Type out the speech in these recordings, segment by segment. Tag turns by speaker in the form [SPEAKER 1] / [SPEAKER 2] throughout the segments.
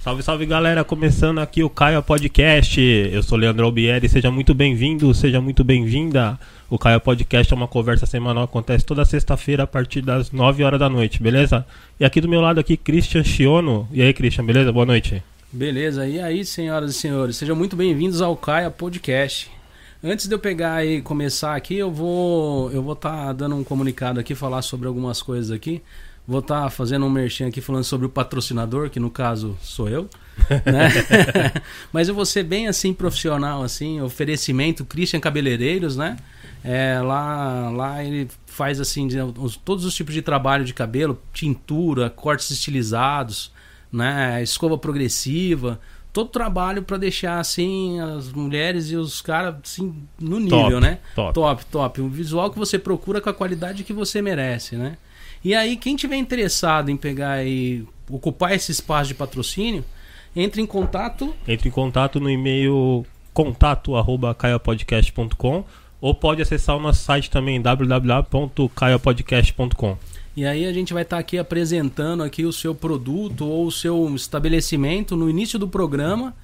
[SPEAKER 1] Salve, salve galera, começando aqui o Caio Podcast. Eu sou Leandro Albieri, seja muito bem-vindo, seja muito bem-vinda. O Caio Podcast é uma conversa semanal, acontece toda sexta-feira a partir das 9 horas da noite, beleza? E aqui do meu lado aqui, Christian Chiono. E aí, Christian, beleza? Boa noite.
[SPEAKER 2] Beleza, e aí, senhoras e senhores, sejam muito bem-vindos ao Caia Podcast. Antes de eu pegar e começar aqui, eu vou eu vou estar dando um comunicado aqui, falar sobre algumas coisas aqui. Vou estar fazendo um merchan aqui falando sobre o patrocinador, que no caso sou eu. né? Mas eu vou ser bem assim profissional, assim, oferecimento Christian Cabeleireiros, né? É, lá, lá ele faz assim de- os- todos os tipos de trabalho de cabelo, tintura, cortes estilizados, né? Escova progressiva, todo trabalho para deixar assim as mulheres e os caras assim no nível,
[SPEAKER 1] Top,
[SPEAKER 2] né?
[SPEAKER 1] top.
[SPEAKER 2] top, top. O visual que você procura com a qualidade que você merece, né? E aí quem tiver interessado em pegar e ocupar esse espaço de patrocínio, entre em contato
[SPEAKER 1] Entre em contato no e-mail contato@caiopodcast.com ou pode acessar o nosso site também www.caiopodcast.com.
[SPEAKER 2] E aí a gente vai estar aqui apresentando aqui o seu produto ou o seu estabelecimento no início do programa,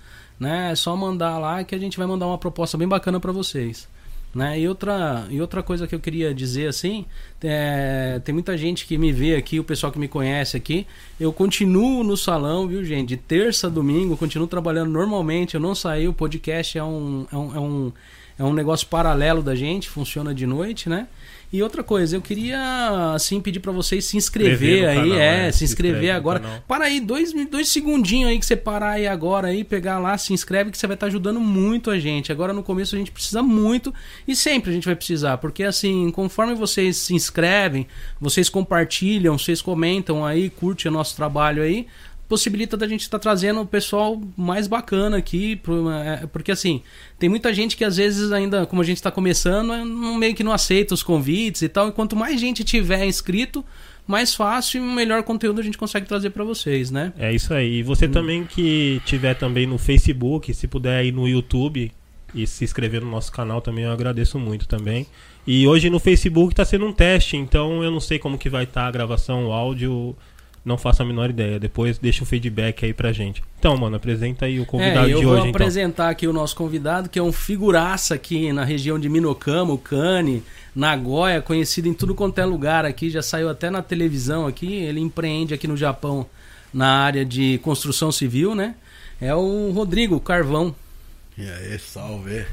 [SPEAKER 2] né? É só mandar lá que a gente vai mandar uma proposta bem bacana para vocês. Né? E, outra, e outra coisa que eu queria dizer assim, é, tem muita gente que me vê aqui, o pessoal que me conhece aqui, eu continuo no salão, viu gente, de terça a domingo, eu continuo trabalhando normalmente, eu não saí, o podcast é um, é um, é um, é um negócio paralelo da gente, funciona de noite, né? E outra coisa, eu queria assim pedir pra vocês se
[SPEAKER 1] Inscrever
[SPEAKER 2] inscrever
[SPEAKER 1] no
[SPEAKER 2] aí,
[SPEAKER 1] canal,
[SPEAKER 2] é,
[SPEAKER 1] né?
[SPEAKER 2] se
[SPEAKER 1] Se inscreve
[SPEAKER 2] inscrever
[SPEAKER 1] no
[SPEAKER 2] agora.
[SPEAKER 1] canal.
[SPEAKER 2] Para aí, dois, dois segundinhos aí que você parar aí agora aí, pegar lá, se inscreve que você vai estar ajudando muito a gente. Agora no começo a gente precisa muito e sempre a gente vai precisar, porque assim, conforme vocês se inscrevem, vocês compartilham, vocês comentam aí, curte o nosso trabalho aí, possibilita da gente estar trazendo o pessoal mais bacana aqui, pro- é, porque assim, tem muita gente que às vezes ainda, como a gente está começando, é, não- meio que não aceita os convites e tal, e quanto mais gente tiver inscrito, mais fácil e um melhor conteúdo a gente consegue trazer para vocês, né?
[SPEAKER 1] É isso aí. E você também que tiver também no Facebook, se puder ir no YouTube e se inscrever no nosso canal também, eu agradeço muito também. E hoje no Facebook tá sendo um teste, então eu não sei como que vai estar a gravação, o áudio, não faço a menor ideia. Depois deixa o feedback aí pra gente. Então, mano, apresenta aí o convidado
[SPEAKER 2] é, eu
[SPEAKER 1] de
[SPEAKER 2] vou
[SPEAKER 1] hoje, então.
[SPEAKER 2] apresentar aqui o nosso convidado, que é um figuraça aqui na região de Minocamo, Cane, Nagoya, conhecido em tudo quanto é lugar aqui, já saiu até na televisão aqui, ele empreende aqui no Japão na área de construção civil, né? É o Rodrigo Carvão.
[SPEAKER 3] E aí, salve.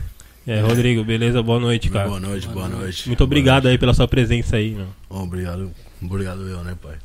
[SPEAKER 1] É, Rodrigo, beleza? Boa noite, cara.
[SPEAKER 3] Boa noite, boa noite.
[SPEAKER 1] Muito obrigado aí pela sua presença aí, mano.
[SPEAKER 3] Bom, obrigado. Obrigado eu, né, pai?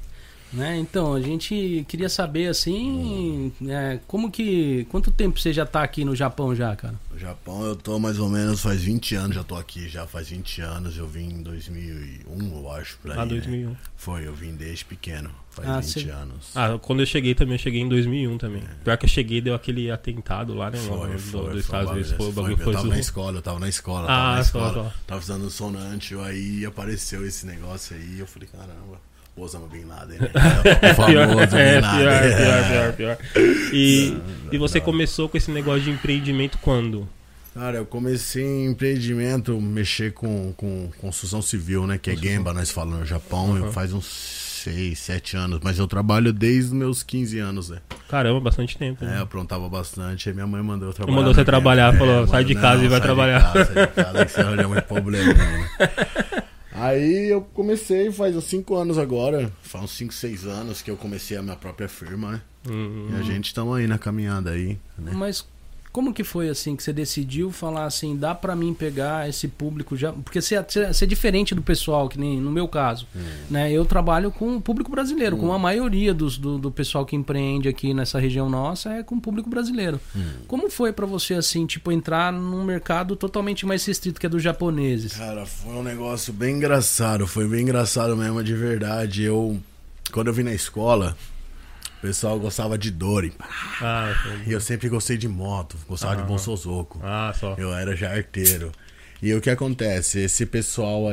[SPEAKER 2] Né? Então, a gente queria saber assim, é, como que. Quanto tempo você já tá aqui no Japão já, cara?
[SPEAKER 3] No Japão eu tô mais ou menos faz 20 anos, já tô aqui, já faz 20 anos. Eu vim em 2001, eu acho, por aí.
[SPEAKER 1] Ah,
[SPEAKER 3] né?
[SPEAKER 1] 2001.
[SPEAKER 3] Foi, eu vim desde pequeno, faz
[SPEAKER 2] Ah,
[SPEAKER 3] 20
[SPEAKER 2] sim.
[SPEAKER 3] anos.
[SPEAKER 1] Ah, quando eu cheguei também, eu cheguei em 2001 também.
[SPEAKER 3] É.
[SPEAKER 1] Pior que eu cheguei, deu aquele atentado lá, né, mano? do- dos
[SPEAKER 3] um
[SPEAKER 1] Estados Unidos. Foi, o
[SPEAKER 3] desse.
[SPEAKER 1] bagulho
[SPEAKER 3] eu
[SPEAKER 1] foi,
[SPEAKER 3] tava
[SPEAKER 1] foi
[SPEAKER 3] na escola, eu tava na escola,
[SPEAKER 1] Ah,
[SPEAKER 3] tava na
[SPEAKER 1] escola,
[SPEAKER 3] escola.
[SPEAKER 1] tá.
[SPEAKER 3] Tava usando sonante, aí apareceu esse negócio aí, eu falei, caramba, Osama Bin Laden, né? O famoso
[SPEAKER 1] é,
[SPEAKER 3] Bin Laden.
[SPEAKER 1] pior, pior, pior, pior. E, e você começou com esse negócio de empreendimento quando?
[SPEAKER 3] Cara, eu comecei em empreendimento, mexer com, com construção civil, né? Que é Gemba, nós falamos no Japão, eu faz uns 6, 7 anos, mas eu trabalho desde os meus 15 anos, né?
[SPEAKER 1] Caramba, bastante tempo.
[SPEAKER 3] É,
[SPEAKER 1] né?
[SPEAKER 3] eu aprontava bastante, aí minha mãe mandou eu trabalhar.
[SPEAKER 1] Mandou
[SPEAKER 3] na
[SPEAKER 1] você
[SPEAKER 3] Gemba.
[SPEAKER 1] trabalhar, falou, "Sai de casa e vai
[SPEAKER 3] sai
[SPEAKER 1] trabalhar."
[SPEAKER 3] De casa, sai de casa, que você arranja muito problema, né? Aí eu comecei faz uns 5 anos agora, faz uns 5, 6 anos que eu comecei a minha própria firma, né?
[SPEAKER 1] Hum,
[SPEAKER 3] E a gente tamo aí na caminhada aí, né?
[SPEAKER 2] Mas como que foi assim que você decidiu falar assim, dá pra mim pegar esse público já, porque você, você- você é diferente do pessoal que nem no meu caso,
[SPEAKER 3] Hum.
[SPEAKER 2] né? Eu trabalho com o público brasileiro, com a maioria dos, do, do pessoal que empreende aqui nessa região nossa é com o público brasileiro.
[SPEAKER 3] Hum.
[SPEAKER 2] Como foi pra você assim, tipo entrar num mercado totalmente mais restrito que é dos japoneses?
[SPEAKER 3] Cara, foi um negócio bem engraçado, foi bem engraçado mesmo, de verdade. Eu, quando eu vim na escola, o pessoal gostava de Dory.
[SPEAKER 1] Ah,
[SPEAKER 3] E eu sempre gostei de moto, gostava de Bolsozoco.
[SPEAKER 1] ah, só.
[SPEAKER 3] Eu era já arteiro. E o que acontece? Esse pessoal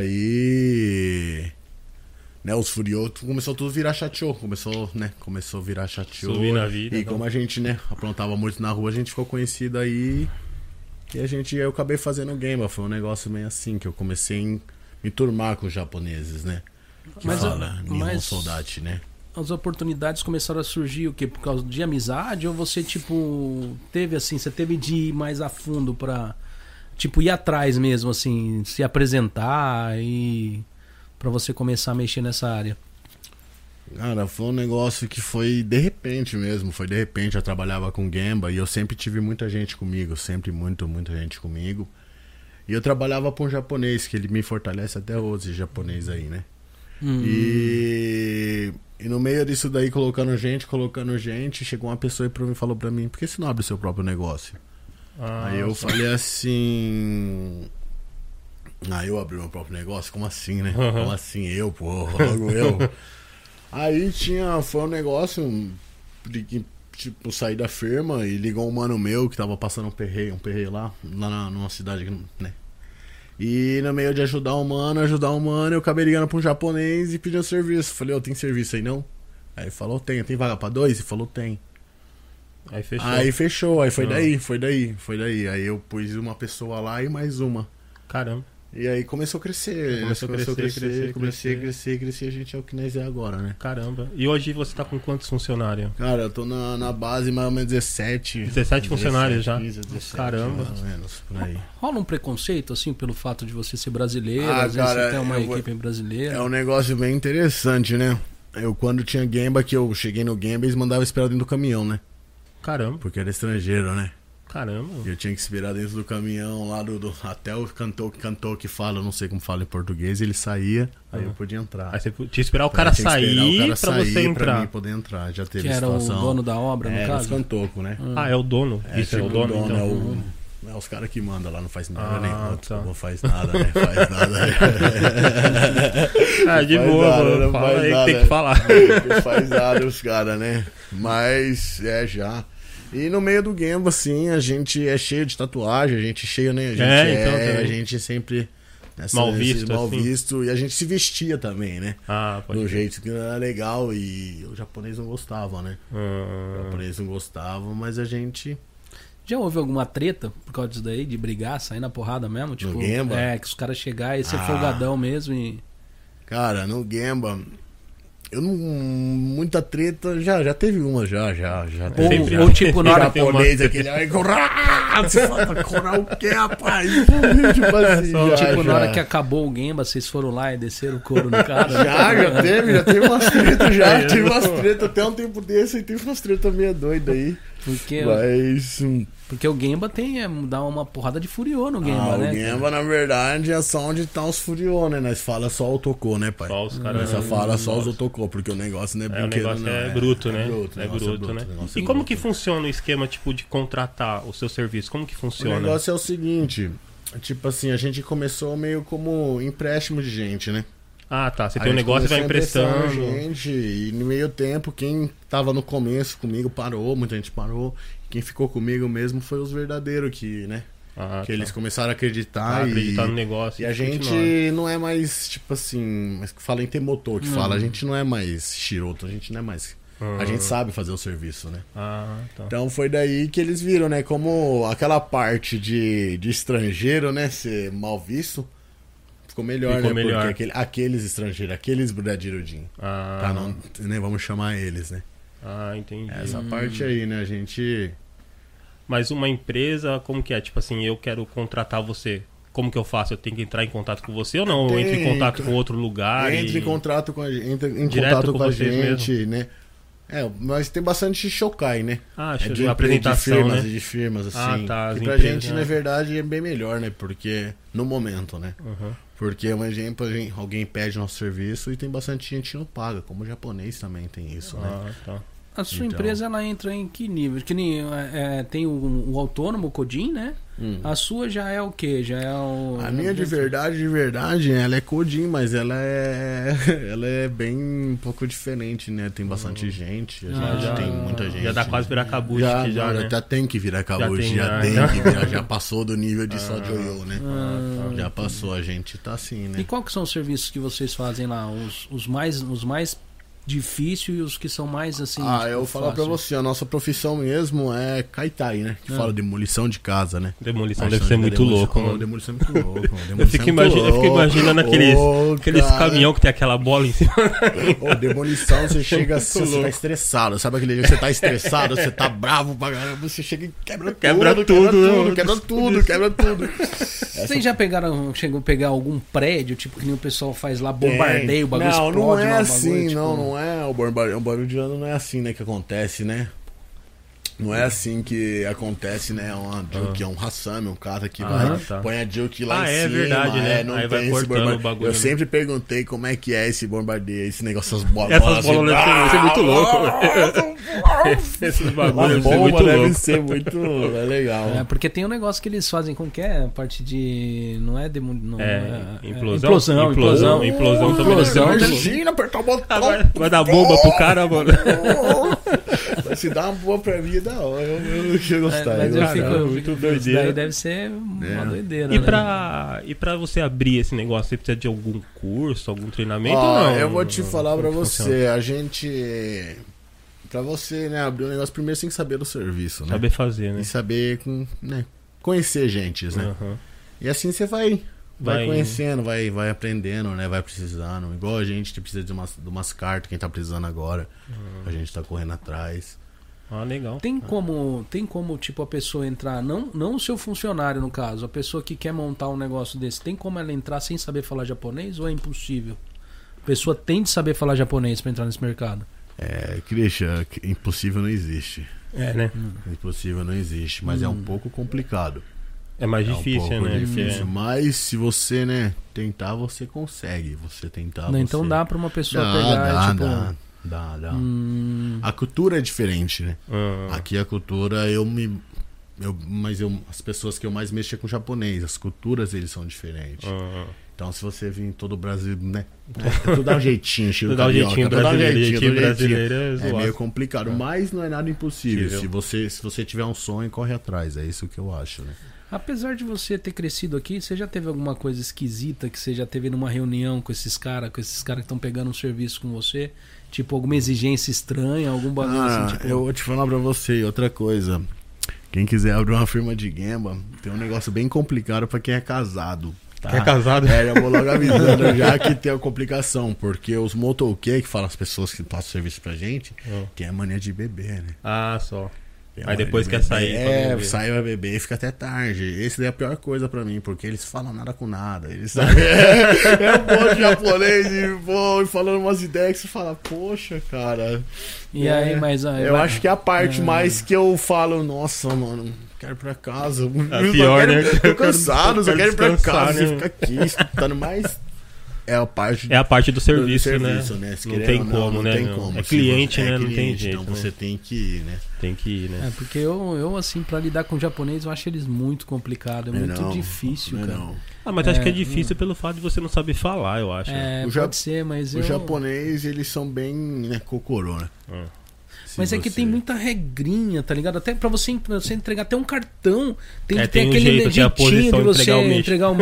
[SPEAKER 3] aí. Né, os furiosos começou tudo a virar chateou. Começou, né? Começou a virar chateou.
[SPEAKER 1] Subir na vida,
[SPEAKER 3] E
[SPEAKER 1] então.
[SPEAKER 3] como a gente, né, aprontava muito na rua, a gente ficou conhecido aí. E a gente, eu acabei fazendo game. Foi um negócio meio assim, que eu comecei a me turmar com os japoneses, né? Que
[SPEAKER 2] Mas eu-
[SPEAKER 3] fala, é um Nihon
[SPEAKER 2] mas-
[SPEAKER 3] Soldati, né?
[SPEAKER 4] as oportunidades começaram a surgir o quê? Por causa de amizade? Ou você, tipo, teve assim, você teve de ir mais a fundo pra, tipo, ir atrás mesmo, assim, se apresentar e pra você começar a mexer nessa área?
[SPEAKER 3] Cara, foi um negócio que foi de repente mesmo. Foi de repente. Eu trabalhava com Gamba e eu sempre tive muita gente comigo. Sempre muito, muita gente comigo. E eu trabalhava para um japonês, que ele me fortalece até hoje, esse japonês aí, né?
[SPEAKER 4] Hum.
[SPEAKER 3] E, e no meio disso daí, colocando gente, colocando gente, chegou uma pessoa e pra mim- falou pra mim: por que você não abre o seu próprio negócio?
[SPEAKER 1] Ah,
[SPEAKER 3] Aí eu falei assim. Aí eu abri meu próprio negócio? Como assim, né? Como assim? Eu, pô, logo eu. Aí tinha. Foi um negócio um, de que, tipo, saí da firma e ligou um mano meu que tava passando um perreio, um perreio lá, lá na, numa cidade, que não- né? E no meio de ajudar o mano, ajudar o mano, eu acabei ligando pra um japonês e pedindo serviço. Falei, ô, tem serviço aí não? Aí ele falou, tem, tem vaga pra dois? Ele falou, tem.
[SPEAKER 1] aí fechou.
[SPEAKER 3] Aí fechou, aí foi
[SPEAKER 1] Ah.
[SPEAKER 3] daí, foi daí, foi daí. Aí eu pus uma pessoa lá e mais uma.
[SPEAKER 1] Caramba.
[SPEAKER 3] E aí começou a crescer.
[SPEAKER 1] Começou a crescer, crescer,
[SPEAKER 3] comecei a
[SPEAKER 1] crescer.
[SPEAKER 3] crescer, crescer, a gente é o que nós é agora, né?
[SPEAKER 1] Caramba. E hoje você tá com quantos funcionários?
[SPEAKER 3] Cara, eu tô na, na base mais ou menos 17.
[SPEAKER 1] 17 funcionários já.
[SPEAKER 3] 15, 17,
[SPEAKER 1] Caramba.
[SPEAKER 3] Mais ou menos, por aí.
[SPEAKER 4] Rola um preconceito, assim, pelo fato de você ser brasileiro,
[SPEAKER 3] Ah,
[SPEAKER 4] às vezes
[SPEAKER 3] cara,
[SPEAKER 4] você tem uma
[SPEAKER 3] eu vou-
[SPEAKER 4] equipe brasileira.
[SPEAKER 3] É um negócio bem interessante, né? Eu, quando tinha Gamba, que eu cheguei no Gamba, eles mandavam esperar dentro do caminhão, né?
[SPEAKER 1] Caramba,
[SPEAKER 3] Porque era estrangeiro, né?
[SPEAKER 1] caramba.
[SPEAKER 3] Eu tinha que esperar dentro do caminhão, lá do. do- até o cantor que cantou que fala, eu não sei como fala em português, ele saía, aí eu podia entrar.
[SPEAKER 1] Ah. Aí você tinha que esperar o cara
[SPEAKER 3] Tinha que esperar
[SPEAKER 1] sair
[SPEAKER 3] o cara
[SPEAKER 1] pra você
[SPEAKER 3] sair Pra
[SPEAKER 1] entrar.
[SPEAKER 3] mim poder entrar, já teve
[SPEAKER 4] Que era o
[SPEAKER 3] situação.
[SPEAKER 4] dono da obra, no
[SPEAKER 3] é,
[SPEAKER 4] caso.
[SPEAKER 3] os cantocos, né?
[SPEAKER 1] Ah, é o dono. Isso é o
[SPEAKER 3] tipo,
[SPEAKER 1] dono, então.
[SPEAKER 3] é o- é os caras que mandam lá, não faz nada
[SPEAKER 1] Ah,
[SPEAKER 3] nenhum.
[SPEAKER 1] tá.
[SPEAKER 3] Não faz nada, né? Faz nada.
[SPEAKER 1] Ah, de
[SPEAKER 3] Faz
[SPEAKER 1] boa,
[SPEAKER 3] nada,
[SPEAKER 1] mano.
[SPEAKER 3] não
[SPEAKER 1] Fala
[SPEAKER 3] faz
[SPEAKER 1] aí que
[SPEAKER 3] nada.
[SPEAKER 1] tem que falar.
[SPEAKER 3] Não faz nada os caras, né? Mas é já. E no meio do game, assim, a gente é cheio de tatuagem, a gente é cheio, né? A gente
[SPEAKER 1] É, então, também.
[SPEAKER 3] a gente é sempre nessa-
[SPEAKER 1] Mal
[SPEAKER 3] esse
[SPEAKER 1] visto,
[SPEAKER 3] mal
[SPEAKER 1] assim.
[SPEAKER 3] visto. E a gente se vestia também, né?
[SPEAKER 1] Ah,
[SPEAKER 3] Do
[SPEAKER 1] pode ser.
[SPEAKER 3] jeito que não era legal e o japonês não gostava, né?
[SPEAKER 1] Ah.
[SPEAKER 3] O japonês não gostava, mas a gente.
[SPEAKER 4] Já houve alguma treta por causa disso daí, de brigar, sair na porrada mesmo? Tipo,
[SPEAKER 3] Gemba?
[SPEAKER 4] é, que os caras chegarem e ser
[SPEAKER 3] Ah.
[SPEAKER 4] folgadão mesmo e.
[SPEAKER 3] Cara, no Gemba. Eu não. Muita treta. Já, já teve uma, já, já,
[SPEAKER 1] É,
[SPEAKER 3] já.
[SPEAKER 4] Ou,
[SPEAKER 3] teve, já.
[SPEAKER 4] ou tipo, na hora.
[SPEAKER 1] tem uma-
[SPEAKER 3] japonês, aquele aí, corá, você fala, corá o quê, rapaz? Tipo
[SPEAKER 1] É
[SPEAKER 3] assim, já,
[SPEAKER 4] tipo, na
[SPEAKER 3] já.
[SPEAKER 4] hora que acabou o Gemba, vocês foram lá e desceram o couro no cara. né?
[SPEAKER 3] Já, já teve, já teve umas tretas, já,
[SPEAKER 1] É.
[SPEAKER 3] teve umas tretas até um tempo desse, aí teve umas tretas meio doidas aí.
[SPEAKER 4] Porque,
[SPEAKER 3] Mas. hum,
[SPEAKER 4] porque o Gemba tem, é, dá uma porrada de furiô no Gemba,
[SPEAKER 3] ah,
[SPEAKER 4] né?
[SPEAKER 3] o Gemba, na verdade, é só onde tá os furiô, né? Nós fala só o tocô, né, pai?
[SPEAKER 1] Só os caras.
[SPEAKER 3] Nós só fala só os otocô, porque o negócio não é
[SPEAKER 1] É, o
[SPEAKER 3] brinquedo,
[SPEAKER 1] negócio
[SPEAKER 3] não.
[SPEAKER 1] é, bruto, né? É
[SPEAKER 3] o
[SPEAKER 1] bruto,
[SPEAKER 3] negócio
[SPEAKER 1] né?
[SPEAKER 3] o negócio
[SPEAKER 1] E
[SPEAKER 3] é
[SPEAKER 1] como
[SPEAKER 3] bruto.
[SPEAKER 1] que funciona o esquema, tipo, de contratar o seu serviço? Como que funciona?
[SPEAKER 3] O negócio é o seguinte, tipo assim, a gente começou meio como empréstimo de gente, né?
[SPEAKER 1] Ah, tá. Você
[SPEAKER 3] A um
[SPEAKER 1] tem um
[SPEAKER 3] gente
[SPEAKER 1] negócio e vai
[SPEAKER 3] começou
[SPEAKER 1] emprestando.
[SPEAKER 3] gente, e no meio tempo, quem tava no começo comigo parou, muita gente parou. Quem ficou comigo mesmo foi os verdadeiros que, né?
[SPEAKER 1] Ah,
[SPEAKER 3] que
[SPEAKER 1] tá.
[SPEAKER 3] eles começaram a
[SPEAKER 1] Ah,
[SPEAKER 3] acreditar,
[SPEAKER 1] acreditar
[SPEAKER 3] e...
[SPEAKER 1] no negócio.
[SPEAKER 3] E a gente
[SPEAKER 1] continuar.
[SPEAKER 3] não é mais, tipo assim, mas que fala em ter motor que fala, a gente não é mais Shiroto, a gente não é mais. A
[SPEAKER 1] Uhum.
[SPEAKER 3] gente sabe fazer o serviço, né?
[SPEAKER 1] Ah, tá.
[SPEAKER 3] Então foi daí que eles viram, né? Como aquela parte de, de estrangeiro, né? Ser mal visto, ficou melhor,
[SPEAKER 1] Ficou
[SPEAKER 3] né?
[SPEAKER 1] melhor.
[SPEAKER 3] Porque aquele- aqueles estrangeiros, aqueles brudadirudim.
[SPEAKER 1] Ah,
[SPEAKER 3] Pra não, É, né? Vamos chamar eles, né?
[SPEAKER 1] ah, entendi.
[SPEAKER 3] Essa parte aí, né? A gente.
[SPEAKER 1] Mas uma empresa, como que é? Tipo assim, eu quero contratar você. Como que eu faço? Eu tenho que entrar em contato com você ou não? Eu entro em
[SPEAKER 3] Tem,
[SPEAKER 1] contato com outro lugar?
[SPEAKER 3] entra
[SPEAKER 1] e...
[SPEAKER 3] em contato com a gente, entra em
[SPEAKER 1] Direto
[SPEAKER 3] contato
[SPEAKER 1] com
[SPEAKER 3] com, a
[SPEAKER 1] vocês
[SPEAKER 3] gente, né? É, mas tem bastante Shokai, né?
[SPEAKER 1] Ah,
[SPEAKER 3] É
[SPEAKER 1] acho
[SPEAKER 3] de,
[SPEAKER 1] de apresentação,
[SPEAKER 3] de firmas,
[SPEAKER 1] né?
[SPEAKER 3] de firmas, assim.
[SPEAKER 1] Ah, tá, as
[SPEAKER 3] que pra
[SPEAKER 1] empresas,
[SPEAKER 3] gente,
[SPEAKER 1] né?
[SPEAKER 3] na verdade, é bem melhor, né? Porque, no momento, né?
[SPEAKER 1] Uhum.
[SPEAKER 3] Porque, um exemplo, a gente- alguém pede nosso serviço e tem bastante gente que não paga, como o japonês também tem isso, né?
[SPEAKER 1] Ah, tá.
[SPEAKER 4] A sua
[SPEAKER 3] Então.
[SPEAKER 4] empresa ela entra em que nível? Que nem, é, é, tem o, o autônomo, o Codin, né? A sua já é o quê? Já é o.
[SPEAKER 3] Hum. A minha de verdade, de verdade, ela é Codin, mas ela é ela é bem um pouco diferente, né? Tem bastante gente, a
[SPEAKER 4] Ah,
[SPEAKER 3] gente
[SPEAKER 1] Uhum. já-
[SPEAKER 3] tem muita gente.
[SPEAKER 1] Já dá quase virar cabucho
[SPEAKER 3] já,
[SPEAKER 1] aqui já,
[SPEAKER 3] já, tá
[SPEAKER 1] né?
[SPEAKER 3] já tem que virar
[SPEAKER 1] tem,
[SPEAKER 3] cabucho, já
[SPEAKER 1] já, né? Ah,
[SPEAKER 3] tem,
[SPEAKER 1] já.
[SPEAKER 3] que virar, já passou do nível de só Joyo, né? já passou, a gente tá assim, né?
[SPEAKER 4] E qual que são os serviços que vocês fazem lá? Os, os mais, os mais
[SPEAKER 2] difícil e os que são mais assim.
[SPEAKER 3] Ah,
[SPEAKER 2] tipo,
[SPEAKER 3] eu falo pra
[SPEAKER 2] fácil?
[SPEAKER 3] você, a nossa profissão mesmo é Kaitai, né? Que
[SPEAKER 2] Ah.
[SPEAKER 3] fala demolição de casa, né?
[SPEAKER 1] Demolição
[SPEAKER 3] Ah,
[SPEAKER 1] deve
[SPEAKER 3] isso
[SPEAKER 1] ser
[SPEAKER 3] é
[SPEAKER 1] muito
[SPEAKER 3] demolição-
[SPEAKER 1] louco,
[SPEAKER 3] oh,
[SPEAKER 1] mano.
[SPEAKER 3] Demolição é muito louco. mano.
[SPEAKER 1] Eu fico,
[SPEAKER 3] Demolição é muito
[SPEAKER 1] imagi- eu fico
[SPEAKER 3] louco.
[SPEAKER 1] imaginando aqueles,
[SPEAKER 3] Ô,
[SPEAKER 1] aqueles
[SPEAKER 3] cara.
[SPEAKER 1] caminhão que tem aquela bola em cima.
[SPEAKER 3] Ô, demolição, você chega
[SPEAKER 1] muito
[SPEAKER 3] assim, você
[SPEAKER 1] louco.
[SPEAKER 3] tá estressado. Sabe aquele dia que você tá estressado, você tá bravo pra caramba, você chega e quebra,
[SPEAKER 1] Quebra
[SPEAKER 3] tudo,
[SPEAKER 1] tudo,
[SPEAKER 3] quebra
[SPEAKER 1] né?
[SPEAKER 3] tudo, quebra tudo, quebra tudo.
[SPEAKER 2] Vocês já pegaram, chegou a pegar algum prédio, tipo que nem o pessoal faz lá, bombardeio, o bagulho
[SPEAKER 3] Não,
[SPEAKER 2] explode
[SPEAKER 3] não
[SPEAKER 2] lá, o
[SPEAKER 3] é
[SPEAKER 2] bagulho,
[SPEAKER 3] assim,
[SPEAKER 2] tipo,
[SPEAKER 3] não, não é. O barulho, o barulho de ano não é assim, né, que acontece, né? Não é assim que acontece, né? Uma Duke, é um Hassam, um cara que
[SPEAKER 1] Ah,
[SPEAKER 3] vai,
[SPEAKER 1] tá.
[SPEAKER 3] põe a Duke lá
[SPEAKER 1] Ah,
[SPEAKER 3] em
[SPEAKER 1] é
[SPEAKER 3] cima.
[SPEAKER 1] verdade, né?
[SPEAKER 3] é, não
[SPEAKER 1] Aí
[SPEAKER 3] tem
[SPEAKER 1] vai
[SPEAKER 3] esse
[SPEAKER 1] cortando
[SPEAKER 3] bombardeio.
[SPEAKER 1] o bagulho,
[SPEAKER 3] Eu
[SPEAKER 1] né?
[SPEAKER 3] sempre perguntei como é que é esse bombardeio, esse negócio, essas bolas.
[SPEAKER 1] Essas bolas
[SPEAKER 3] assim,
[SPEAKER 1] devem ser
[SPEAKER 3] ah,
[SPEAKER 1] muito louco. Esses
[SPEAKER 3] Uma
[SPEAKER 1] bagulhos devem ser
[SPEAKER 3] bomba
[SPEAKER 1] é muito
[SPEAKER 3] deve
[SPEAKER 1] louco.
[SPEAKER 3] ser muito é legal.
[SPEAKER 2] É, porque tem um negócio que eles fazem com que é a parte de. Não é demo, não,
[SPEAKER 1] É,
[SPEAKER 2] é-
[SPEAKER 1] implosão?
[SPEAKER 2] Implosão,
[SPEAKER 1] Implosão,
[SPEAKER 2] implosão.
[SPEAKER 1] implosão também deve ser
[SPEAKER 2] Implosão.
[SPEAKER 1] muito louco.
[SPEAKER 3] Imagina apertar o botão.
[SPEAKER 1] Ah, Vai, vai dar bomba pro cara, mano.
[SPEAKER 3] Se dá uma boa pra mim, é da hora. Eu, eu, eu ia
[SPEAKER 2] É,
[SPEAKER 3] gostar.
[SPEAKER 2] mas eu
[SPEAKER 3] ia
[SPEAKER 2] fico,
[SPEAKER 3] gostar.
[SPEAKER 2] eu
[SPEAKER 1] muito
[SPEAKER 2] fico-
[SPEAKER 1] doideira.
[SPEAKER 2] Isso daí deve ser uma
[SPEAKER 3] É.
[SPEAKER 2] doideira.
[SPEAKER 1] E
[SPEAKER 2] né?
[SPEAKER 1] pra, e pra você abrir esse negócio, você precisa de algum curso, algum treinamento ou
[SPEAKER 3] Ó,
[SPEAKER 1] não?
[SPEAKER 3] Ah, Eu vou te falar pra
[SPEAKER 1] Como é que funciona?
[SPEAKER 3] você. A gente. Pra você, né, abrir um negócio, primeiro você tem que saber do serviço, né?
[SPEAKER 1] Saber fazer, né?
[SPEAKER 3] E saber, com, né? Conhecer gentes, né?
[SPEAKER 1] Aham.
[SPEAKER 3] E assim você vai. Vai,
[SPEAKER 1] Vai-
[SPEAKER 3] conhecendo, vai, vai aprendendo, né? Vai precisando. Igual a gente que precisa de umas, de umas cartas, quem tá precisando agora. A gente tá correndo atrás.
[SPEAKER 1] Ah, legal.
[SPEAKER 2] Tem como, tem como, tipo, a pessoa entrar, não, não o seu funcionário, no caso, a pessoa que quer montar um negócio desse, tem como ela entrar sem saber falar japonês ou é impossível? A pessoa tem de saber falar japonês pra entrar nesse mercado.
[SPEAKER 3] É, Christian, impossível não existe.
[SPEAKER 1] É, né?
[SPEAKER 3] Hum. Impossível não existe, mas é
[SPEAKER 2] Hum.
[SPEAKER 3] um pouco complicado.
[SPEAKER 1] É mais
[SPEAKER 3] É um
[SPEAKER 1] difícil,
[SPEAKER 3] pouco
[SPEAKER 1] né?
[SPEAKER 3] difícil,
[SPEAKER 2] é.
[SPEAKER 1] Porque-
[SPEAKER 3] Mas se você, né, tentar, você consegue. Você
[SPEAKER 1] Ah,
[SPEAKER 3] tentar,
[SPEAKER 2] Não,
[SPEAKER 3] você...
[SPEAKER 2] então dá pra uma pessoa
[SPEAKER 3] dá,
[SPEAKER 2] pegar,
[SPEAKER 3] dá,
[SPEAKER 2] tipo.
[SPEAKER 3] dá, dá, dá.
[SPEAKER 2] hum,
[SPEAKER 3] A cultura é diferente, né?
[SPEAKER 1] Ah,
[SPEAKER 3] Aqui a cultura, eu me... Eu, mas eu, as pessoas que eu mais mexo é com japonês. As culturas, eles são diferentes.
[SPEAKER 1] ah.
[SPEAKER 3] Então, se você vir em todo o Brasil, né? Tu dá um jeitinho, estilo
[SPEAKER 1] Tu dá um
[SPEAKER 3] carioca,
[SPEAKER 1] jeitinho
[SPEAKER 3] tu dá um
[SPEAKER 1] brasileiro,
[SPEAKER 3] jeitinho,
[SPEAKER 1] jeitinho
[SPEAKER 3] tu dá um jeitinho.
[SPEAKER 1] brasileiro é
[SPEAKER 3] É
[SPEAKER 1] zoado.
[SPEAKER 3] meio complicado, mas não é nada impossível.
[SPEAKER 1] Possível.
[SPEAKER 3] Se você, se você tiver um sonho, corre atrás. É isso que eu acho, né?
[SPEAKER 2] Apesar de você ter crescido aqui, você já teve alguma coisa esquisita que você já teve numa reunião com esses caras, com esses caras que estão pegando um serviço com você? Tipo, alguma exigência estranha, algum bagulho
[SPEAKER 3] Ah,
[SPEAKER 2] assim, tipo.
[SPEAKER 3] eu vou te falar pra você e outra coisa. Quem quiser abrir uma firma de Gemba, tem um negócio bem complicado pra quem é casado. Tá?
[SPEAKER 1] Quem é casado?
[SPEAKER 3] É, já vou logo avisando já que tem uma complicação, porque os motoquê, que falam as pessoas que passam serviço pra gente,
[SPEAKER 1] Hum.
[SPEAKER 3] tem a mania de beber, né?
[SPEAKER 1] Ah, só.
[SPEAKER 3] Tem a
[SPEAKER 1] Aí
[SPEAKER 3] mania
[SPEAKER 1] depois
[SPEAKER 3] de
[SPEAKER 1] quer
[SPEAKER 3] beber.
[SPEAKER 1] sair pra
[SPEAKER 3] É,
[SPEAKER 1] beber.
[SPEAKER 3] sai vai beber e fica até tarde. Esse daí é a pior coisa pra mim, porque eles falam nada com nada. Eles sabem. é, um monte de japonês e pô, falando umas ideias que você fala, poxa, cara.
[SPEAKER 2] E
[SPEAKER 3] É,
[SPEAKER 2] aí, mas. ah,
[SPEAKER 3] Eu
[SPEAKER 2] vai-
[SPEAKER 3] acho que é a parte mais que eu falo, nossa, mano, quero ir pra casa. Eu só
[SPEAKER 1] pior,
[SPEAKER 3] quero-
[SPEAKER 1] né?
[SPEAKER 3] eu Tô
[SPEAKER 1] Eu quero-
[SPEAKER 3] cansado,
[SPEAKER 1] eu
[SPEAKER 3] só
[SPEAKER 1] quero
[SPEAKER 3] quero ir pra
[SPEAKER 1] descansar,
[SPEAKER 3] casa.
[SPEAKER 1] né?
[SPEAKER 3] Você fica aqui escutando mais. É a parte
[SPEAKER 1] É a parte do
[SPEAKER 3] do
[SPEAKER 1] serviço, né?
[SPEAKER 3] Se
[SPEAKER 1] Não
[SPEAKER 3] querer
[SPEAKER 1] tem
[SPEAKER 3] ou
[SPEAKER 1] como,
[SPEAKER 3] não
[SPEAKER 1] né?
[SPEAKER 3] tem
[SPEAKER 1] meu?
[SPEAKER 3] como.
[SPEAKER 1] É
[SPEAKER 3] Se
[SPEAKER 1] cliente,
[SPEAKER 3] você-
[SPEAKER 1] né?
[SPEAKER 3] é
[SPEAKER 1] Não tem
[SPEAKER 3] cliente,
[SPEAKER 1] jeito.
[SPEAKER 3] Então você
[SPEAKER 1] né?
[SPEAKER 3] tem que ir, né?
[SPEAKER 1] Tem que ir,
[SPEAKER 2] É,
[SPEAKER 1] né?
[SPEAKER 2] porque eu, eu assim, pra lidar com japonês, eu acho eles muito complicado, é,
[SPEAKER 3] Não é
[SPEAKER 2] muito
[SPEAKER 3] não,
[SPEAKER 2] difícil,
[SPEAKER 3] não é
[SPEAKER 2] cara.
[SPEAKER 3] não.
[SPEAKER 1] Ah, mas acho
[SPEAKER 2] É,
[SPEAKER 1] que é
[SPEAKER 3] hum.
[SPEAKER 1] difícil pelo fato de você não saber falar, eu acho. né?
[SPEAKER 2] É,
[SPEAKER 3] O
[SPEAKER 2] pode
[SPEAKER 3] Jap-
[SPEAKER 2] ser, mas eu.
[SPEAKER 3] Os japoneses, eles são bem né, cocorô, né?
[SPEAKER 1] Hum.
[SPEAKER 3] Se
[SPEAKER 2] Mas é que
[SPEAKER 3] você-
[SPEAKER 2] tem muita regrinha, tá ligado? Até pra você, pra você entregar até um cartão, tem
[SPEAKER 1] É,
[SPEAKER 2] que ter
[SPEAKER 1] tem um
[SPEAKER 2] aquele
[SPEAKER 1] jeito, tem a
[SPEAKER 2] jeitinho de
[SPEAKER 1] posição,
[SPEAKER 2] você
[SPEAKER 1] entregar o mexe.
[SPEAKER 2] entregar o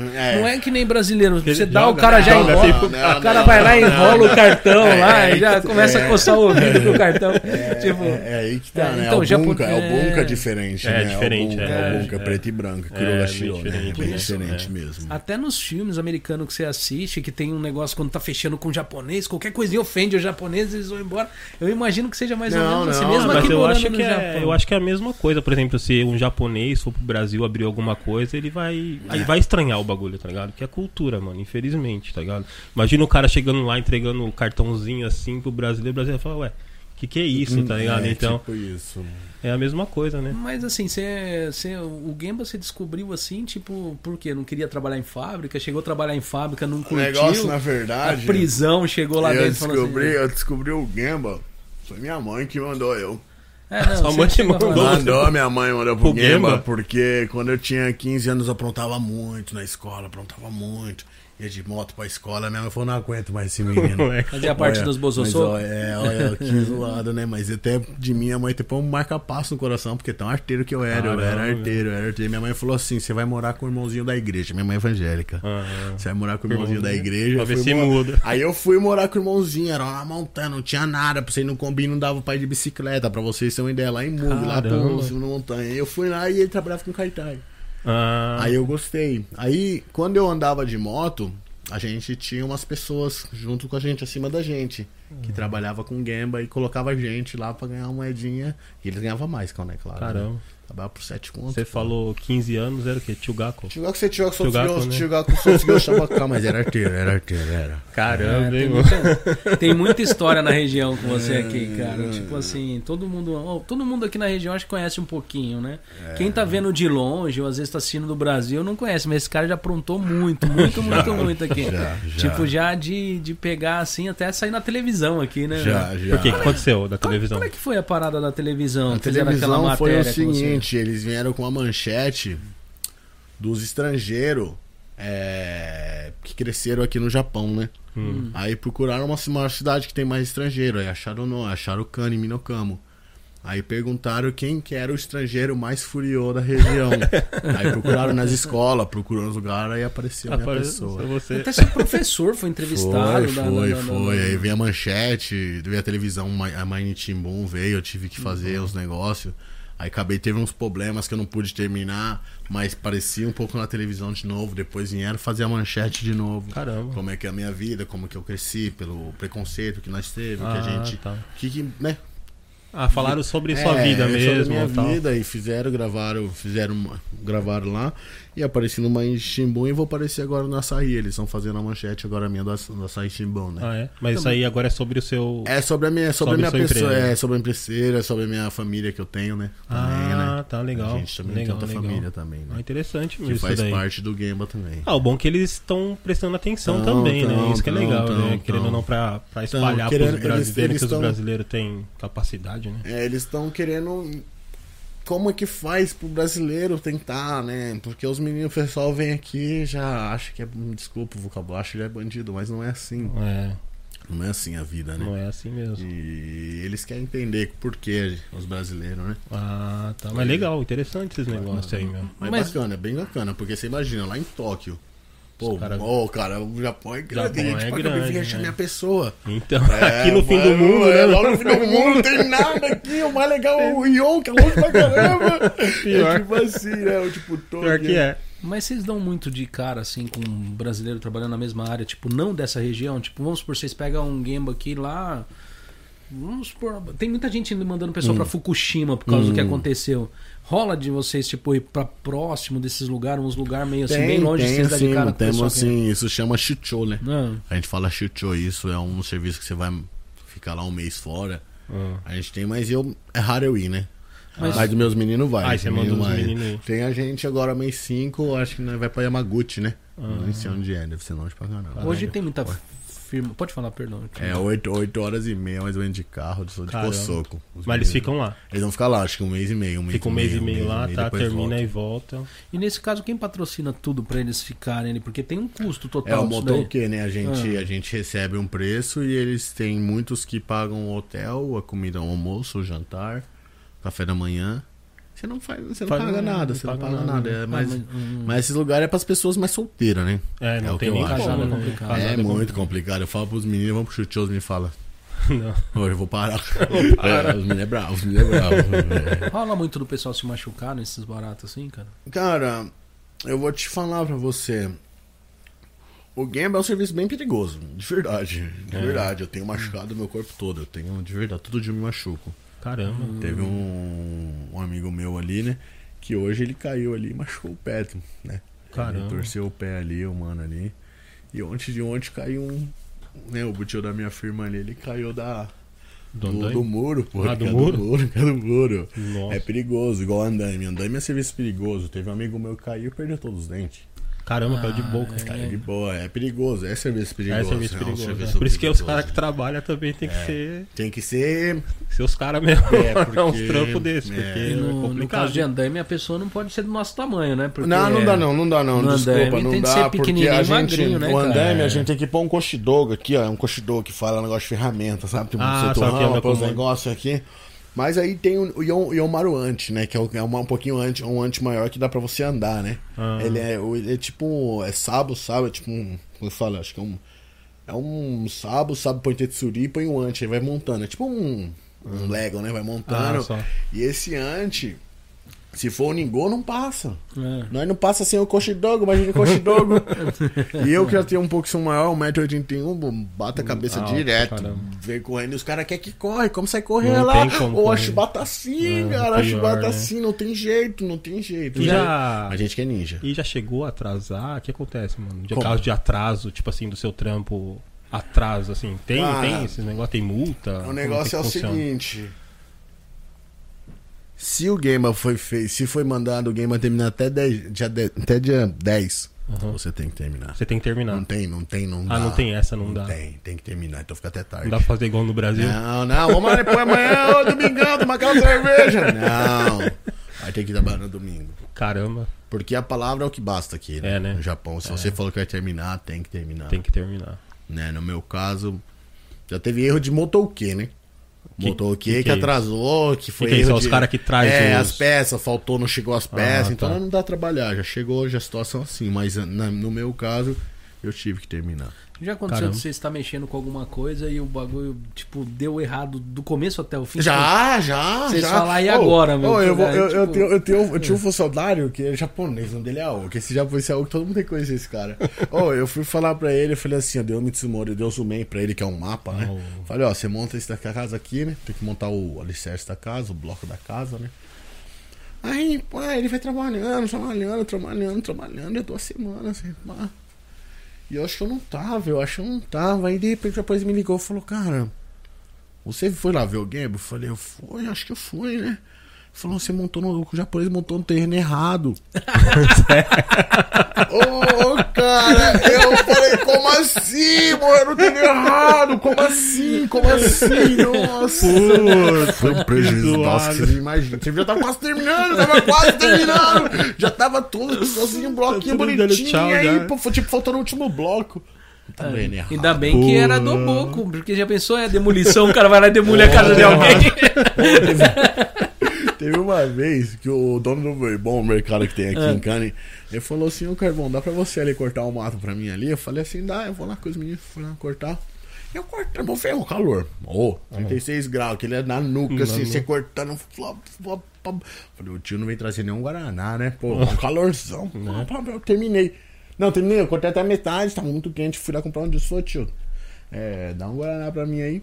[SPEAKER 2] mexe.
[SPEAKER 3] é.
[SPEAKER 2] Não é que nem brasileiro, você
[SPEAKER 1] Ele
[SPEAKER 2] dá, o
[SPEAKER 1] joga,
[SPEAKER 2] cara já
[SPEAKER 1] joga,
[SPEAKER 2] enrola.
[SPEAKER 1] tipo,
[SPEAKER 3] não,
[SPEAKER 2] o cara
[SPEAKER 3] não,
[SPEAKER 2] vai lá e
[SPEAKER 3] não,
[SPEAKER 2] enrola o cartão lá e já
[SPEAKER 3] é,
[SPEAKER 2] começa a coçar o ouvido com o cartão. tipo,
[SPEAKER 3] É, é aí que tá,
[SPEAKER 2] É,
[SPEAKER 3] né?
[SPEAKER 2] então,
[SPEAKER 3] é o
[SPEAKER 2] Japão-
[SPEAKER 3] bunka, é... o bunka
[SPEAKER 2] é.
[SPEAKER 3] diferente,
[SPEAKER 1] É,
[SPEAKER 3] né?
[SPEAKER 1] diferente,
[SPEAKER 3] é o
[SPEAKER 1] é,
[SPEAKER 3] bunka, é o bunka
[SPEAKER 1] é.
[SPEAKER 3] preto e branco,
[SPEAKER 1] É,
[SPEAKER 3] Kuroga
[SPEAKER 1] meio
[SPEAKER 3] Shiro, né? É
[SPEAKER 1] diferente
[SPEAKER 3] bem
[SPEAKER 1] mesmo,
[SPEAKER 3] diferente
[SPEAKER 1] é.
[SPEAKER 3] mesmo.
[SPEAKER 2] Até nos filmes americanos que você assiste, que tem um negócio quando tá fechando com o japonês, qualquer coisinha ofende o japonês, eles vão embora. Eu imagino que seja mais ou
[SPEAKER 3] Não,
[SPEAKER 2] menos assim,
[SPEAKER 3] não,
[SPEAKER 2] mesmo
[SPEAKER 1] mas
[SPEAKER 2] aqui
[SPEAKER 1] eu
[SPEAKER 2] morando
[SPEAKER 1] acho,
[SPEAKER 2] no
[SPEAKER 1] que é,
[SPEAKER 2] Japão.
[SPEAKER 1] eu acho que é a mesma coisa. Por exemplo, se um japonês for pro Brasil abrir alguma coisa, ele vai.
[SPEAKER 3] É.
[SPEAKER 1] Aí vai estranhar o bagulho, tá ligado? Porque é cultura, mano, infelizmente, tá ligado? Imagina o cara chegando lá, entregando o cartãozinho assim pro brasileiro, o brasileiro fala, ué, que que é isso, tá ligado?
[SPEAKER 3] É,
[SPEAKER 1] então,
[SPEAKER 3] Tipo isso.
[SPEAKER 1] é a mesma coisa, né?
[SPEAKER 2] Mas assim, você, você, o Gemba você descobriu assim, tipo, por quê? Não queria trabalhar em fábrica, chegou a trabalhar em fábrica, não
[SPEAKER 3] O
[SPEAKER 2] curtiu.
[SPEAKER 3] Um negócio, na
[SPEAKER 2] a
[SPEAKER 3] verdade.
[SPEAKER 2] prisão chegou lá
[SPEAKER 3] eu
[SPEAKER 2] dentro e falou
[SPEAKER 3] descobri,
[SPEAKER 2] assim.
[SPEAKER 3] eu descobri o Gemba. Foi minha mãe que mandou eu.
[SPEAKER 2] É, não,
[SPEAKER 1] Sua
[SPEAKER 2] você
[SPEAKER 1] mãe te
[SPEAKER 2] chegou a falar,
[SPEAKER 1] mandou
[SPEAKER 2] "Ah,
[SPEAKER 3] Mandou, minha mãe mandou pro
[SPEAKER 1] Pro
[SPEAKER 3] Gemba,
[SPEAKER 1] Gemba?
[SPEAKER 3] porque quando eu tinha 15 anos eu aprontava muito na escola, aprontava muito. Ia de moto pra escola, minha mãe falou, não aguento mais esse menino.
[SPEAKER 1] Moleque.
[SPEAKER 2] Fazia parte
[SPEAKER 3] Olha,
[SPEAKER 2] dos
[SPEAKER 3] mas,
[SPEAKER 2] bozossô?
[SPEAKER 3] ó, É, olha, que zoado, né? Mas até de minha mãe tem um marca-passo no coração, porque tão arteiro que eu era. Eu era
[SPEAKER 1] Caramba.
[SPEAKER 3] arteiro, eu era arteiro. Minha mãe falou assim: você vai morar com o irmãozinho da igreja. Minha mãe é evangélica.
[SPEAKER 1] Ah,
[SPEAKER 3] Você vai morar com o irmãozinho da igreja.
[SPEAKER 1] Pra
[SPEAKER 3] eu
[SPEAKER 1] ver
[SPEAKER 3] fui
[SPEAKER 1] se
[SPEAKER 3] mo-
[SPEAKER 1] muda.
[SPEAKER 3] Aí eu fui morar com o irmãozinho, era uma montanha, não tinha nada, pra você ir no combi não dava pra ir de bicicleta, pra vocês terem uma ideia, lá em Mug, lá pro
[SPEAKER 1] Caramba.
[SPEAKER 3] na montanha. Aí Eu fui lá e ele trabalhava com cartaz.
[SPEAKER 1] ah,
[SPEAKER 3] Aí eu gostei. Aí, quando eu andava de moto, a gente tinha umas pessoas junto com a gente, acima da gente,
[SPEAKER 1] Hum.
[SPEAKER 3] que trabalhava com gamba e colocava a gente lá pra ganhar uma moedinha. E eles ganhavam mais, né, claro. Né?
[SPEAKER 1] caramba.
[SPEAKER 3] Trabalhava por
[SPEAKER 1] Você
[SPEAKER 3] 7 contas.
[SPEAKER 1] falou 15 anos, era o quê? Tio Gaco?
[SPEAKER 3] Chegou que você tirou que
[SPEAKER 1] Tio Gaco,
[SPEAKER 3] só
[SPEAKER 1] né?
[SPEAKER 3] tirou que só conseguiu chabacar, mas era arteiro, era arteiro, era.
[SPEAKER 1] Caramba,
[SPEAKER 2] É, tem,
[SPEAKER 1] hein, mano?
[SPEAKER 2] muita, tem muita história na região com
[SPEAKER 3] É,
[SPEAKER 2] você aqui, cara. Tipo assim, todo mundo, ó, todo mundo aqui na região acho que conhece um pouquinho, né?
[SPEAKER 3] É.
[SPEAKER 2] Quem tá vendo de longe, ou às vezes tá assistindo do Brasil, não conhece, mas esse cara já aprontou muito, muito, muito, muito aqui.
[SPEAKER 3] já, já.
[SPEAKER 2] Tipo, já de, de pegar assim, até sair na televisão aqui, né?
[SPEAKER 3] Já, Ah, já.
[SPEAKER 1] Por que que aconteceu da
[SPEAKER 2] Como,
[SPEAKER 1] televisão?
[SPEAKER 2] como é que foi a parada da televisão?
[SPEAKER 3] A
[SPEAKER 2] Fizeram aquela
[SPEAKER 3] televisão foi o
[SPEAKER 2] matéria com você?
[SPEAKER 3] seguinte, eles vieram com uma manchete dos estrangeiros é, que cresceram aqui no Japão, né?
[SPEAKER 2] Hum.
[SPEAKER 3] Aí procuraram uma, uma cidade que tem mais estrangeiro, aí acharam não, acharam Kani, Minokamo. Aí perguntaram quem que era o estrangeiro mais furioso da região. aí procuraram nas escolas, procuraram nos lugares, aí apareceu é a minha
[SPEAKER 1] Apareceu
[SPEAKER 3] pessoa.
[SPEAKER 1] você.
[SPEAKER 2] Até seu professor foi entrevistado.
[SPEAKER 1] né,
[SPEAKER 3] Foi,
[SPEAKER 2] da- da-
[SPEAKER 3] foi,
[SPEAKER 2] da- da-
[SPEAKER 3] foi. Aí veio a manchete, veio a televisão, ma- a Mine Timbum veio, eu tive que fazer
[SPEAKER 1] Uhum.
[SPEAKER 3] os negócios. Aí acabei, teve uns problemas que eu não pude terminar, mas parecia um pouco na televisão de novo. Depois vieram fazer a manchete de novo.
[SPEAKER 1] Caramba.
[SPEAKER 3] Como é que é a minha vida, como que eu cresci, pelo preconceito que nós teve, que
[SPEAKER 1] Ah,
[SPEAKER 3] a gente.
[SPEAKER 1] tá.
[SPEAKER 3] Que, que, né?
[SPEAKER 1] Ah, falaram sobre sua
[SPEAKER 3] É,
[SPEAKER 1] vida
[SPEAKER 3] sobre
[SPEAKER 1] mesmo.
[SPEAKER 3] minha
[SPEAKER 1] e tal.
[SPEAKER 3] vida e fizeram, gravaram, fizeram, uma- gravaram lá e apareci no Mãe Shimbun e vou aparecer agora no Açaí. Eles estão fazendo a manchete agora minha do, Aça- do Açaí Shimbun, né?
[SPEAKER 1] Ah, é? Mas isso aí agora é sobre o seu.
[SPEAKER 3] É sobre a minha,
[SPEAKER 1] Sobre
[SPEAKER 3] sobre a minha
[SPEAKER 1] sua
[SPEAKER 3] pessoa,
[SPEAKER 1] empresa.
[SPEAKER 3] é sobre a empreiteira, sobre a minha família que eu tenho, né? Também,
[SPEAKER 1] ah,
[SPEAKER 3] né?
[SPEAKER 1] tá legal.
[SPEAKER 3] A gente também
[SPEAKER 1] legal,
[SPEAKER 3] tem outra
[SPEAKER 1] legal.
[SPEAKER 3] família também,
[SPEAKER 1] Ah,
[SPEAKER 3] né?
[SPEAKER 1] interessante mesmo
[SPEAKER 3] Que
[SPEAKER 1] isso
[SPEAKER 3] faz
[SPEAKER 1] daí.
[SPEAKER 3] parte do Gamba também.
[SPEAKER 1] Ah, o bom é que eles estão prestando atenção
[SPEAKER 3] Tão,
[SPEAKER 1] também, né?
[SPEAKER 3] tão,
[SPEAKER 1] Isso que é
[SPEAKER 3] tão,
[SPEAKER 1] legal,
[SPEAKER 3] tão,
[SPEAKER 1] né?
[SPEAKER 3] tão.
[SPEAKER 1] Querendo ou não, pra, pra
[SPEAKER 3] Tão,
[SPEAKER 1] espalhar
[SPEAKER 3] querendo-
[SPEAKER 1] pros
[SPEAKER 3] eles-
[SPEAKER 1] brasileiros,
[SPEAKER 3] eles
[SPEAKER 1] que os
[SPEAKER 3] tão-
[SPEAKER 1] brasileiros têm capacidade, né?
[SPEAKER 3] É, eles estão querendo. Como é que faz pro brasileiro tentar, né? Porque os meninos, o pessoal vem aqui e já acha que é. Desculpa o vocabulário, acha que é bandido, mas não é assim.
[SPEAKER 1] É,
[SPEAKER 3] Não é assim a vida, né?
[SPEAKER 1] não é assim mesmo.
[SPEAKER 3] E eles querem entender o porquê os brasileiros, né?
[SPEAKER 1] Ah, tá. Mas legal, interessante esses negócios aí, meu.
[SPEAKER 3] Mas,
[SPEAKER 2] Mas-
[SPEAKER 3] bacana, é bem bacana, porque você imagina, lá em Tóquio. Pô,
[SPEAKER 1] Os cara-
[SPEAKER 3] ô, cara, o Japão é grande,
[SPEAKER 1] Japão
[SPEAKER 3] gente.
[SPEAKER 1] é
[SPEAKER 3] Pra que eu
[SPEAKER 1] grande,
[SPEAKER 3] vim achar
[SPEAKER 1] né?
[SPEAKER 3] minha pessoa?
[SPEAKER 1] Então,
[SPEAKER 3] É,
[SPEAKER 1] aqui no fim do
[SPEAKER 3] mano,
[SPEAKER 1] mundo,
[SPEAKER 3] é,
[SPEAKER 1] né?
[SPEAKER 3] Lá no fim do mundo não tem nada aqui. O mais legal é o Rio, que é longe pra caramba.
[SPEAKER 1] Pior.
[SPEAKER 3] É tipo assim, né? O tipo todo.
[SPEAKER 1] Pior que é.
[SPEAKER 2] Mas vocês dão muito de cara, assim, com um brasileiro trabalhando na mesma área, tipo, não dessa região? Tipo, vamos supor, vocês pegam um Gemba aqui lá. Vamos supor. Tem muita gente indo mandando pessoal
[SPEAKER 3] Hum.
[SPEAKER 2] pra Fukushima por causa do que aconteceu. Rola de vocês, tipo, ir pra próximo desses lugares, uns lugares meio assim, bem longe de
[SPEAKER 3] tem,
[SPEAKER 2] vocês dar de
[SPEAKER 3] sim,
[SPEAKER 2] cara com o
[SPEAKER 3] temos
[SPEAKER 2] pessoal que-
[SPEAKER 3] assim, isso chama chuchô, né?
[SPEAKER 2] Não.
[SPEAKER 3] A gente fala chuchô, isso é um serviço que você vai ficar lá um mês fora. A gente tem, mas eu é raro eu ir, né?
[SPEAKER 2] Mas-
[SPEAKER 3] Mas, dos meus meninos vai.
[SPEAKER 1] Ah, você
[SPEAKER 3] os
[SPEAKER 1] manda os
[SPEAKER 3] vai.
[SPEAKER 1] meninos aí.
[SPEAKER 3] Tem a gente agora mês 5, acho que nós vai pra Yamaguchi, né?
[SPEAKER 1] Ah.
[SPEAKER 3] Não sei onde é, deve ser longe pra caramba.
[SPEAKER 2] Hoje tem muita firma. Pode falar, perdão.
[SPEAKER 3] É 8, oito horas e meia, mais ou menos de carro, eu sou de
[SPEAKER 1] Caramba.
[SPEAKER 3] Poçoco. Os
[SPEAKER 1] Mas eles
[SPEAKER 3] meninos-
[SPEAKER 1] ficam lá.
[SPEAKER 3] Eles vão ficar lá, acho que um mês e meio. Um mês
[SPEAKER 1] Fica um mês e meio
[SPEAKER 3] um
[SPEAKER 1] lá,
[SPEAKER 3] mês e
[SPEAKER 1] tá?
[SPEAKER 3] depois
[SPEAKER 1] Termina
[SPEAKER 3] volta.
[SPEAKER 1] e volta.
[SPEAKER 2] E nesse caso, quem patrocina tudo pra eles ficarem ali? Porque tem um custo total.
[SPEAKER 3] É, o
[SPEAKER 2] disso
[SPEAKER 3] motor
[SPEAKER 2] daí.
[SPEAKER 3] o quê, né? A gente,
[SPEAKER 1] Ah.
[SPEAKER 3] a gente recebe um preço e eles têm muitos que pagam o hotel, a comida, o almoço, o jantar, café da manhã. Você não faz, você não
[SPEAKER 1] Faz
[SPEAKER 3] paga
[SPEAKER 1] nada,
[SPEAKER 3] nada,
[SPEAKER 1] não
[SPEAKER 3] você não
[SPEAKER 1] paga
[SPEAKER 3] paga
[SPEAKER 1] nada,
[SPEAKER 3] nada.
[SPEAKER 1] né?
[SPEAKER 3] é, mas,
[SPEAKER 2] mas, hum.
[SPEAKER 3] mas esses lugares é para as pessoas mais solteiras, né?
[SPEAKER 1] É, não
[SPEAKER 3] o que
[SPEAKER 1] tem
[SPEAKER 3] eu
[SPEAKER 1] nem
[SPEAKER 3] acho.
[SPEAKER 1] casada,
[SPEAKER 2] Como é
[SPEAKER 1] né?
[SPEAKER 2] complicado.
[SPEAKER 1] Casada
[SPEAKER 3] é muito complicado. Eu falo pros meninos, vamos pro chute, os meninos falam.
[SPEAKER 1] né? Não.
[SPEAKER 3] Hoje eu vou parar. É, os meninos é bravos, os meninos é bravos.
[SPEAKER 2] Rola muito do pessoal se machucar nesses baratos assim, cara?
[SPEAKER 3] É. Cara, eu vou te falar pra você. O Gamba é um serviço bem perigoso, de verdade. De verdade, eu tenho machucado meu corpo todo. Eu tenho, de verdade, todo dia eu me machuco.
[SPEAKER 1] Caramba.
[SPEAKER 3] Teve um, um amigo meu ali, né? Que hoje ele caiu ali e machucou o pé, né?
[SPEAKER 1] Caramba.
[SPEAKER 3] Ele torceu o pé ali, o mano ali. E ontem de ontem caiu um. Né, o butio da minha firma ali, ele caiu da, do,
[SPEAKER 1] Dondônia?
[SPEAKER 3] do muro, pô.
[SPEAKER 1] Ah, do
[SPEAKER 3] Caiu
[SPEAKER 1] muro?
[SPEAKER 3] Do muro, caiu do muro.
[SPEAKER 1] Nossa.
[SPEAKER 3] É perigoso, igual andaime. Andaime é serviço perigoso. Teve um amigo meu que caiu e perdeu todos os dentes.
[SPEAKER 1] caramba, caiu de boca.
[SPEAKER 2] é.
[SPEAKER 1] cara.
[SPEAKER 3] De boa, é perigoso, é serviço perigoso.
[SPEAKER 1] É Ah, serviço
[SPEAKER 3] é um
[SPEAKER 1] perigoso.
[SPEAKER 3] serviço
[SPEAKER 1] né? Por isso que os
[SPEAKER 3] perigoso.
[SPEAKER 1] caras que tá- trabalham também tem que ser,
[SPEAKER 3] Tem que ser.
[SPEAKER 1] ser os caras mesmo.
[SPEAKER 3] É,
[SPEAKER 1] É, uns
[SPEAKER 3] porque-
[SPEAKER 1] trampos desses,
[SPEAKER 3] é.
[SPEAKER 1] porque
[SPEAKER 2] E
[SPEAKER 1] é,
[SPEAKER 2] no, no
[SPEAKER 1] complicado.
[SPEAKER 2] caso de andaime, a pessoa não pode ser do nosso tamanho, né? Porque
[SPEAKER 3] Não, não dá não, não dá não,
[SPEAKER 2] No
[SPEAKER 3] desculpa,
[SPEAKER 2] andaime
[SPEAKER 3] não
[SPEAKER 2] tem que
[SPEAKER 3] dá,
[SPEAKER 2] ser
[SPEAKER 3] porque
[SPEAKER 2] pequenininho
[SPEAKER 3] a
[SPEAKER 2] e
[SPEAKER 3] gente,
[SPEAKER 2] magrinho, né,
[SPEAKER 3] o
[SPEAKER 2] cara?
[SPEAKER 3] andaime,
[SPEAKER 1] É.
[SPEAKER 3] a gente tem que pôr um cochidogo aqui, ó, é um cochidogo que fala negócio de ferramenta, sabe? Tem um
[SPEAKER 1] Ah,
[SPEAKER 3] setor,
[SPEAKER 1] sabe que é meu
[SPEAKER 3] põe uns
[SPEAKER 1] comando.
[SPEAKER 3] negócios aqui. Mas aí tem o, é um, o Yon- Yonmaru Ante, né, que é, o- é uma- um pouquinho ante, um ante maior que dá pra você andar, né?
[SPEAKER 1] Ah.
[SPEAKER 3] Ele, é, o- ele é tipo, é sabo, sabe? É tipo um, como eu falo, acho que é um, é um sabo, sabe? Põe tetsuri e põe um ante, aí vai montando, é tipo um, um Lego, né? Vai
[SPEAKER 1] Ah,
[SPEAKER 3] montando.
[SPEAKER 1] só.
[SPEAKER 3] e esse ante, se for o Ningô, não passa.
[SPEAKER 2] É.
[SPEAKER 3] Nós não passa sem o coxidogo, imagina o coxidogo. e eu que já tenho um pouco maior, 1,81m, bom, bato a cabeça
[SPEAKER 1] Alto,
[SPEAKER 3] direto.
[SPEAKER 1] Hum, ah, caramba.
[SPEAKER 3] Vem correndo e os caras querem que corre. Como sai correr
[SPEAKER 1] Não
[SPEAKER 3] lá?
[SPEAKER 1] tem como
[SPEAKER 3] Ou a
[SPEAKER 1] correr.
[SPEAKER 3] chibata assim,
[SPEAKER 1] É,
[SPEAKER 3] cara. A
[SPEAKER 1] pior,
[SPEAKER 3] chibata
[SPEAKER 1] né?
[SPEAKER 3] assim, não tem jeito, não tem jeito.
[SPEAKER 1] E
[SPEAKER 3] Já-
[SPEAKER 1] já,
[SPEAKER 3] A gente que é ninja.
[SPEAKER 1] e já chegou a atrasar? O que acontece, mano? De
[SPEAKER 3] Como?
[SPEAKER 1] caso de atraso, tipo assim, do seu trampo atraso, assim. Tem,
[SPEAKER 3] Cara,
[SPEAKER 1] tem esse negócio? Tem multa?
[SPEAKER 3] O negócio é o
[SPEAKER 1] Como que funciona?
[SPEAKER 3] seguinte. Se o Gamer foi feito, se foi mandado o Gamer terminar até, 10, dia, de- até dia 10,
[SPEAKER 1] Aham.
[SPEAKER 3] você tem que terminar.
[SPEAKER 1] Você tem que terminar.
[SPEAKER 3] Não tem, não tem, não dá.
[SPEAKER 1] ah, não tem essa, não, dá.
[SPEAKER 3] Tem, tem que terminar, então fica até tarde.
[SPEAKER 1] Não dá pra fazer igual no Brasil.
[SPEAKER 3] Não, não, vamos lá depois amanhã, ô domingão, tomar aquela cerveja. Não, vai ter que trabalhar no domingo.
[SPEAKER 1] Caramba,
[SPEAKER 3] Porque a palavra é o que basta aqui, né?
[SPEAKER 1] É, né?
[SPEAKER 3] No Japão, se você falou que vai terminar, tem que terminar.
[SPEAKER 1] tem que terminar.
[SPEAKER 3] Né? No meu caso, já teve erro de motoquê, né?
[SPEAKER 1] Que-
[SPEAKER 3] Motoquê
[SPEAKER 1] que
[SPEAKER 3] que,
[SPEAKER 1] que é isso?
[SPEAKER 3] atrasou, que foi
[SPEAKER 1] que é isso?
[SPEAKER 3] erro
[SPEAKER 1] É os
[SPEAKER 3] de-
[SPEAKER 1] cara que traz
[SPEAKER 3] É,
[SPEAKER 1] os-
[SPEAKER 3] as peças, faltou, não chegou as peças,
[SPEAKER 1] Ah,
[SPEAKER 3] então
[SPEAKER 1] tá.
[SPEAKER 3] não dá pra trabalhar, já chegou já a situação assim, mas na- no meu caso, eu tive que terminar.
[SPEAKER 2] Já aconteceu
[SPEAKER 1] Caramba.
[SPEAKER 2] de você estar mexendo com alguma coisa e o bagulho, tipo, deu errado do começo até o fim?
[SPEAKER 3] Já, já,
[SPEAKER 2] Vocês
[SPEAKER 3] já.
[SPEAKER 2] falar, e agora, meu?
[SPEAKER 3] ô, eu, vou-
[SPEAKER 2] Cara,
[SPEAKER 3] eu, eu
[SPEAKER 2] tipo-
[SPEAKER 3] tenho, eu, tenho, eu tinha um funcionário que é japonês, o nome dele é Aoki. Esse japonês é Aoki, todo mundo tem que conhecer esse cara. Ô, eu fui falar pra ele, eu falei assim, eu dei o Mitsumori, eu dei o Zumen pra ele, que é um mapa, né?
[SPEAKER 1] Oh.
[SPEAKER 3] Falei, ó, você monta esse da casa aqui, né? Tem que montar o alicerce da casa, o bloco da casa, né? Aí, pô, ele vai trabalhando, trabalhando, trabalhando, trabalhando, eu duas semanas, assim, pá. E eu acho que eu não tava, eu acho que eu não tava. Aí de repente depois me ligou e falou, cara, você foi lá ver o game? Eu falei, eu fui, acho que eu fui, né? Falou, você montou no. O japonês montou no terreno errado. Ô, cara, eu falei, como assim, mano? No terreno errado? Como assim? Como assim? Nossa. foi um prejuízo. Nossa, que você não imagina. Você já tava quase terminando, tava quase terminando. Já tava tudo sozinho, um bloquinho
[SPEAKER 1] Tá tudo dando
[SPEAKER 3] bonitinho.
[SPEAKER 1] tchau
[SPEAKER 3] e aí,
[SPEAKER 1] já.
[SPEAKER 3] pô, foi, tipo, faltou no último bloco. Tá vendo errado.
[SPEAKER 2] É. Ainda bem que era do boco, porque já pensou, é demolição, o cara vai lá e demole a casa de alguém.
[SPEAKER 3] Teve uma vez que o dono do Verbom, o mercado que tem aqui em Cane, ele falou assim, ô Carvão, dá pra você ali cortar um mato pra mim ali? Eu falei assim, dá, eu vou lá com os meninos, fui lá cortar. Eu cortando, vou ver o calor. Ô, 36 graus, que ele é Tá na nuca, assim, você cortando. Flop, flop, pop. Falei, o tio não vem trazer nenhum Guaraná, né? Pô, um calorzão. Pá, pá, Eu terminei. Não, terminei, eu cortei até a metade, tava muito quente, fui lá comprar um disso, ô tio. É, dá um Guaraná pra mim aí.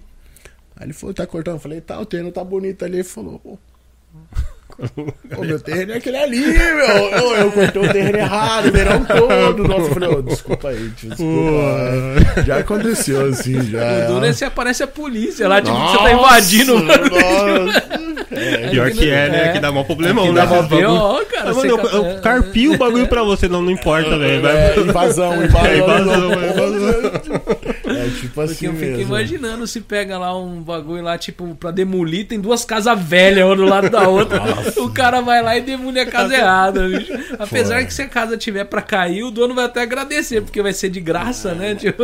[SPEAKER 3] Aí ele falou, tá cortando? Eu falei, tá, o terreno tá bonito ali. Ele falou, pô, Ô, meu terreno é aquele ali, meu. Eu, eu cortei o terreno errado, o verão todo. Nossa, eu falei, ô, desculpa aí, tio, desculpa. já aconteceu assim, já.
[SPEAKER 2] O duro é se aparece a polícia lá, tipo,
[SPEAKER 3] Nossa,
[SPEAKER 2] você tá invadindo.
[SPEAKER 3] nossa. É,
[SPEAKER 1] Pior que é, né?
[SPEAKER 2] É.
[SPEAKER 1] Que dá mó problemão,
[SPEAKER 2] Que
[SPEAKER 1] né?
[SPEAKER 2] dá mó
[SPEAKER 1] esses bagulho.
[SPEAKER 2] BO, cara,
[SPEAKER 1] Ah,
[SPEAKER 2] você
[SPEAKER 1] mano, eu,
[SPEAKER 2] ca- é.
[SPEAKER 1] eu carpio o bagulho pra você. Não, não importa, velho. vai-
[SPEAKER 3] é, invasão, invasão.
[SPEAKER 1] É, invasão,
[SPEAKER 3] É tipo
[SPEAKER 2] Porque
[SPEAKER 3] assim
[SPEAKER 2] eu fico
[SPEAKER 3] mesmo.
[SPEAKER 2] imaginando se pega lá um bagulho lá, tipo, pra demolir, tem duas casas velhas uma do lado da outra. O cara vai lá e demole a casa errada, bicho. Apesar que se a casa tiver pra cair, o dono vai até agradecer, porque vai ser de graça, né? Tipo...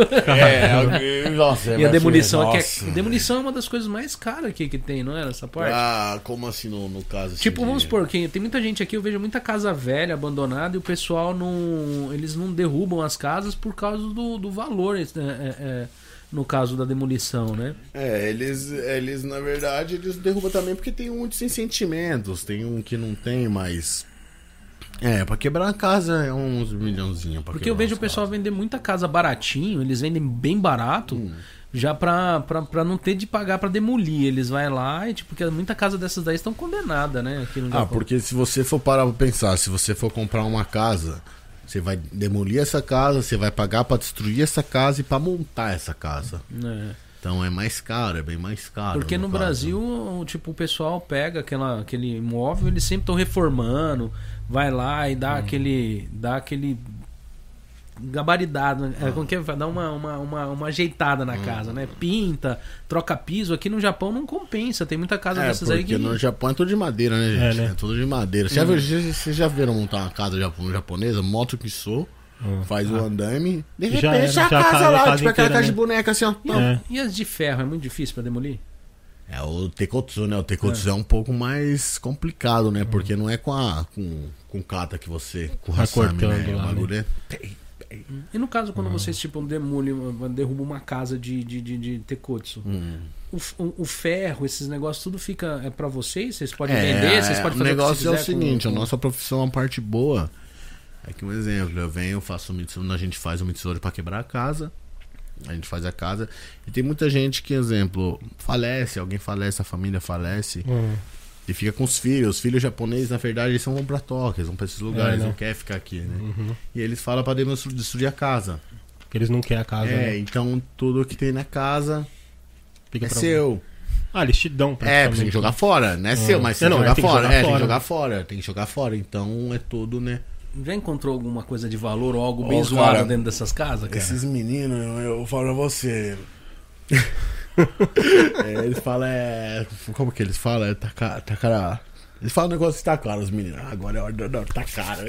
[SPEAKER 3] É, alguém- nossa,
[SPEAKER 2] E a demolição aqui
[SPEAKER 3] nossa.
[SPEAKER 2] é. Demolição é uma das coisas mais caras aqui que tem, não é? Nessa parte.
[SPEAKER 3] Ah, como assim no, no caso? assim,
[SPEAKER 2] Tipo,
[SPEAKER 3] de-
[SPEAKER 2] vamos supor, que tem muita gente aqui, eu vejo muita casa velha, abandonada, e o pessoal não. Eles não derrubam as casas por causa do, do valor, né, é, é, no caso da demolição, né?
[SPEAKER 3] É, eles, eles, na verdade, eles derrubam também porque tem um de sem sentimentos, tem um que não tem, mas. É, pra quebrar a casa é uns milhãozinho. Pra
[SPEAKER 2] Porque
[SPEAKER 3] quebrar
[SPEAKER 2] eu vejo o
[SPEAKER 3] as
[SPEAKER 2] pessoal vender muita casa baratinho, eles vendem bem barato,
[SPEAKER 3] Hum.
[SPEAKER 2] já pra, pra, pra não ter de pagar pra demolir. Eles vai lá e, tipo, porque muita casa dessas daí estão condenada, né? Aqui no
[SPEAKER 3] Ah,
[SPEAKER 2] Japão.
[SPEAKER 3] porque se você for parar pra pensar, se você for comprar uma casa, você vai demolir essa casa, você vai pagar pra destruir essa casa e pra montar essa casa.
[SPEAKER 2] É.
[SPEAKER 3] Então é mais caro, é bem mais caro.
[SPEAKER 2] Porque no
[SPEAKER 3] caso.
[SPEAKER 2] Brasil, o- tipo, o pessoal pega aquela, aquele
[SPEAKER 3] Hum.
[SPEAKER 2] imóvel, eles sempre estão reformando, vai lá e dá aquele. dá aquele gabaridado,
[SPEAKER 3] Ah.
[SPEAKER 2] é, como que é? Vai dar uma, uma, uma, uma ajeitada
[SPEAKER 3] Hum.
[SPEAKER 2] na casa, né? Pinta, troca piso. Aqui no Japão não compensa. Tem muita casa
[SPEAKER 3] É,
[SPEAKER 2] dessas
[SPEAKER 3] porque
[SPEAKER 2] aí que.
[SPEAKER 3] no Japão é tudo de madeira, né, gente?
[SPEAKER 1] É,
[SPEAKER 3] É,
[SPEAKER 1] né?
[SPEAKER 3] tudo de madeira. Vocês já, viram- vocês- vocês já viram montar uma casa japo- japonesa? Moto que sou, faz o andame. De repente,
[SPEAKER 1] Hum. Ah. Já era,
[SPEAKER 3] a
[SPEAKER 1] já
[SPEAKER 3] casa
[SPEAKER 1] caiu a
[SPEAKER 3] lá,
[SPEAKER 1] casa
[SPEAKER 3] tipo aquela
[SPEAKER 1] inteira,
[SPEAKER 3] casa de
[SPEAKER 1] né?
[SPEAKER 3] boneca assim, ó.
[SPEAKER 2] E,
[SPEAKER 1] É.
[SPEAKER 2] e as de ferro? É muito difícil pra demolir?
[SPEAKER 3] É o Tekotsu, né? O Tekotsu é, um pouco mais complicado,
[SPEAKER 1] Hum.
[SPEAKER 3] né? Porque não é com a com, com cata que você com o hasami,
[SPEAKER 1] Tá cortando
[SPEAKER 3] né?
[SPEAKER 1] lá,
[SPEAKER 3] O bagulho é-
[SPEAKER 2] E no caso, quando vocês tipo, demolem, derrubam uma casa de, de, de, de tekotsu, o, f- o- o ferro, esses negócios, tudo fica é pra vocês? Vocês podem vender? Vocês podem
[SPEAKER 3] o
[SPEAKER 2] fazer o
[SPEAKER 3] negócio é
[SPEAKER 2] que
[SPEAKER 3] o
[SPEAKER 2] vocês quiser
[SPEAKER 3] seguinte,
[SPEAKER 2] com-
[SPEAKER 3] a nossa profissão, a parte boa. Aqui um exemplo, eu venho, faço um mitsuri, a gente faz um mitsuri pra quebrar a casa. A gente faz a casa. E tem muita gente que, exemplo, falece, alguém falece, a família falece.
[SPEAKER 1] Hum.
[SPEAKER 3] E fica com os filhos. Os filhos japoneses, na verdade, eles não vão pra Tóquio, eles vão pra esses lugares,
[SPEAKER 1] É,
[SPEAKER 3] eles
[SPEAKER 1] né? Uhum.
[SPEAKER 3] não querem ficar aqui, né? E eles falam pra demos- destruir a casa.
[SPEAKER 1] Eles não querem a casa,
[SPEAKER 3] é,
[SPEAKER 1] né?
[SPEAKER 3] então tudo que tem na casa
[SPEAKER 1] Fica
[SPEAKER 3] é
[SPEAKER 1] pra-
[SPEAKER 3] seu.
[SPEAKER 1] Ah, eles te dão
[SPEAKER 3] É, tem que jogar fora, né? Seu, mas tem
[SPEAKER 1] É, não,
[SPEAKER 3] que
[SPEAKER 1] é,
[SPEAKER 3] jogar
[SPEAKER 1] tem que
[SPEAKER 3] fora.
[SPEAKER 1] jogar
[SPEAKER 3] É, tem que
[SPEAKER 1] fora.
[SPEAKER 3] jogar fora, tem que jogar fora. Então é tudo, né?
[SPEAKER 2] Já encontrou alguma coisa de valor ou algo bem
[SPEAKER 3] Ó,
[SPEAKER 2] zoado
[SPEAKER 3] cara,
[SPEAKER 2] dentro dessas casas, cara?
[SPEAKER 3] Esses meninos, eu, eu falo pra você. É, eles falam, é. Como que eles falam? É taca- tacara. Eles falam um negócio que tá caro, os meninos. Ah, Agora é hora da- da tá caro.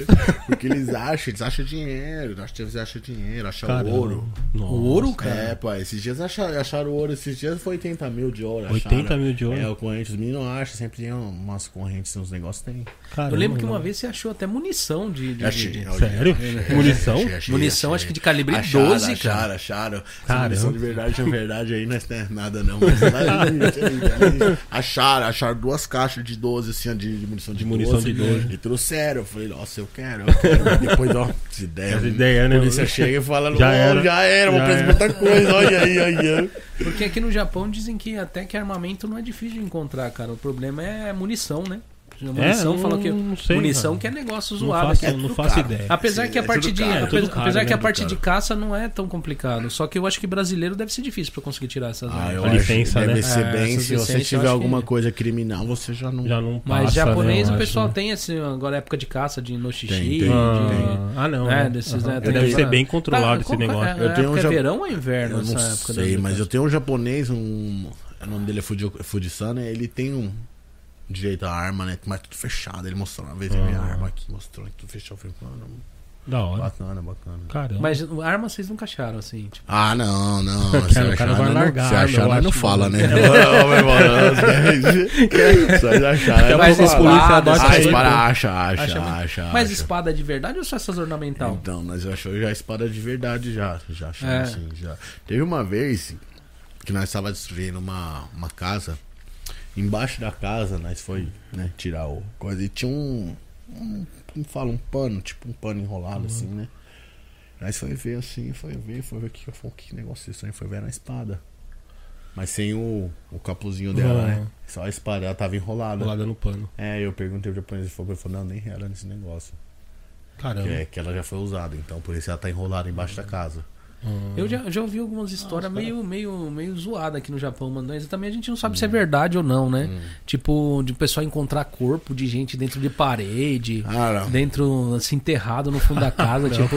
[SPEAKER 3] Porque eles acham, eles acham dinheiro, eles acham- eles acham dinheiro, acham
[SPEAKER 1] Caramba.
[SPEAKER 3] ouro.
[SPEAKER 1] Nossa.
[SPEAKER 2] O ouro, cara?
[SPEAKER 3] É, pô, esses dias acharam, acharam ouro, esses dias foi 80 mil de ouro.
[SPEAKER 1] 80
[SPEAKER 3] acharam.
[SPEAKER 1] mil de ouro?
[SPEAKER 3] É, o corrente, os meninos acham, sempre tem umas correntes, uns negócios tem.
[SPEAKER 1] Caramba,
[SPEAKER 2] Eu lembro que uma
[SPEAKER 1] mano.
[SPEAKER 2] vez você achou até munição de. de- de- de-
[SPEAKER 1] Sério? Munição?
[SPEAKER 2] Munição, acho que de calibre
[SPEAKER 3] acharam,
[SPEAKER 2] 12, cara.
[SPEAKER 3] acharam, acharam. Essa
[SPEAKER 1] Caramba.
[SPEAKER 3] munição de verdade, na verdade, aí não é nada, não. Mas lá, eles acharam, acharam duas caixas de 12, assim, ó, de, de munição de,
[SPEAKER 1] De munição de 12.
[SPEAKER 3] E trouxeram. Eu falei, nossa, eu quero, eu quero. Depois, ó, se ideia.
[SPEAKER 1] Essa ideia, né?
[SPEAKER 3] A polícia chega e fala,
[SPEAKER 1] Já
[SPEAKER 3] "Não,
[SPEAKER 1] era.
[SPEAKER 3] já era, vou
[SPEAKER 1] Já
[SPEAKER 3] preso
[SPEAKER 1] era."
[SPEAKER 3] muita coisa, olha aí, olha aí.
[SPEAKER 2] Porque aqui no Japão dizem que até que armamento não é difícil de encontrar, cara. O problema é munição, né? Munição,
[SPEAKER 1] eu
[SPEAKER 2] fala que
[SPEAKER 1] não sei,
[SPEAKER 2] munição
[SPEAKER 1] cara.
[SPEAKER 2] que é negócio
[SPEAKER 1] Não
[SPEAKER 2] zoado.
[SPEAKER 1] faço,
[SPEAKER 2] aqui.
[SPEAKER 1] não
[SPEAKER 3] tudo
[SPEAKER 1] faço
[SPEAKER 3] caro.
[SPEAKER 1] ideia.
[SPEAKER 2] Apesar
[SPEAKER 3] Sim,
[SPEAKER 2] que a
[SPEAKER 3] é
[SPEAKER 2] parte
[SPEAKER 3] tudo
[SPEAKER 2] de
[SPEAKER 3] caro,
[SPEAKER 1] é
[SPEAKER 2] apesar,
[SPEAKER 1] tudo caro,
[SPEAKER 2] apesar que a
[SPEAKER 1] né,
[SPEAKER 2] parte
[SPEAKER 1] tudo
[SPEAKER 2] de caça não é tão complicado. Só que eu acho que brasileiro deve ser difícil pra conseguir tirar essas.
[SPEAKER 3] Ah,
[SPEAKER 2] armas.
[SPEAKER 3] eu
[SPEAKER 1] A
[SPEAKER 3] acho
[SPEAKER 1] licença,
[SPEAKER 3] que deve
[SPEAKER 1] né?
[SPEAKER 3] ser
[SPEAKER 2] É,
[SPEAKER 3] bem,
[SPEAKER 2] essas
[SPEAKER 3] se você
[SPEAKER 2] licenças eu
[SPEAKER 3] tiver
[SPEAKER 2] acho
[SPEAKER 3] alguma
[SPEAKER 2] que-
[SPEAKER 3] coisa criminal, você já não...
[SPEAKER 1] Já não passa,
[SPEAKER 2] Mas japonês
[SPEAKER 1] né, eu
[SPEAKER 2] o pessoal
[SPEAKER 1] acho.
[SPEAKER 2] tem esse agora época de caça de noxishi.
[SPEAKER 3] Tem, tem,
[SPEAKER 2] de-
[SPEAKER 1] Ah, ah, não.
[SPEAKER 2] É,
[SPEAKER 1] né?
[SPEAKER 2] desses,
[SPEAKER 1] Aham.
[SPEAKER 2] né, tem
[SPEAKER 1] Deve
[SPEAKER 2] que-
[SPEAKER 1] ser bem controlado
[SPEAKER 2] Tá,
[SPEAKER 1] esse
[SPEAKER 2] qual-
[SPEAKER 1] negócio.
[SPEAKER 2] É,
[SPEAKER 3] Eu tenho
[SPEAKER 2] época
[SPEAKER 3] um ja-
[SPEAKER 2] é verão ou inverno
[SPEAKER 3] Eu
[SPEAKER 2] essa
[SPEAKER 3] não
[SPEAKER 2] época?
[SPEAKER 3] sei,
[SPEAKER 2] da-
[SPEAKER 3] mas eu tenho um japonês, um. O nome dele é Fuji, Fujisan, né? Ele tem um direito à arma, né? Mas tudo fechado. Ele mostrou uma vez a minha
[SPEAKER 1] Ah.
[SPEAKER 3] arma aqui, mostrou tudo fechado. Eu Falei, mano,
[SPEAKER 2] é?
[SPEAKER 1] Da hora.
[SPEAKER 3] bacana, bacana.
[SPEAKER 1] Caramba.
[SPEAKER 2] Mas arma vocês nunca acharam, assim. Tipo,
[SPEAKER 3] Ah, não, não. se
[SPEAKER 1] Cara, o cara
[SPEAKER 3] achar,
[SPEAKER 1] vai
[SPEAKER 3] não-
[SPEAKER 1] largar,
[SPEAKER 3] Se achar,
[SPEAKER 1] eu
[SPEAKER 3] nós não
[SPEAKER 1] acho.
[SPEAKER 3] fala, né? Não, meu irmão. Só se achar.
[SPEAKER 1] Até
[SPEAKER 3] né?
[SPEAKER 1] mais
[SPEAKER 2] Mas
[SPEAKER 1] polícia
[SPEAKER 2] espada,
[SPEAKER 1] abaixo
[SPEAKER 3] Ah,
[SPEAKER 2] essas
[SPEAKER 1] aí,
[SPEAKER 3] espada, acha,
[SPEAKER 2] Acha
[SPEAKER 3] acha, acha.
[SPEAKER 2] mesmo.
[SPEAKER 3] acha.
[SPEAKER 2] mas espada é de verdade ou só essas ornamental?
[SPEAKER 3] Então, nós achou já espada de verdade, já. Já achou,
[SPEAKER 2] É.
[SPEAKER 3] assim, já. Teve uma vez que nós estava destruindo uma, uma casa. Embaixo da casa, nós foi, né, tirar o coisa. E tinha um. um como fala? Um pano, tipo um pano enrolado, assim, né? Nós foi ver assim, foi ver, foi ver o que, foi, que negócio estranho, foi ver era uma espada. Mas sem o, o capuzinho dela,
[SPEAKER 1] Ah.
[SPEAKER 3] né? Só a espada, ela tava enrolada.
[SPEAKER 1] Colada no pano.
[SPEAKER 3] É, eu perguntei pro japonês, ele falou, ele falou, não, nem era nesse negócio.
[SPEAKER 1] Caramba.
[SPEAKER 3] Que, é, que ela já foi usada, então por isso ela tá enrolada embaixo da casa.
[SPEAKER 2] Eu já, já ouvi algumas histórias meio, meio, meio zoadas aqui no Japão, mano. Mas também a gente não sabe
[SPEAKER 3] Hum.
[SPEAKER 2] se é verdade ou não, né? Tipo, de o pessoal encontrar corpo de gente dentro de parede,
[SPEAKER 3] Ah, não.
[SPEAKER 2] dentro, assim, enterrado no fundo da casa. tipo,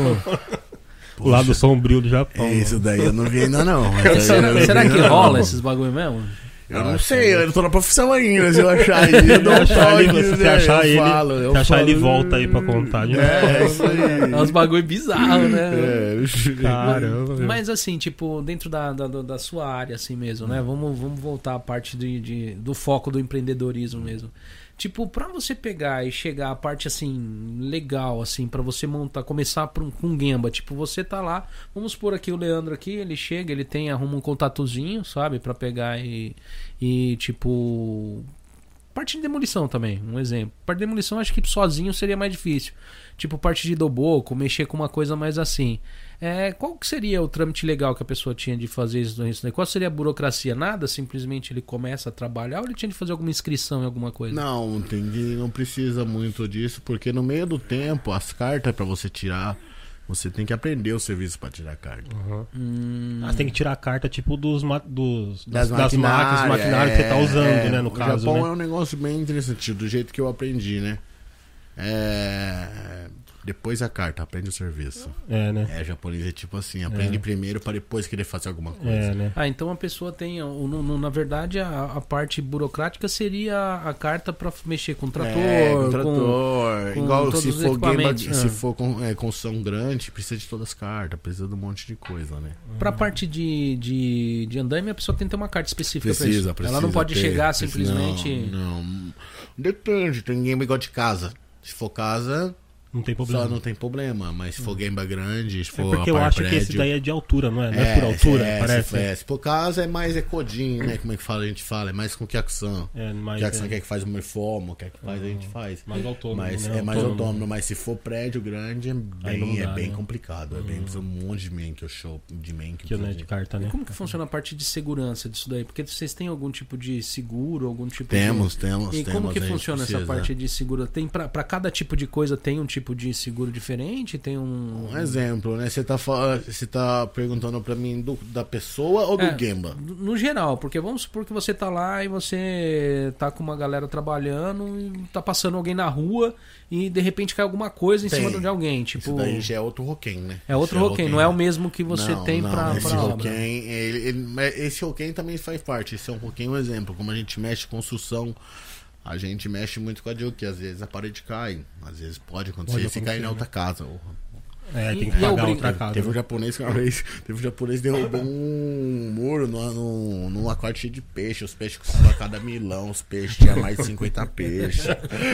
[SPEAKER 1] O lado sombrio do Japão.
[SPEAKER 3] É, Isso daí eu não vi ainda não. mas aí eu
[SPEAKER 2] será,
[SPEAKER 3] não
[SPEAKER 2] será
[SPEAKER 3] vi
[SPEAKER 2] que
[SPEAKER 3] ainda,
[SPEAKER 2] rola
[SPEAKER 3] não.
[SPEAKER 2] esses bagulho mesmo?
[SPEAKER 3] Eu não sei, eu tô na profissão ainda, se eu achar ele, eu
[SPEAKER 1] Ah, Se
[SPEAKER 3] dou um
[SPEAKER 1] achar ele,
[SPEAKER 3] toque,
[SPEAKER 1] se
[SPEAKER 3] né?
[SPEAKER 1] achar
[SPEAKER 3] Eu
[SPEAKER 1] ele,
[SPEAKER 3] falo, eu
[SPEAKER 1] se achar
[SPEAKER 3] falo,
[SPEAKER 1] ele volta aí pra contar de novo.
[SPEAKER 3] É, é isso
[SPEAKER 2] É uns
[SPEAKER 3] aí.
[SPEAKER 2] bagulho bizarro, né?
[SPEAKER 3] É,
[SPEAKER 1] Caramba, velho.
[SPEAKER 2] Mas assim, tipo, dentro da, da, da- da sua área, assim mesmo, né? Vamos, vamos voltar à parte de, de- do foco do empreendedorismo mesmo. Tipo, pra você pegar e chegar à parte, assim, legal, assim, pra você montar, começar por um- com um Gemba. Tipo, você tá lá, vamos supor aqui o Leandro aqui, ele chega, ele tem, arruma um contatozinho, sabe? Pra pegar e, e tipo, Parte de demolição também, um exemplo. Parte de demolição acho que sozinho seria mais difícil. Tipo, parte de doboco, mexer com uma coisa mais assim. É, qual que seria o trâmite legal que a pessoa tinha de fazer isso? isso né? Qual seria a burocracia? Nada? Simplesmente ele começa a trabalhar ou ele tinha de fazer alguma inscrição em alguma coisa?
[SPEAKER 3] Não, tem que- não precisa muito disso, porque no meio do tempo, as cartas pra você tirar, você tem que aprender o serviço pra tirar a carta.
[SPEAKER 1] Ah, você tem que tirar a carta, tipo, dos, ma- dos, das, das
[SPEAKER 3] maquinárias,
[SPEAKER 1] máquinas, maquinário que você tá
[SPEAKER 3] é,
[SPEAKER 1] usando,
[SPEAKER 3] é.
[SPEAKER 1] né? No
[SPEAKER 3] o
[SPEAKER 1] caso,
[SPEAKER 3] Japão
[SPEAKER 1] né?
[SPEAKER 3] é um negócio bem interessante, do jeito que eu aprendi, né? É, depois a carta, aprende o serviço.
[SPEAKER 1] É, né?
[SPEAKER 3] É, japonês é tipo assim, aprende
[SPEAKER 1] É.
[SPEAKER 3] primeiro para depois querer fazer alguma coisa.
[SPEAKER 1] É, né?
[SPEAKER 2] Ah, então a pessoa tem. o- no- no- na verdade, a, a parte burocrática seria a carta pra mexer com trator,
[SPEAKER 3] É,
[SPEAKER 2] com-
[SPEAKER 3] com trator.
[SPEAKER 2] com
[SPEAKER 3] Igual
[SPEAKER 2] todos
[SPEAKER 3] se
[SPEAKER 2] os
[SPEAKER 3] for, game,
[SPEAKER 2] equipamentos.
[SPEAKER 3] se
[SPEAKER 2] Ah.
[SPEAKER 3] for com, é, construção grande, precisa de todas as cartas, precisa de um monte de coisa, né?
[SPEAKER 2] Pra parte de, de, de andaime, a pessoa tem que ter uma carta específica pra
[SPEAKER 3] Precisa,
[SPEAKER 2] isso.
[SPEAKER 3] precisa.
[SPEAKER 2] Ela não pode
[SPEAKER 3] ter,
[SPEAKER 2] chegar
[SPEAKER 3] precisa-
[SPEAKER 2] simplesmente.
[SPEAKER 3] Não, não. Depende, tem game igual de casa. Se for casa,
[SPEAKER 1] Não tem problema. Hum.
[SPEAKER 3] só não tem problema. Mas se for game grande, se
[SPEAKER 1] É
[SPEAKER 3] for
[SPEAKER 1] porque eu
[SPEAKER 3] apart
[SPEAKER 1] acho que
[SPEAKER 3] prédio,
[SPEAKER 1] esse daí é de altura, não é? Não é, por altura,
[SPEAKER 3] é,
[SPEAKER 1] parece. né?
[SPEAKER 3] Se, é, se por casa é mais é codinho, né? Como é que fala, a gente fala, é mais com Kyakusan.
[SPEAKER 1] É, mas,
[SPEAKER 3] Kyakusan
[SPEAKER 1] é, Ah,
[SPEAKER 3] quer que faz uma reforma, quer que faz, a gente faz.
[SPEAKER 1] mais autônomo.
[SPEAKER 3] Mas
[SPEAKER 1] né?
[SPEAKER 3] é mais autônomo, mas se for prédio grande é
[SPEAKER 1] não
[SPEAKER 3] bem,
[SPEAKER 1] dá,
[SPEAKER 3] é bem
[SPEAKER 1] né?
[SPEAKER 3] complicado. É bem precisa um monte de men que eu show de men que
[SPEAKER 1] Que não é
[SPEAKER 3] precisa
[SPEAKER 1] de
[SPEAKER 3] de...
[SPEAKER 1] carta, né?
[SPEAKER 2] Como que funciona a parte de segurança disso daí? Porque vocês têm algum tipo de seguro, algum tipo
[SPEAKER 3] Temos,
[SPEAKER 2] de...
[SPEAKER 3] temos,
[SPEAKER 2] E
[SPEAKER 3] temos.
[SPEAKER 2] como que
[SPEAKER 3] a gente
[SPEAKER 2] funciona essa
[SPEAKER 3] precisa.
[SPEAKER 2] parte de seguro? Tem pra, pra cada tipo de coisa tem um tipo de seguro diferente? Tem um.
[SPEAKER 3] Um exemplo, né? Você tá, fa- você tá perguntando pra mim do- da pessoa ou do
[SPEAKER 2] É.
[SPEAKER 3] Gemba?
[SPEAKER 2] No geral, porque vamos supor que você tá lá e você tá com uma galera trabalhando e tá passando alguém na rua e de repente cai alguma coisa em
[SPEAKER 3] Tem.
[SPEAKER 2] cima de alguém. Tipo,
[SPEAKER 3] Isso daí já é outro roquém, né?
[SPEAKER 2] é outro
[SPEAKER 3] Já
[SPEAKER 2] roquém, não é o mesmo que você
[SPEAKER 3] Não,
[SPEAKER 2] tem
[SPEAKER 3] não,
[SPEAKER 2] pra,
[SPEAKER 3] esse
[SPEAKER 2] pra
[SPEAKER 3] roquém,
[SPEAKER 2] obra.
[SPEAKER 3] ele- ele- mas esse roquém também faz parte. Esse é um roquém, um exemplo. Como a gente mexe com construção, a gente mexe muito com a Duke. Às vezes a parede cai, às vezes pode acontecer.
[SPEAKER 1] Pode
[SPEAKER 3] se cair
[SPEAKER 1] acontecer, né?
[SPEAKER 3] na outra casa, ou
[SPEAKER 1] É, tem
[SPEAKER 2] E-
[SPEAKER 1] que
[SPEAKER 2] e eu
[SPEAKER 1] pagar
[SPEAKER 2] brinco.
[SPEAKER 1] outra né? casa.
[SPEAKER 3] Teve um japonês que uma vez, teve um japonês que derrubou um muro numa, num, num aquário cheio de peixe. Os peixes custavam a cada milão, os peixes tinham mais de 50 peixes.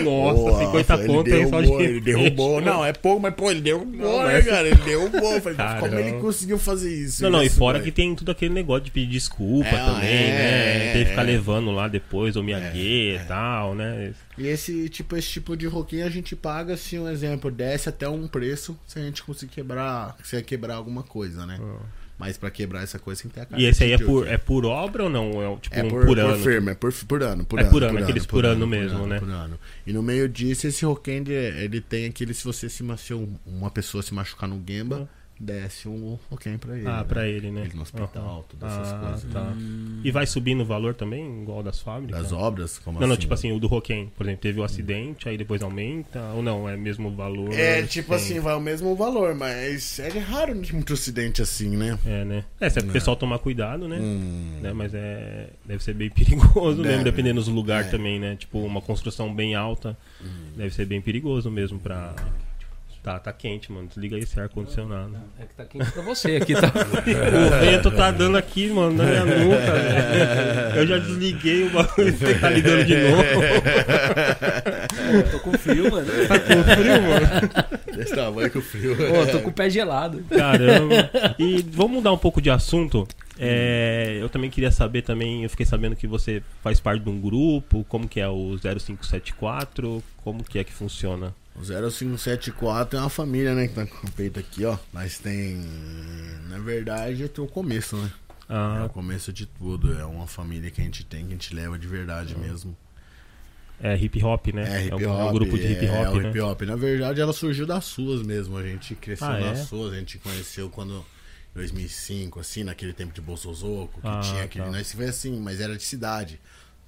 [SPEAKER 1] Nossa, 50
[SPEAKER 3] ele
[SPEAKER 1] conto aí só de
[SPEAKER 3] derrubou, Ele derrubou, não, é pouco, mas pô, ele derrubou, né, cara? Ele derrubou. Falei, como
[SPEAKER 1] Caramba.
[SPEAKER 3] ele conseguiu fazer isso?
[SPEAKER 1] Não, não, e
[SPEAKER 3] Isso,
[SPEAKER 1] fora
[SPEAKER 3] velho.
[SPEAKER 1] que tem tudo aquele negócio de pedir desculpa
[SPEAKER 3] um né? É,
[SPEAKER 1] também,
[SPEAKER 3] é,
[SPEAKER 1] né? tem
[SPEAKER 3] é,
[SPEAKER 1] que
[SPEAKER 3] é.
[SPEAKER 1] ficar levando lá depois, o Miyagi e tal, né?
[SPEAKER 3] E esse tipo, esse tipo de roquinho a gente paga, se um exemplo desce até um preço, se a gente conseguir quebrar, se é quebrar alguma coisa, né? Mas pra quebrar essa coisa tem que ter a cara
[SPEAKER 1] Ah.
[SPEAKER 3] tipo
[SPEAKER 1] E esse aí é
[SPEAKER 3] de
[SPEAKER 1] por,
[SPEAKER 3] Duke.
[SPEAKER 1] é por obra ou não? É tipo
[SPEAKER 3] É
[SPEAKER 1] um
[SPEAKER 3] por,
[SPEAKER 1] por,
[SPEAKER 3] por
[SPEAKER 1] ano.
[SPEAKER 3] firma, é por, por ano. Por
[SPEAKER 1] É
[SPEAKER 3] ano,
[SPEAKER 1] por ano, aqueles por ano mesmo,
[SPEAKER 3] ano,
[SPEAKER 1] né?
[SPEAKER 3] Por ano. E no meio disso, esse Rockend, ele tem aquele, se você se ma- se um- uma pessoa se machucar no Gemba, desce um Rockend pra ele.
[SPEAKER 1] ah,
[SPEAKER 3] né?
[SPEAKER 1] pra ele, né?
[SPEAKER 3] Ele no hospital, todas essas
[SPEAKER 1] Ah,
[SPEAKER 3] coisas.
[SPEAKER 1] Tá.
[SPEAKER 3] né?
[SPEAKER 1] E vai subindo o valor também, igual das fábricas?
[SPEAKER 3] Das obras, como
[SPEAKER 1] então.
[SPEAKER 3] né?
[SPEAKER 1] Não, não, tipo assim, o do Roquem, por exemplo, teve o acidente, aí depois aumenta, ou não, é mesmo o valor.
[SPEAKER 3] É, tipo
[SPEAKER 1] tem-
[SPEAKER 3] assim, vai o mesmo valor, mas é raro de muito acidente assim, né?
[SPEAKER 1] É, né? É, se o
[SPEAKER 3] É.
[SPEAKER 1] pessoal tomar cuidado, né?
[SPEAKER 3] Hum.
[SPEAKER 1] né? Mas é. Deve ser bem perigoso
[SPEAKER 3] Deve.
[SPEAKER 1] mesmo, dependendo dos lugares
[SPEAKER 3] É. Hum.
[SPEAKER 1] também, né? Tipo, uma construção bem alta. Deve ser bem perigoso mesmo pra. Tá, tá quente, mano. Desliga esse ar-condicionado.
[SPEAKER 2] É que tá quente pra você aqui, tá?
[SPEAKER 1] O vento tá dando aqui, mano, na minha nuca, velho. Eu já desliguei o bagulho, você tá ligando de novo.
[SPEAKER 2] tô com frio, mano.
[SPEAKER 1] Tá com frio, mano.
[SPEAKER 3] Desse tamanho que o frio. é.
[SPEAKER 2] Pô, tô com o pé gelado.
[SPEAKER 1] Caramba. E vamos mudar um pouco de assunto. É, eu também queria saber também, eu fiquei sabendo que você faz parte de um grupo, como que é o 0574, como que é que funciona?
[SPEAKER 3] O 0574 é uma família, né? Que tá com o peito aqui, ó. Mas tem. Na verdade, é o começo, né? É
[SPEAKER 1] Ah,
[SPEAKER 3] o começo de tudo. É uma família que a gente tem, que a gente leva de verdade mesmo.
[SPEAKER 1] é hip hop, né?
[SPEAKER 3] É,
[SPEAKER 1] um-
[SPEAKER 3] hip hop.
[SPEAKER 1] um grupo de hip
[SPEAKER 3] É,
[SPEAKER 1] hop,
[SPEAKER 3] o
[SPEAKER 1] né?
[SPEAKER 3] hip hop. Na verdade, ela surgiu das suas mesmo. A gente cresceu
[SPEAKER 1] Ah,
[SPEAKER 3] nas
[SPEAKER 1] é?
[SPEAKER 3] suas. A gente conheceu quando. 2005, assim, naquele tempo de Bolsozoco, que
[SPEAKER 1] Ah,
[SPEAKER 3] tinha aquele.
[SPEAKER 1] tá.
[SPEAKER 3] Nós foi assim, mas era de cidade.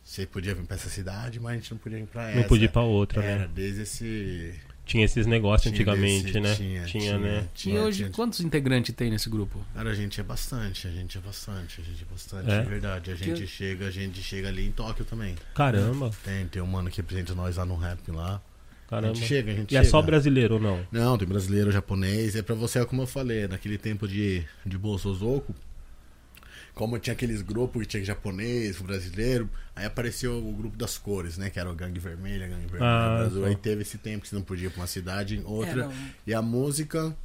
[SPEAKER 3] Você podia vir pra essa cidade, mas a gente não podia vir pra essa.
[SPEAKER 1] Não podia ir pra outra,
[SPEAKER 3] Era,
[SPEAKER 1] né?
[SPEAKER 3] desde esse.
[SPEAKER 1] Tinha esses negócios
[SPEAKER 3] tinha
[SPEAKER 1] antigamente,
[SPEAKER 3] desse-
[SPEAKER 1] né?
[SPEAKER 3] Tinha,
[SPEAKER 1] né?
[SPEAKER 2] E hoje,
[SPEAKER 3] É, tinha-
[SPEAKER 2] quantos integrantes tem nesse grupo?
[SPEAKER 3] Cara, a gente é bastante, a gente é bastante, a gente é bastante,
[SPEAKER 1] É?
[SPEAKER 3] é, verdade. A gente chega, a gente chega ali em Tóquio também.
[SPEAKER 1] Caramba,
[SPEAKER 3] Tem, tem um mano que representa nós lá no rap lá. A
[SPEAKER 1] caramba.
[SPEAKER 3] gente chega, a gente
[SPEAKER 1] E é
[SPEAKER 3] chega.
[SPEAKER 1] só brasileiro ou não?
[SPEAKER 3] Não, tem brasileiro, japonês. É pra você, é como eu falei, naquele tempo de, de Bolsozoco, como tinha aqueles grupos que tinha japonês, brasileiro, aí apareceu o grupo das cores, né? Que era o Gangue Vermelha, Gangue Vermelha,
[SPEAKER 1] Ah,
[SPEAKER 3] Brasil.
[SPEAKER 1] tá.
[SPEAKER 3] Aí teve esse tempo que você não podia ir pra uma cidade, em outra.
[SPEAKER 2] Era um-
[SPEAKER 3] E a música,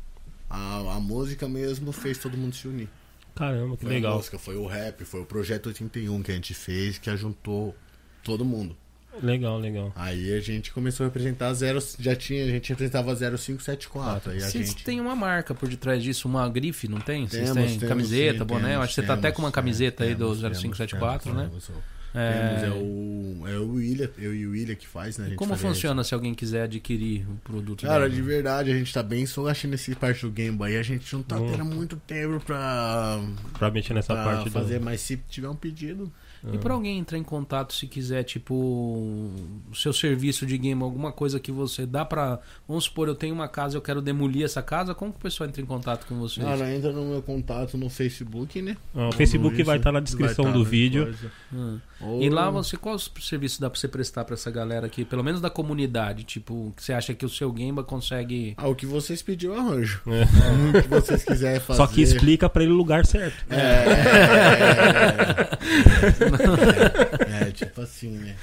[SPEAKER 3] a, a música mesmo fez todo mundo se unir.
[SPEAKER 1] Caramba, que
[SPEAKER 3] Foi a
[SPEAKER 1] legal.
[SPEAKER 3] música, foi o rap, foi o Projeto 81 que a gente fez, que ajuntou todo mundo.
[SPEAKER 1] Legal, legal.
[SPEAKER 3] Aí a gente começou a representar zero, já tinha, a gente representava 0574. Aí a
[SPEAKER 2] Vocês
[SPEAKER 3] gente
[SPEAKER 2] têm uma marca por detrás disso, uma grife, não tem? Vocês
[SPEAKER 3] Temos,
[SPEAKER 2] têm
[SPEAKER 3] temos,
[SPEAKER 2] camiseta,
[SPEAKER 3] sim,
[SPEAKER 2] boné? Eu
[SPEAKER 3] temos,
[SPEAKER 2] acho que você tá até
[SPEAKER 3] temos, é,
[SPEAKER 2] com uma camiseta aí do
[SPEAKER 3] temos, temos,
[SPEAKER 2] 0574,
[SPEAKER 3] temos,
[SPEAKER 2] né?
[SPEAKER 3] temos, temos.
[SPEAKER 2] É.
[SPEAKER 3] Temos, é o, é o William, eu e o William que faz, né? a
[SPEAKER 2] E
[SPEAKER 3] gente
[SPEAKER 2] como
[SPEAKER 3] fazia isso.
[SPEAKER 2] funciona se alguém quiser adquirir o produto
[SPEAKER 3] Cara,
[SPEAKER 2] dela?
[SPEAKER 3] de verdade, a gente tá bem solachando esse parte do game aí. A gente não tá
[SPEAKER 1] Hum.
[SPEAKER 3] tendo muito tempo pra,
[SPEAKER 1] Pra mexer nessa
[SPEAKER 3] pra
[SPEAKER 1] parte
[SPEAKER 3] fazer,
[SPEAKER 1] do...
[SPEAKER 3] mas se tiver um pedido,
[SPEAKER 2] E para alguém entrar em contato se quiser, tipo, o seu serviço de game, alguma coisa que você dá para, vamos supor, eu tenho uma casa, eu quero demolir essa casa, como que o pessoal entra em contato com vocês?
[SPEAKER 3] Cara, entra no meu contato no Facebook, né?
[SPEAKER 1] Ah, o Facebook
[SPEAKER 3] Isso,
[SPEAKER 1] vai estar na descrição
[SPEAKER 3] vai tá
[SPEAKER 1] do
[SPEAKER 3] nas
[SPEAKER 1] vídeo.
[SPEAKER 3] coisas.
[SPEAKER 2] Hum.
[SPEAKER 3] Ou-
[SPEAKER 2] E lá você qual serviço dá pra você prestar pra essa galera aqui, pelo menos da comunidade, tipo, que você acha que o seu Gamba consegue
[SPEAKER 3] Ah, o que vocês pediu, eu arranjo.
[SPEAKER 1] É.
[SPEAKER 3] O que vocês quiserem fazer.
[SPEAKER 1] Só que explica pra ele o lugar certo.
[SPEAKER 3] É. É, é, é, tipo assim, né?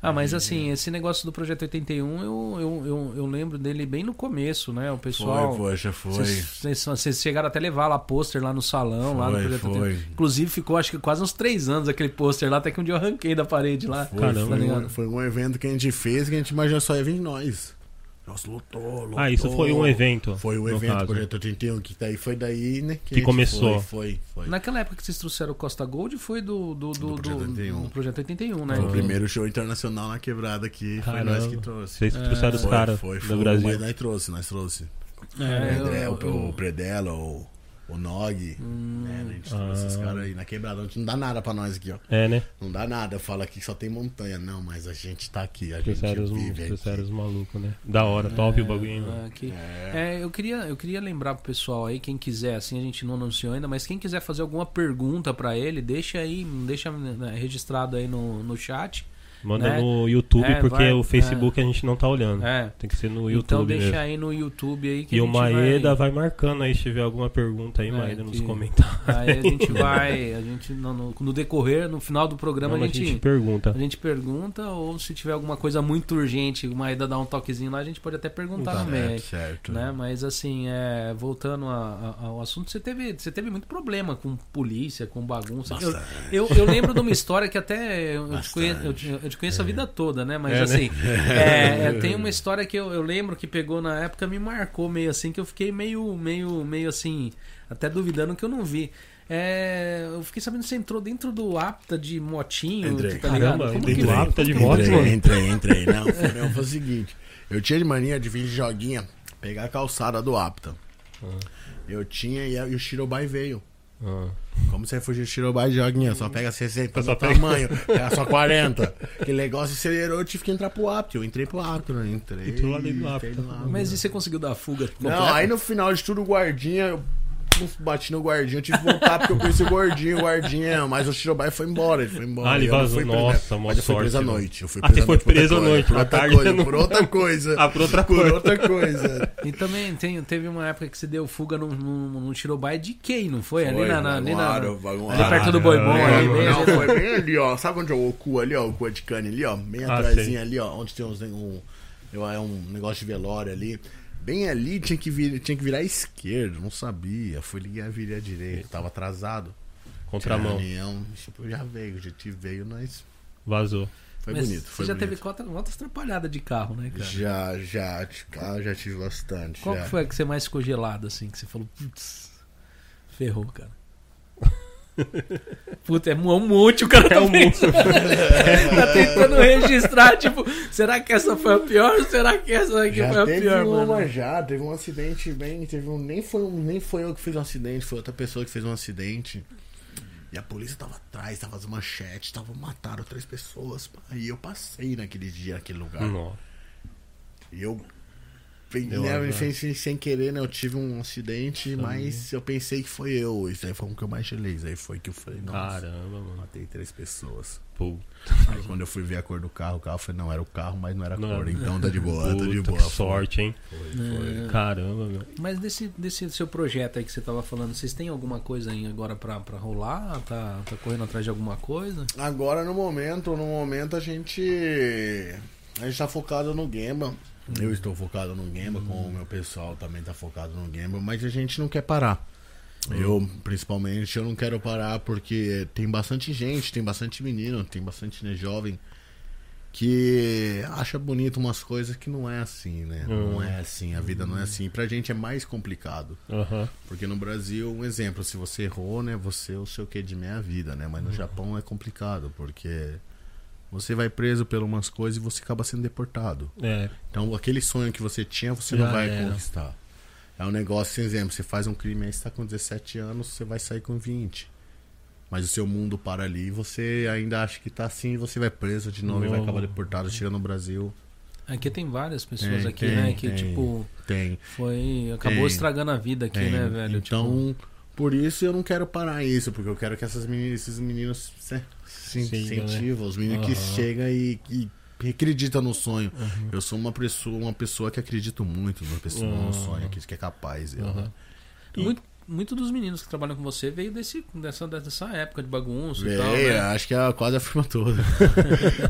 [SPEAKER 2] Ah, mas assim, esse negócio do projeto 81, eu, eu, eu, eu lembro dele bem no começo, né? O pessoal
[SPEAKER 3] Foi, poxa, foi.
[SPEAKER 2] Vocês vocês chegaram até a levar lá pôster lá no salão, lá no
[SPEAKER 3] Foi,
[SPEAKER 2] projeto.
[SPEAKER 3] foi.
[SPEAKER 2] 81. Inclusive ficou acho que quase uns três anos aquele pôster lá, até que um dia eu arranquei da parede lá.
[SPEAKER 3] Foi,
[SPEAKER 1] Caramba.
[SPEAKER 3] foi, um, foi um evento que a gente fez que a gente imaginou só ia vir nós. Nossa, lotou, lotou.
[SPEAKER 1] Ah, isso foi um evento.
[SPEAKER 3] Foi um
[SPEAKER 1] no
[SPEAKER 3] evento,
[SPEAKER 1] caso.
[SPEAKER 3] Projeto 81, que daí foi daí, né?
[SPEAKER 1] Que
[SPEAKER 3] a gente
[SPEAKER 1] começou.
[SPEAKER 3] Foi, foi. foi.
[SPEAKER 2] Naquela época que vocês trouxeram o Costa Gold foi do, do, do,
[SPEAKER 3] Do Projeto 81.
[SPEAKER 2] do Projeto 81, né?
[SPEAKER 3] Foi o
[SPEAKER 2] Que-
[SPEAKER 3] primeiro show internacional na quebrada aqui.
[SPEAKER 1] Caramba.
[SPEAKER 3] Foi nós que trouxe.
[SPEAKER 1] Vocês que trouxeram os
[SPEAKER 3] Foi,
[SPEAKER 1] caras
[SPEAKER 3] É, foi,
[SPEAKER 1] do
[SPEAKER 3] foi.
[SPEAKER 1] Brasil.
[SPEAKER 3] Mas nós trouxe, nós trouxe.
[SPEAKER 2] É,
[SPEAKER 3] Né? o André,
[SPEAKER 2] eu- hum,
[SPEAKER 3] o, o Predella, o, o Nog. né? A gente trouxe
[SPEAKER 1] Ah.
[SPEAKER 3] esses caras aí na quebrada. Não dá nada pra nós aqui, ó.
[SPEAKER 1] É, né?
[SPEAKER 3] Não dá nada. Fala que só tem montanha. Não, mas a gente tá aqui. A gente
[SPEAKER 1] Trouxeram os,
[SPEAKER 3] vive aqui. É,
[SPEAKER 1] trouxeram os malucos, né? Da hora, top o bagulho. né?
[SPEAKER 2] Ah, que- É, eu queria, eu queria lembrar pro pessoal aí, quem quiser, assim, a gente não anunciou ainda, mas quem quiser fazer alguma pergunta pra ele, deixa aí, deixa né, registrado aí no, no chat.
[SPEAKER 3] é.
[SPEAKER 1] Manda
[SPEAKER 2] né?
[SPEAKER 1] no YouTube,
[SPEAKER 2] É,
[SPEAKER 1] porque
[SPEAKER 2] vai,
[SPEAKER 1] o Facebook a gente não tá olhando.
[SPEAKER 2] É.
[SPEAKER 1] Tem que ser no YouTube
[SPEAKER 2] Então deixa
[SPEAKER 1] mesmo.
[SPEAKER 2] aí no YouTube aí que
[SPEAKER 1] E
[SPEAKER 2] a
[SPEAKER 1] o
[SPEAKER 2] gente
[SPEAKER 1] Maeda
[SPEAKER 2] vai...
[SPEAKER 1] vai... marcando aí, se tiver alguma pergunta aí,
[SPEAKER 2] É,
[SPEAKER 1] Maeda, nos
[SPEAKER 2] que-
[SPEAKER 1] comentários.
[SPEAKER 2] Aí a gente vai, a gente no, no- no decorrer, no final do programa
[SPEAKER 1] Não,
[SPEAKER 2] a
[SPEAKER 1] mas
[SPEAKER 2] gente,
[SPEAKER 1] pergunta.
[SPEAKER 2] a gente pergunta ou se tiver alguma coisa muito urgente, uma ainda dá um toquezinho lá, a gente pode até perguntar
[SPEAKER 3] Tá
[SPEAKER 2] no meio.
[SPEAKER 3] certo, certo.
[SPEAKER 2] Né? Mas assim, é, voltando a- a- ao assunto, você teve, você teve muito problema com polícia, com bagunça. Eu,
[SPEAKER 3] Bastante.
[SPEAKER 2] eu, eu lembro de uma história que até eu, eu te, conheço, eu, te,
[SPEAKER 3] Bastante.
[SPEAKER 2] eu te conheço a vida toda, né? Mas
[SPEAKER 1] É, né?
[SPEAKER 2] assim, é, é, tem uma história que eu, eu lembro que pegou na época, me marcou meio assim, que eu fiquei meio, meio, meio assim, até duvidando que eu não vi. É, eu fiquei sabendo que você entrou dentro do apta de motinho,
[SPEAKER 3] Entrei.
[SPEAKER 2] tá ligado?
[SPEAKER 1] Caramba,
[SPEAKER 2] Como
[SPEAKER 1] dentro
[SPEAKER 2] que-
[SPEAKER 1] do apta de moto,
[SPEAKER 3] Entrei,
[SPEAKER 1] mano.
[SPEAKER 3] entrei, entrei. Não, foi, não, foi o seguinte. Eu tinha de mania de vir de joguinha, pegar a calçada do Apta. Eu tinha e, e o Shirobai veio.
[SPEAKER 1] Ah.
[SPEAKER 3] Como você fugir do Shirobai de joguinha? Só pega 60
[SPEAKER 1] Só
[SPEAKER 3] do
[SPEAKER 1] pega-
[SPEAKER 3] tamanho, pega só 40. Que negócio acelerou, eu tive que entrar pro Apta. Eu entrei pro Apta, né? Entrei.
[SPEAKER 1] Entrou lá dentro do Apta.
[SPEAKER 3] entrei lá.
[SPEAKER 2] Mas e você conseguiu dar a fuga?
[SPEAKER 3] Não, aí no final de tudo, o guardinha. Eu puf, bati no guardinha, eu tive que voltar porque eu conheci o gordinho, o guardinha, mas o Shirobai foi embora, ele foi embora.
[SPEAKER 1] Ah, ele
[SPEAKER 3] eu não
[SPEAKER 1] vazou.
[SPEAKER 3] fui preso,
[SPEAKER 1] Nossa,
[SPEAKER 3] né?
[SPEAKER 1] mó
[SPEAKER 3] Mas eu fui
[SPEAKER 1] sorte,
[SPEAKER 3] preso à
[SPEAKER 1] mano.
[SPEAKER 3] noite. Eu fui
[SPEAKER 1] Ah, você foi
[SPEAKER 3] por outra
[SPEAKER 1] preso à
[SPEAKER 3] coisa,
[SPEAKER 1] noite,
[SPEAKER 3] Por
[SPEAKER 1] à
[SPEAKER 3] outra
[SPEAKER 1] tarde
[SPEAKER 3] coisa,
[SPEAKER 1] não-
[SPEAKER 3] por outra coisa.
[SPEAKER 1] Ah, por outra
[SPEAKER 3] Por
[SPEAKER 1] coisa.
[SPEAKER 3] outra coisa.
[SPEAKER 2] E também tem, teve uma época que você deu fuga num, num, num tirobai de quem, não foi? ali
[SPEAKER 3] Foi,
[SPEAKER 2] É, na.
[SPEAKER 3] um
[SPEAKER 2] na- ali na-
[SPEAKER 3] vaguaro, vaguaro.
[SPEAKER 2] ali perto do boibom
[SPEAKER 1] Caralho,
[SPEAKER 2] ali
[SPEAKER 3] Não,
[SPEAKER 2] mesmo.
[SPEAKER 3] É, não, foi bem ali, ó. Sabe onde é o cu ali, ó? O cu de cane ali, ó. Bem
[SPEAKER 1] Ah, sei.
[SPEAKER 3] atrásinho ali, ó. Onde tem uns, um, é um negócio de velório ali. Bem ali tinha que, vir, tinha que virar à esquerda, não sabia. Fui ligar, virei à direita, tava atrasado.
[SPEAKER 1] Contramão.
[SPEAKER 3] Reunião, tipo, já veio, o gente veio, nós.
[SPEAKER 1] Vazou.
[SPEAKER 3] Foi
[SPEAKER 2] Mas
[SPEAKER 3] bonito,
[SPEAKER 2] você
[SPEAKER 3] foi
[SPEAKER 2] já
[SPEAKER 3] bonito.
[SPEAKER 2] teve quatro, quantas atrapalhadas de carro, né, cara?
[SPEAKER 3] Já, já, de carro já tive bastante.
[SPEAKER 2] Qual
[SPEAKER 3] já.
[SPEAKER 2] que foi a que você mais ficou gelado, assim, que você falou, putz, ferrou, cara? Puta, é um é um monte o cara
[SPEAKER 1] É
[SPEAKER 2] tá,
[SPEAKER 1] um
[SPEAKER 2] pensando- tá tentando registrar, tipo, será que essa foi a pior? ou Será que essa aqui foi
[SPEAKER 3] Já
[SPEAKER 2] a
[SPEAKER 3] teve
[SPEAKER 2] É, pior,
[SPEAKER 3] uma,
[SPEAKER 2] mano?
[SPEAKER 3] já, teve um acidente bem. Teve um, nem, foi um, nem foi eu que fiz um acidente, foi outra pessoa que fez um acidente. E a polícia tava atrás, tava as manchetes, tava, mataram três pessoas. pá. E eu passei naquele dia, naquele lugar.
[SPEAKER 1] Nossa.
[SPEAKER 3] E eu. Fe-
[SPEAKER 1] Deu
[SPEAKER 3] né,
[SPEAKER 1] azar.
[SPEAKER 3] sem, sem- sem querer, né? Eu tive um acidente, mas eu pensei que foi eu. Isso aí foi um que eu mais gelei. Isso aí foi que eu falei, nossa,
[SPEAKER 1] Caramba, mano.
[SPEAKER 3] matei três pessoas.
[SPEAKER 1] Pô,
[SPEAKER 3] Aí quando eu fui ver a cor do carro, o carro foi, não, era o carro, mas não era a
[SPEAKER 1] Não
[SPEAKER 3] cor.
[SPEAKER 1] era.
[SPEAKER 3] Então tá de boa, tá de
[SPEAKER 1] puta,
[SPEAKER 3] boa.
[SPEAKER 1] que sorte, hein?
[SPEAKER 3] Foi,
[SPEAKER 2] É,
[SPEAKER 3] foi.
[SPEAKER 1] Caramba, meu.
[SPEAKER 2] Mas desse, desse seu projeto aí que você tava falando, vocês têm alguma coisa aí agora pra, pra rolar? Tá, tá correndo atrás de alguma coisa?
[SPEAKER 3] Agora no momento, no momento a gente. A gente tá focado no Gamba. Eu estou focado no Gamba, com o meu pessoal também tá focado no Gamba, mas a gente não quer parar. Eu, principalmente, eu não quero parar porque tem bastante gente, tem bastante menino, tem bastante né, jovem que acha bonito umas coisas que não é assim, né? Não é assim, a vida não é assim. Pra gente é mais complicado.
[SPEAKER 1] Aham.
[SPEAKER 3] Porque no Brasil, um exemplo, se você errou, né, você é o seu que de meia vida, né?
[SPEAKER 1] Uhum.
[SPEAKER 3] Mas no Japão é complicado, porque você vai preso por umas coisas e você acaba sendo deportado.
[SPEAKER 1] É.
[SPEAKER 3] Então, aquele sonho que você tinha, você
[SPEAKER 1] Já
[SPEAKER 3] não vai
[SPEAKER 1] era.
[SPEAKER 3] conquistar. É um negócio, por exemplo, você faz um crime aí, você tá com 17 anos, você vai sair com 20. Mas o seu mundo para ali e você ainda acha que tá assim, você vai preso de novo e vai
[SPEAKER 1] Novo.
[SPEAKER 3] acabar deportado, chega no Brasil.
[SPEAKER 2] Aqui tem várias pessoas
[SPEAKER 3] Tem,
[SPEAKER 2] aqui,
[SPEAKER 3] tem,
[SPEAKER 2] né? Que,
[SPEAKER 3] tem.
[SPEAKER 2] tipo,
[SPEAKER 3] Tem.
[SPEAKER 2] foi. Acabou
[SPEAKER 3] Tem,
[SPEAKER 2] estragando a vida aqui,
[SPEAKER 3] tem.
[SPEAKER 2] né, velho? Tipo,
[SPEAKER 3] É, Então, por isso eu não quero parar isso, porque eu quero que essas meni- esses meninos se, se
[SPEAKER 1] Siga, né?
[SPEAKER 3] incentivam, os meninos que
[SPEAKER 1] Aham.
[SPEAKER 3] chegam e, e acreditam no sonho. Eu sou uma pessoa, uma pessoa que acredito muito numa pessoa,
[SPEAKER 1] Aham.
[SPEAKER 3] no sonho, que, que é capaz. eu-
[SPEAKER 1] Aham. e-
[SPEAKER 2] muito, muito dos meninos que trabalham com você veio desse, dessa, dessa época de bagunça e
[SPEAKER 3] É,
[SPEAKER 2] tal. né?
[SPEAKER 3] acho que é quase a firma toda.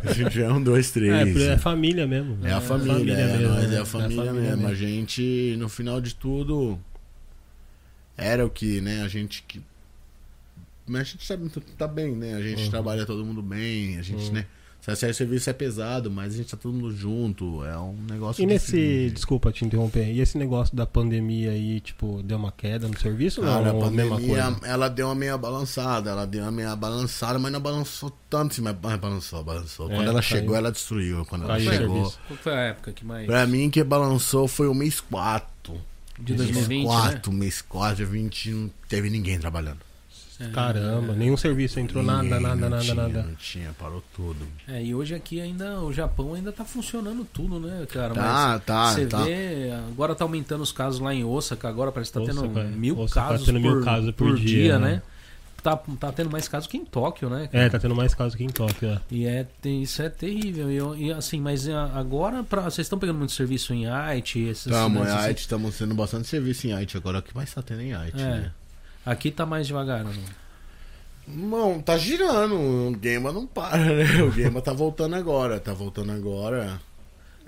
[SPEAKER 3] a gente é um, dois, três.
[SPEAKER 1] É, é família mesmo.
[SPEAKER 3] É a família, é,
[SPEAKER 1] mesmo,
[SPEAKER 3] nós,
[SPEAKER 1] né?
[SPEAKER 3] é a família mesmo. A gente, no final de tudo, era o que, né? A gente que. Mas a gente sabe que tá bem, né? A
[SPEAKER 1] Uhum.
[SPEAKER 3] gente trabalha todo mundo bem, a gente, né? Se acerta o serviço é pesado, mas a gente tá todo mundo junto. É um negócio
[SPEAKER 1] E nesse,
[SPEAKER 3] diferente.
[SPEAKER 1] desculpa te interromper, e esse negócio da pandemia aí, tipo, deu uma queda no serviço? ou
[SPEAKER 3] Cara,
[SPEAKER 1] não,
[SPEAKER 3] a
[SPEAKER 1] Ou a mesma
[SPEAKER 3] pandemia,
[SPEAKER 1] coisa.
[SPEAKER 3] ela deu uma meia balançada, ela deu uma meia balançada, mas não balançou tanto, assim, mas balançou, balançou.
[SPEAKER 1] É,
[SPEAKER 3] Quando ela
[SPEAKER 1] caiu.
[SPEAKER 3] chegou, ela destruiu. Quando ela
[SPEAKER 1] Caiu o
[SPEAKER 3] chegou.
[SPEAKER 1] serviço.
[SPEAKER 2] Qual foi a época que mais.
[SPEAKER 3] Pra mim, que balançou foi o mês 4.
[SPEAKER 2] de
[SPEAKER 3] Mês
[SPEAKER 2] 2020, né?
[SPEAKER 3] 4, mês 4, dia 20, não teve ninguém trabalhando.
[SPEAKER 2] É,
[SPEAKER 1] Caramba, nenhum serviço entrou, nada,
[SPEAKER 3] é Ninguém,
[SPEAKER 1] nada,
[SPEAKER 3] não
[SPEAKER 1] nada,
[SPEAKER 3] tinha,
[SPEAKER 1] nada.
[SPEAKER 3] Não tinha, parou tudo.
[SPEAKER 2] É, e hoje aqui ainda, o Japão ainda tá funcionando tudo, né, cara?
[SPEAKER 3] Tá, tá,
[SPEAKER 2] Você
[SPEAKER 3] tá.
[SPEAKER 2] vê, agora tá aumentando os casos lá em Osaka, agora parece que tá tendo
[SPEAKER 1] Osaka, é.
[SPEAKER 2] mil
[SPEAKER 1] Osaka tá
[SPEAKER 2] casos,
[SPEAKER 1] tendo
[SPEAKER 2] por,
[SPEAKER 1] mil casos por dia,
[SPEAKER 2] né?
[SPEAKER 1] né?
[SPEAKER 2] Tá, tá tendo mais casos que em Tóquio, né? cara?
[SPEAKER 1] É, tá tendo mais casos que em Tóquio, é.
[SPEAKER 2] E é, tem- isso é terrível. E, eu- e assim, mas é, agora, pra, vocês estão pegando muito serviço em Haiti? Esses, assim?
[SPEAKER 3] Tamo é em
[SPEAKER 2] esses-
[SPEAKER 3] Haiti, estamos sendo bastante serviço em Haiti. Agora, o que mais tá tendo em Haiti,
[SPEAKER 2] É.
[SPEAKER 3] né?
[SPEAKER 2] Aqui tá mais devagar, né?
[SPEAKER 3] Não, tá girando. O Gema não para, né? O Gema tá voltando agora, tá voltando agora.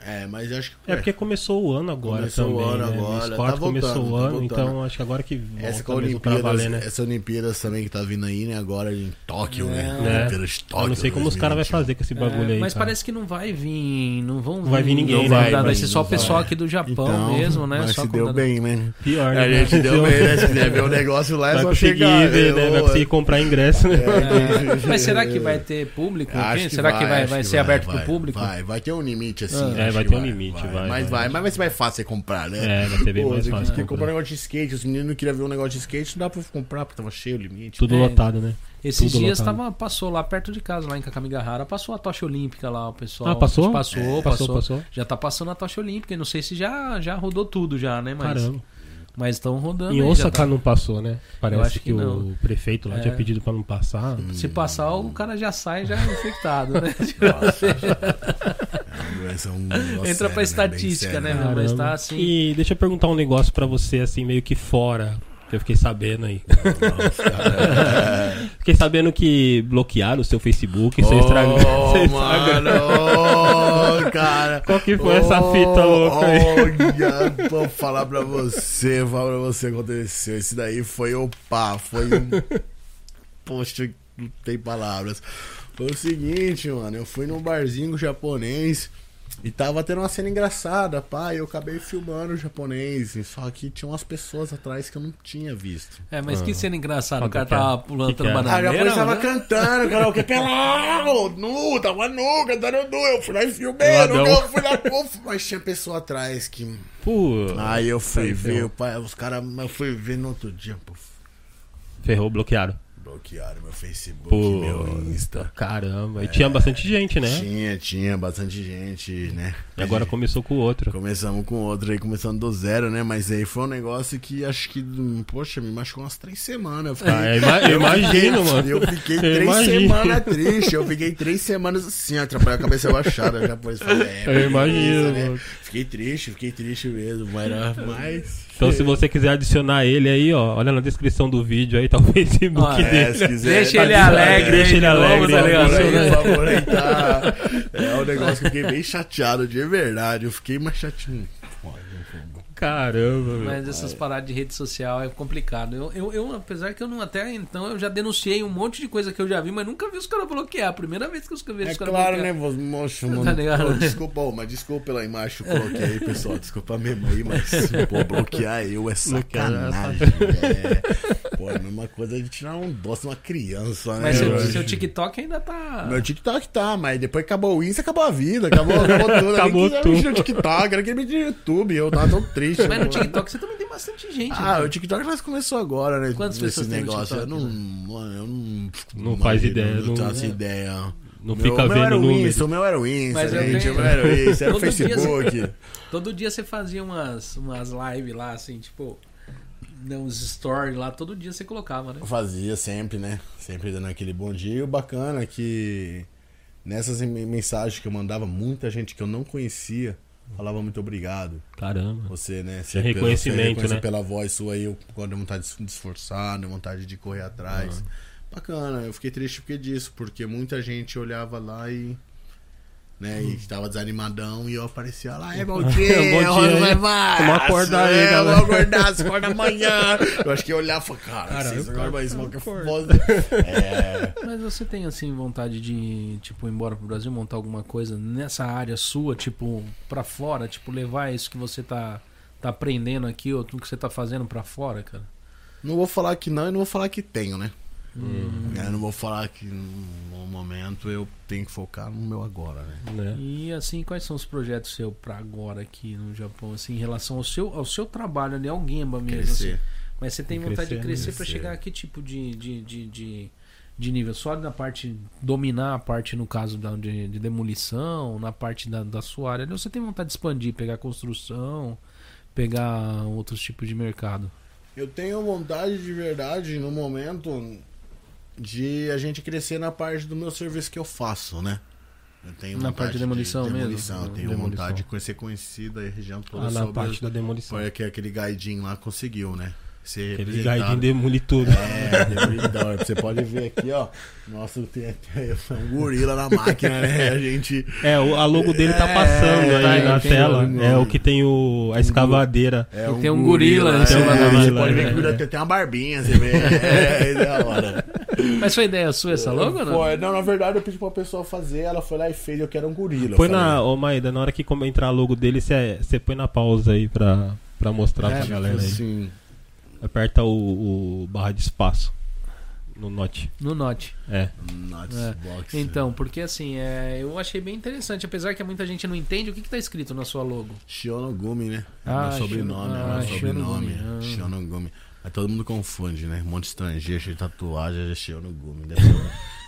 [SPEAKER 3] É, mas eu acho que...
[SPEAKER 1] É porque começou o ano agora
[SPEAKER 3] Começou o
[SPEAKER 1] também,
[SPEAKER 3] ano
[SPEAKER 1] né?
[SPEAKER 3] agora,
[SPEAKER 1] Mês
[SPEAKER 3] tá
[SPEAKER 1] quatro
[SPEAKER 3] voltando,
[SPEAKER 1] começou o
[SPEAKER 3] tá
[SPEAKER 1] ano,
[SPEAKER 3] voltando.
[SPEAKER 1] então acho que agora que volta
[SPEAKER 3] é Essa com a
[SPEAKER 1] mesmo pra
[SPEAKER 3] Olimpíadas,
[SPEAKER 1] valer, né?
[SPEAKER 3] essa Olimpíadas também que tá vindo aí, né? Agora em Tóquio, né?
[SPEAKER 1] É.
[SPEAKER 3] Olimpíadas de Tóquio.
[SPEAKER 1] Eu não sei como os caras vão
[SPEAKER 3] 2021.
[SPEAKER 1] fazer com esse bagulho
[SPEAKER 2] É,
[SPEAKER 1] aí,
[SPEAKER 2] mas
[SPEAKER 1] cara.
[SPEAKER 2] parece que não vai vir. Não vão
[SPEAKER 1] Vai vir ninguém,
[SPEAKER 2] não
[SPEAKER 1] né?
[SPEAKER 2] vai,
[SPEAKER 1] Vai
[SPEAKER 2] vai
[SPEAKER 1] vir,
[SPEAKER 2] ser só o
[SPEAKER 1] não vai.
[SPEAKER 2] pessoal aqui do Japão mesmo, né?
[SPEAKER 3] Então, Mas
[SPEAKER 2] só
[SPEAKER 3] se
[SPEAKER 2] com-
[SPEAKER 3] deu bem, né?
[SPEAKER 1] Pior,
[SPEAKER 3] A
[SPEAKER 1] né?
[SPEAKER 3] gente deu bem, né? Se der bem o negócio lá, é
[SPEAKER 1] Vai
[SPEAKER 3] só
[SPEAKER 1] conseguir
[SPEAKER 3] chegar.
[SPEAKER 1] ver, né?
[SPEAKER 3] Eu-
[SPEAKER 1] Vai conseguir comprar ingresso, né?
[SPEAKER 2] É, mas será que vai ter público?
[SPEAKER 3] Acho
[SPEAKER 2] Quem?
[SPEAKER 3] que
[SPEAKER 2] será que vai,
[SPEAKER 3] acho
[SPEAKER 2] vai
[SPEAKER 3] que
[SPEAKER 2] ser aberto
[SPEAKER 3] vai,
[SPEAKER 2] pro público?
[SPEAKER 3] Vai, vai ter um limite, assim.
[SPEAKER 1] É,
[SPEAKER 3] acho
[SPEAKER 1] vai
[SPEAKER 3] que
[SPEAKER 1] ter um limite, vai,
[SPEAKER 3] Mas
[SPEAKER 1] vai.
[SPEAKER 3] vai, mas vai ser mais fácil você comprar, né?
[SPEAKER 1] É, vai ser bem
[SPEAKER 3] Pô,
[SPEAKER 1] mais
[SPEAKER 3] você
[SPEAKER 1] fácil
[SPEAKER 3] quer comprar um
[SPEAKER 1] comprar.
[SPEAKER 3] negócio de skate, os meninos não queriam ver um negócio de skate, não dá pra comprar, porque tava cheio o limite.
[SPEAKER 1] Tudo
[SPEAKER 2] É.
[SPEAKER 1] lotado, né?
[SPEAKER 2] Esses
[SPEAKER 1] Tudo
[SPEAKER 2] dias
[SPEAKER 1] lotado.
[SPEAKER 2] tava, passou lá perto de casa, lá em Kakamigahara, passou a tocha olímpica lá, o pessoal.
[SPEAKER 1] Ah, passou?
[SPEAKER 2] Passou,
[SPEAKER 1] É,
[SPEAKER 2] passou,
[SPEAKER 1] passou,
[SPEAKER 2] passou,
[SPEAKER 1] passou.
[SPEAKER 2] Já tá passando a tocha olímpica, e não sei se já, já rodou tudo já, né? Mas
[SPEAKER 1] Caramba.
[SPEAKER 2] estão rodando.
[SPEAKER 1] Em
[SPEAKER 2] aí, já
[SPEAKER 1] Osaka
[SPEAKER 2] tá-
[SPEAKER 1] não passou, né? Parece
[SPEAKER 2] acho
[SPEAKER 1] que,
[SPEAKER 2] que não.
[SPEAKER 1] o prefeito lá
[SPEAKER 2] É.
[SPEAKER 1] tinha pedido pra não passar.
[SPEAKER 2] Se passar, o cara já sai já infectado, né?
[SPEAKER 3] Nossa. É uma doença, um negócio
[SPEAKER 2] Entra pra
[SPEAKER 3] sério, bem
[SPEAKER 2] estatística,
[SPEAKER 3] sério,
[SPEAKER 2] né, meu?
[SPEAKER 1] Caramba.
[SPEAKER 2] mas tá assim-
[SPEAKER 1] E deixa eu perguntar um negócio pra você, assim, meio que fora. Que eu fiquei sabendo aí.
[SPEAKER 3] Nossa, cara.
[SPEAKER 1] Fiquei sabendo que bloquearam o seu Facebook, seu Instagram.
[SPEAKER 2] Oh,
[SPEAKER 3] Ô,
[SPEAKER 1] seu Instagram.
[SPEAKER 3] mano, ô, cara.
[SPEAKER 1] Qual que foi essa
[SPEAKER 2] Oh,
[SPEAKER 1] fita louca aí?
[SPEAKER 3] Olha, vou falar pra você, vou falar pra você o que aconteceu. Esse daí foi o pá, foi um. Poxa, não tem palavras. Foi o seguinte, mano, eu fui num barzinho japonês e tava tendo uma cena engraçada, pá, e eu acabei filmando o japonês, e só que tinha umas pessoas atrás que eu não tinha visto.
[SPEAKER 2] É, mas que cena engraçada. O
[SPEAKER 1] Ah. Qual
[SPEAKER 2] cara
[SPEAKER 1] que é?
[SPEAKER 2] tava pulando
[SPEAKER 1] Que que
[SPEAKER 2] pela
[SPEAKER 1] é?
[SPEAKER 3] Ah, o
[SPEAKER 2] bananeira.
[SPEAKER 3] japonês tava
[SPEAKER 2] né?
[SPEAKER 3] cantando, karaokê pelado, é nu, tava nu, cantando nu. Eu fui lá e filmei,
[SPEAKER 1] Peladão.
[SPEAKER 3] nu, eu fui lá, pô, mas tinha pessoa atrás que.
[SPEAKER 1] Pô,
[SPEAKER 3] Aí eu fui
[SPEAKER 1] Aí
[SPEAKER 3] ver,
[SPEAKER 1] ferrou.
[SPEAKER 3] o pai, os caras, eu fui ver no outro dia, pô,
[SPEAKER 1] ferrou, bloquearam.
[SPEAKER 3] bloquearam meu Facebook,
[SPEAKER 1] Pô,
[SPEAKER 3] meu Insta.
[SPEAKER 1] caramba. E tinha bastante gente, né?
[SPEAKER 3] É. Tinha, tinha bastante gente, né?
[SPEAKER 1] E agora começou com o outro.
[SPEAKER 3] Começamos com outro aí, começando do zero, né? Mas aí foi um negócio que acho que, hum, poxa, me machucou umas três semanas. Eu fiquei-
[SPEAKER 1] Ah, eu ima- eu imagino,
[SPEAKER 3] fiquei-
[SPEAKER 1] mano.
[SPEAKER 3] Eu fiquei
[SPEAKER 1] Eu
[SPEAKER 3] três
[SPEAKER 1] imagino.
[SPEAKER 3] semanas triste. Eu fiquei três semanas assim, atrapalhando a cabeça baixada. Já pois falei, é, beleza,
[SPEAKER 1] imagino,
[SPEAKER 3] né?
[SPEAKER 1] mano.
[SPEAKER 3] Fiquei triste, fiquei triste mesmo. Mas, era- mas
[SPEAKER 1] Então, se você quiser adicionar ele aí, ó, olha na descrição do vídeo aí, tá o Facebook
[SPEAKER 2] Ah, é,
[SPEAKER 1] dele.
[SPEAKER 3] se quiser,
[SPEAKER 2] Deixa
[SPEAKER 3] tá
[SPEAKER 2] ele
[SPEAKER 3] ligado,
[SPEAKER 2] alegre,
[SPEAKER 3] né?
[SPEAKER 1] Deixa ele
[SPEAKER 2] de novo,
[SPEAKER 1] alegre,
[SPEAKER 2] tá
[SPEAKER 1] né?
[SPEAKER 2] ligado?
[SPEAKER 3] Por aí, por favor, aí tá. É um negócio que eu fiquei bem chateado, de verdade. Eu fiquei mais chateado.
[SPEAKER 1] Caramba, velho.
[SPEAKER 2] Mas essas paradas de rede social é complicado. Eu, eu, eu, apesar que eu não até então, eu já denunciei um monte de coisa que eu já vi, mas nunca vi os caras bloquear. Primeira vez que eu vi os
[SPEAKER 3] É
[SPEAKER 2] caras
[SPEAKER 3] claro, né,
[SPEAKER 2] bloquear.
[SPEAKER 3] vos- moço, mano?
[SPEAKER 2] Tá ligado,
[SPEAKER 3] Pô,
[SPEAKER 2] né?
[SPEAKER 3] desculpa, ô, mas desculpa pela imagem que eu coloquei aí, pessoal. Desculpa mesmo aí, mas pô, bloquear eu é
[SPEAKER 1] Não quero
[SPEAKER 3] sacanagem. É. Pô, é a mesma coisa de tirar um doce de uma criança, né?
[SPEAKER 2] Mas seu,
[SPEAKER 1] É,
[SPEAKER 3] velho?
[SPEAKER 2] seu TikTok ainda tá.
[SPEAKER 3] Meu TikTok tá, mas depois que acabou o Insta, acabou a vida, acabou, acabou tudo.
[SPEAKER 1] Acabou
[SPEAKER 3] Ninguém queria
[SPEAKER 1] tudo.
[SPEAKER 3] mexer no TikTok, era queria mexer no YouTube, eu tava tão triste.
[SPEAKER 2] Mas no
[SPEAKER 3] mano.
[SPEAKER 2] TikTok você também tem bastante gente.
[SPEAKER 3] Ah,
[SPEAKER 2] né?
[SPEAKER 3] o TikTok nós começou agora, né?
[SPEAKER 2] Quantas
[SPEAKER 3] esse
[SPEAKER 2] pessoas tem no
[SPEAKER 3] negócio? Eu
[SPEAKER 2] TikTok, né? é.
[SPEAKER 3] não, mano, eu não.
[SPEAKER 1] Não faz ideia,
[SPEAKER 3] Não,
[SPEAKER 1] não-
[SPEAKER 3] faço ideia.
[SPEAKER 1] Não
[SPEAKER 3] Meu-
[SPEAKER 1] fica
[SPEAKER 3] o meu era
[SPEAKER 1] vendo
[SPEAKER 3] o
[SPEAKER 1] números.
[SPEAKER 3] Insta, o meu era o Insta,
[SPEAKER 2] Mas eu
[SPEAKER 3] gente.
[SPEAKER 2] tenho-
[SPEAKER 3] O meu era o Insta, era o
[SPEAKER 2] Todo dia
[SPEAKER 3] Facebook.
[SPEAKER 2] Todo dia você fazia umas, umas lives lá, assim, tipo. né, Uns stories lá, todo dia você colocava, né?
[SPEAKER 3] Eu Fazia sempre, né? Sempre dando aquele bom dia. E o bacana é que nessas em- mensagens que eu mandava, muita gente que eu não conhecia falava muito obrigado.
[SPEAKER 1] Caramba.
[SPEAKER 3] Você, né?
[SPEAKER 1] É
[SPEAKER 3] pela-
[SPEAKER 1] reconhecimento,
[SPEAKER 3] reconhece
[SPEAKER 1] né?
[SPEAKER 3] pela voz sua aí, eu quando deu vontade de se esforçar, deu vontade de correr atrás.
[SPEAKER 1] Ah.
[SPEAKER 3] Bacana, eu fiquei triste porque disso, porque muita gente olhava lá e. Né, e tava desanimadão e eu aparecia lá, é bom dia,
[SPEAKER 1] Hum. Bom dia,
[SPEAKER 3] olha,
[SPEAKER 1] hein?
[SPEAKER 3] vai, vai,
[SPEAKER 1] Vamos acordar aí,
[SPEAKER 3] é,
[SPEAKER 1] galera."
[SPEAKER 3] Vamos acordar, se acorda amanhã. Eu acho que eu olhava e falava, cara,
[SPEAKER 1] Cara,
[SPEAKER 3] vocês
[SPEAKER 1] eu
[SPEAKER 3] agora mais
[SPEAKER 1] tô-
[SPEAKER 3] mal que
[SPEAKER 1] eu
[SPEAKER 3] eu
[SPEAKER 1] acordo.
[SPEAKER 3] foda. É,
[SPEAKER 2] Mas você tem, assim, vontade de, tipo, ir embora pro Brasil, montar alguma coisa nessa área sua, tipo, pra fora? Tipo, levar isso que você tá, tá aprendendo aqui ou tudo que você tá fazendo pra fora, cara?
[SPEAKER 3] não vou falar que não e não vou falar que tenho, né?
[SPEAKER 1] Hum.
[SPEAKER 3] Eu não vou falar que no momento eu tenho que focar no meu agora, né?
[SPEAKER 1] Né?
[SPEAKER 2] E assim, quais são os projetos seus pra agora aqui no Japão, assim, em relação ao seu, ao seu trabalho ali, ao Gemba mesmo?
[SPEAKER 3] Crescer.
[SPEAKER 2] assim? Mas você tem
[SPEAKER 1] Crescer,
[SPEAKER 2] vontade de
[SPEAKER 1] né?
[SPEAKER 2] crescer pra
[SPEAKER 3] Crescer.
[SPEAKER 2] chegar a que tipo de, de, de, de, de nível? Só na parte dominar a parte, no caso, da, de, de demolição, na parte da, da sua área ali, ou você tem vontade de expandir, pegar construção, pegar outros tipos de mercado?
[SPEAKER 3] Eu tenho vontade de verdade, no momento, de a gente crescer na parte do meu serviço que eu faço, né? Eu tenho
[SPEAKER 2] Na
[SPEAKER 3] vontade
[SPEAKER 2] parte de demolição mesmo?
[SPEAKER 3] demolição. Eu tenho
[SPEAKER 2] Demolição.
[SPEAKER 3] vontade de conhecer conhecida a região toda
[SPEAKER 1] Ah, na
[SPEAKER 3] sobre
[SPEAKER 1] parte da demolição.
[SPEAKER 3] Foi que aquele gaidinho lá conseguiu, né? Ser
[SPEAKER 1] Aquele
[SPEAKER 3] representado.
[SPEAKER 1] gaidinho demole tudo.
[SPEAKER 3] É, demolidor. Você pode ver aqui, ó. Nossa, tem até um gorila na máquina, né? A gente.
[SPEAKER 1] É, o- a logo dele tá
[SPEAKER 3] É,
[SPEAKER 1] passando
[SPEAKER 3] tá
[SPEAKER 1] aí
[SPEAKER 3] aí,
[SPEAKER 1] na
[SPEAKER 3] tem
[SPEAKER 1] tela.
[SPEAKER 3] um-
[SPEAKER 1] É o que tem o, a escavadeira.
[SPEAKER 3] É
[SPEAKER 2] E tem um gorila em cima
[SPEAKER 3] é,
[SPEAKER 1] da
[SPEAKER 3] Você
[SPEAKER 1] máquina,
[SPEAKER 3] pode ver
[SPEAKER 1] né?
[SPEAKER 3] que o gorila tem até uma barbinha, você vê. É, é da hora.
[SPEAKER 2] Mas foi ideia sua essa logo é ou não?
[SPEAKER 3] É, Foi, não, na verdade eu pedi pra uma pessoa fazer, ela foi lá e fez, eu quero um gorila.
[SPEAKER 1] Põe
[SPEAKER 3] eu falei.
[SPEAKER 1] na. Ô, Maida, na hora que como entrar a logo dele, você põe na pausa aí pra, pra mostrar pra
[SPEAKER 3] tipo
[SPEAKER 1] galera aí.
[SPEAKER 3] assim,
[SPEAKER 1] Aperta o, o barra de espaço no note.
[SPEAKER 2] No Note.
[SPEAKER 1] É.
[SPEAKER 3] nuts
[SPEAKER 2] É,
[SPEAKER 3] box.
[SPEAKER 2] Então, porque assim, é, eu achei bem interessante, apesar que muita gente não entende o que, que tá escrito na sua logo.
[SPEAKER 3] Shionogumi, né?
[SPEAKER 2] Ah,
[SPEAKER 3] Ah, meu sobrenome,
[SPEAKER 2] Shino-
[SPEAKER 3] é
[SPEAKER 2] ah,
[SPEAKER 3] meu sobrenome.
[SPEAKER 2] Shionogumi, ah.
[SPEAKER 3] Shionogumi. Mas todo mundo confunde, né? Um monte de estrangeiro, cheio de tatuagem, é Shionogumi. Deve ser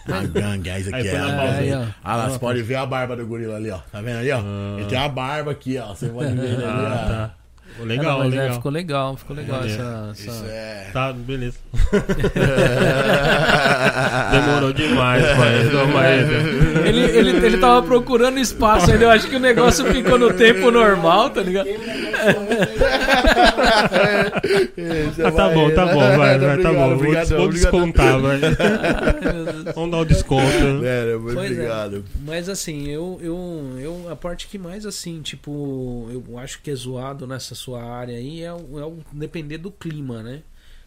[SPEAKER 3] uma- uma gangue, aí isso
[SPEAKER 1] Aí
[SPEAKER 3] aqui é
[SPEAKER 1] põe
[SPEAKER 3] a
[SPEAKER 1] na
[SPEAKER 3] base.
[SPEAKER 2] pausa aí,
[SPEAKER 3] aí.
[SPEAKER 2] ó.
[SPEAKER 3] Ah lá, você pode ver a barba do gorila ali, ó. Tá vendo ali, ó? Ele tem a barba aqui, ó. Você pode ver ele ali, ó.
[SPEAKER 1] Ah, tá. Ô,
[SPEAKER 2] Ah, não,
[SPEAKER 1] Legal,
[SPEAKER 2] mas, é,
[SPEAKER 1] legal.
[SPEAKER 2] ficou legal, ficou legal
[SPEAKER 1] É.
[SPEAKER 2] essa.
[SPEAKER 3] Isso
[SPEAKER 2] essa-
[SPEAKER 3] é.
[SPEAKER 1] Tá, beleza. Demorou demais,
[SPEAKER 3] É,
[SPEAKER 1] Maeda. Ô, Maeda.
[SPEAKER 2] Ele, ele, ele tava procurando espaço ainda. Eu acho que o negócio ficou no tempo normal, tá ligado?
[SPEAKER 3] Esse é
[SPEAKER 1] Ah, tá
[SPEAKER 3] o
[SPEAKER 1] bom, tá
[SPEAKER 3] Bahia.
[SPEAKER 1] bom, vai, vai, tá
[SPEAKER 3] é, Obrigado,
[SPEAKER 1] bom. Vou,
[SPEAKER 3] obrigado,
[SPEAKER 1] des- vou
[SPEAKER 3] obrigado.
[SPEAKER 1] descontar, vai. Vamos dar o desconto.
[SPEAKER 3] Sério, muito
[SPEAKER 2] Pois é.
[SPEAKER 3] obrigado.
[SPEAKER 2] Mas assim, eu, eu, eu. A parte que mais, assim, tipo, eu acho que é zoado nessa sua área aí é o, é o depender do clima, né?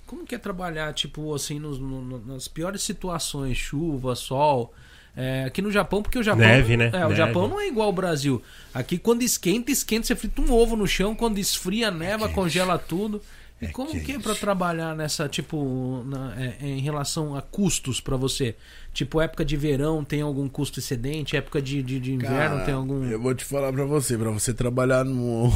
[SPEAKER 2] Como que é trabalhar, tipo, assim, nos, no- no- nas piores situações, chuva, sol. É, aqui no Japão, porque o Japão.
[SPEAKER 1] Neve, né?
[SPEAKER 2] É, o
[SPEAKER 1] Neve.
[SPEAKER 2] Japão não é igual ao Brasil. Aqui quando esquenta, esquenta, você frita um ovo no chão, quando esfria, neva,
[SPEAKER 3] quente.
[SPEAKER 2] congela tudo. E
[SPEAKER 3] É
[SPEAKER 2] como que é
[SPEAKER 3] quente.
[SPEAKER 2] pra trabalhar nessa, tipo, na- é- é em relação a custos pra você? Tipo, época de verão tem algum custo excedente? Época de, de, de inverno
[SPEAKER 3] Cara,
[SPEAKER 2] tem algum.
[SPEAKER 3] Eu vou te falar pra você, pra você trabalhar no,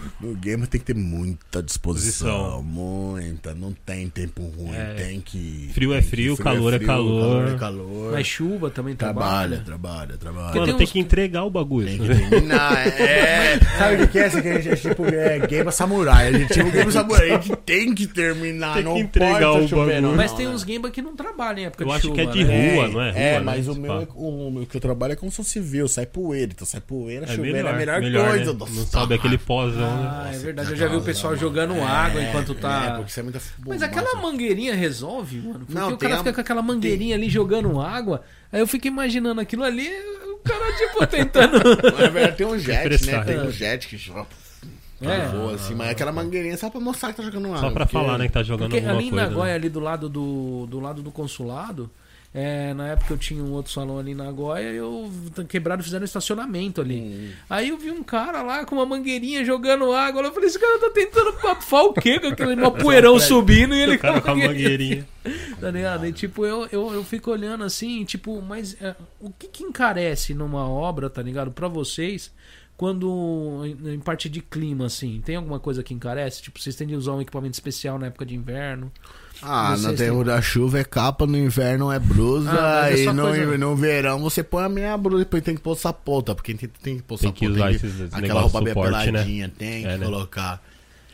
[SPEAKER 3] no game tem que ter muita disposição,
[SPEAKER 1] Disposição.
[SPEAKER 3] muita, não tem tempo ruim,
[SPEAKER 1] É.
[SPEAKER 3] tem que...
[SPEAKER 1] Frio é frio, calor é calor.
[SPEAKER 3] calor é calor.
[SPEAKER 2] Mas chuva também
[SPEAKER 3] Trabalha,
[SPEAKER 2] trabalha.
[SPEAKER 3] trabalha, trabalha.
[SPEAKER 1] Mano,
[SPEAKER 2] tem
[SPEAKER 1] tem
[SPEAKER 2] uns-
[SPEAKER 1] que entregar o bagulho. assim.
[SPEAKER 3] Tem que terminar, é. Sabe o que que é isso? Que a gente é tipo é, Game Samurai. A gente é um Game Samurai, a gente tem que terminar,
[SPEAKER 1] Tem que
[SPEAKER 3] não
[SPEAKER 1] entregar
[SPEAKER 3] pode
[SPEAKER 1] o
[SPEAKER 3] chover, não,
[SPEAKER 1] bagulho.
[SPEAKER 2] Mas
[SPEAKER 3] não,
[SPEAKER 2] tem
[SPEAKER 3] né?
[SPEAKER 2] uns Gemba que não trabalham em época
[SPEAKER 1] Eu
[SPEAKER 2] de
[SPEAKER 1] acho
[SPEAKER 2] chuva.
[SPEAKER 1] que é de
[SPEAKER 2] né?
[SPEAKER 1] rua, não é?
[SPEAKER 3] É,
[SPEAKER 1] Rua, né?
[SPEAKER 3] mas o,
[SPEAKER 1] Esse
[SPEAKER 3] meu,
[SPEAKER 1] pá.
[SPEAKER 3] é- o meu que eu trabalho é como se fosse civil, sai poeira. Então sai poeira,
[SPEAKER 1] É
[SPEAKER 3] chover é
[SPEAKER 1] melhor,
[SPEAKER 3] a melhor,
[SPEAKER 1] melhor,
[SPEAKER 3] coisa.
[SPEAKER 1] né?
[SPEAKER 3] Nossa,
[SPEAKER 1] Não
[SPEAKER 3] tá
[SPEAKER 1] sobe aquele pozão, né?
[SPEAKER 2] Ah, é verdade. Eu já vi o pessoal jogando água enquanto
[SPEAKER 3] É,
[SPEAKER 2] tá.
[SPEAKER 3] porque isso é muita
[SPEAKER 2] Mas
[SPEAKER 3] fumaça.
[SPEAKER 2] aquela mangueirinha resolve, mano? Porque
[SPEAKER 3] Não,
[SPEAKER 2] o cara
[SPEAKER 3] tem a-
[SPEAKER 2] fica com aquela mangueirinha ali jogando água. Aí eu fico imaginando aquilo ali, o cara, tipo, tentando.
[SPEAKER 1] Tá
[SPEAKER 3] Na verdade, tem um jet, né?
[SPEAKER 1] Refrescar.
[SPEAKER 3] Tem um jet que joga.
[SPEAKER 2] É.
[SPEAKER 3] voa assim, mas é aquela mangueirinha só pra mostrar que tá jogando água.
[SPEAKER 1] Só pra né?
[SPEAKER 3] porque-
[SPEAKER 1] falar, né, que tá jogando
[SPEAKER 2] Porque
[SPEAKER 1] alguma
[SPEAKER 2] ali em
[SPEAKER 1] coisa.
[SPEAKER 2] Nagoya,
[SPEAKER 1] né?
[SPEAKER 2] ali do lado do, do lado do consulado, É, na época eu tinha um outro salão ali na Goia, eu quebraram, fizeram um estacionamento ali.
[SPEAKER 3] Hum.
[SPEAKER 2] Aí eu vi um cara lá com uma mangueirinha jogando água. Eu falei, esse cara tá tentando papar o quê? Com aquele uma poeirão subindo e ele
[SPEAKER 1] é O cara com a mangueirinha.
[SPEAKER 2] Tá ligado? E tipo, eu, eu, eu fico olhando assim, tipo, mas é, o que que encarece numa obra, tá ligado? Pra vocês, quando em, em parte de clima, assim, tem alguma coisa que encarece? Tipo, vocês têm de usar um equipamento especial na época de inverno?
[SPEAKER 3] Ah,
[SPEAKER 2] Vocês
[SPEAKER 3] no
[SPEAKER 2] têm-
[SPEAKER 3] tempo da chuva é capa, no inverno é blusa,
[SPEAKER 2] Ah, mas é
[SPEAKER 3] e
[SPEAKER 2] só
[SPEAKER 3] no,
[SPEAKER 2] coisa-
[SPEAKER 3] no verão você põe a minha blusa, depois tem que pôr sapota, porque tem, tem que pôr
[SPEAKER 1] Tem
[SPEAKER 3] sapota,
[SPEAKER 1] que usar esses- esse
[SPEAKER 3] aquela
[SPEAKER 1] negócio
[SPEAKER 3] roupa bem
[SPEAKER 1] suporte, né?
[SPEAKER 3] apeladinha, tem que
[SPEAKER 1] É, né?
[SPEAKER 3] colocar.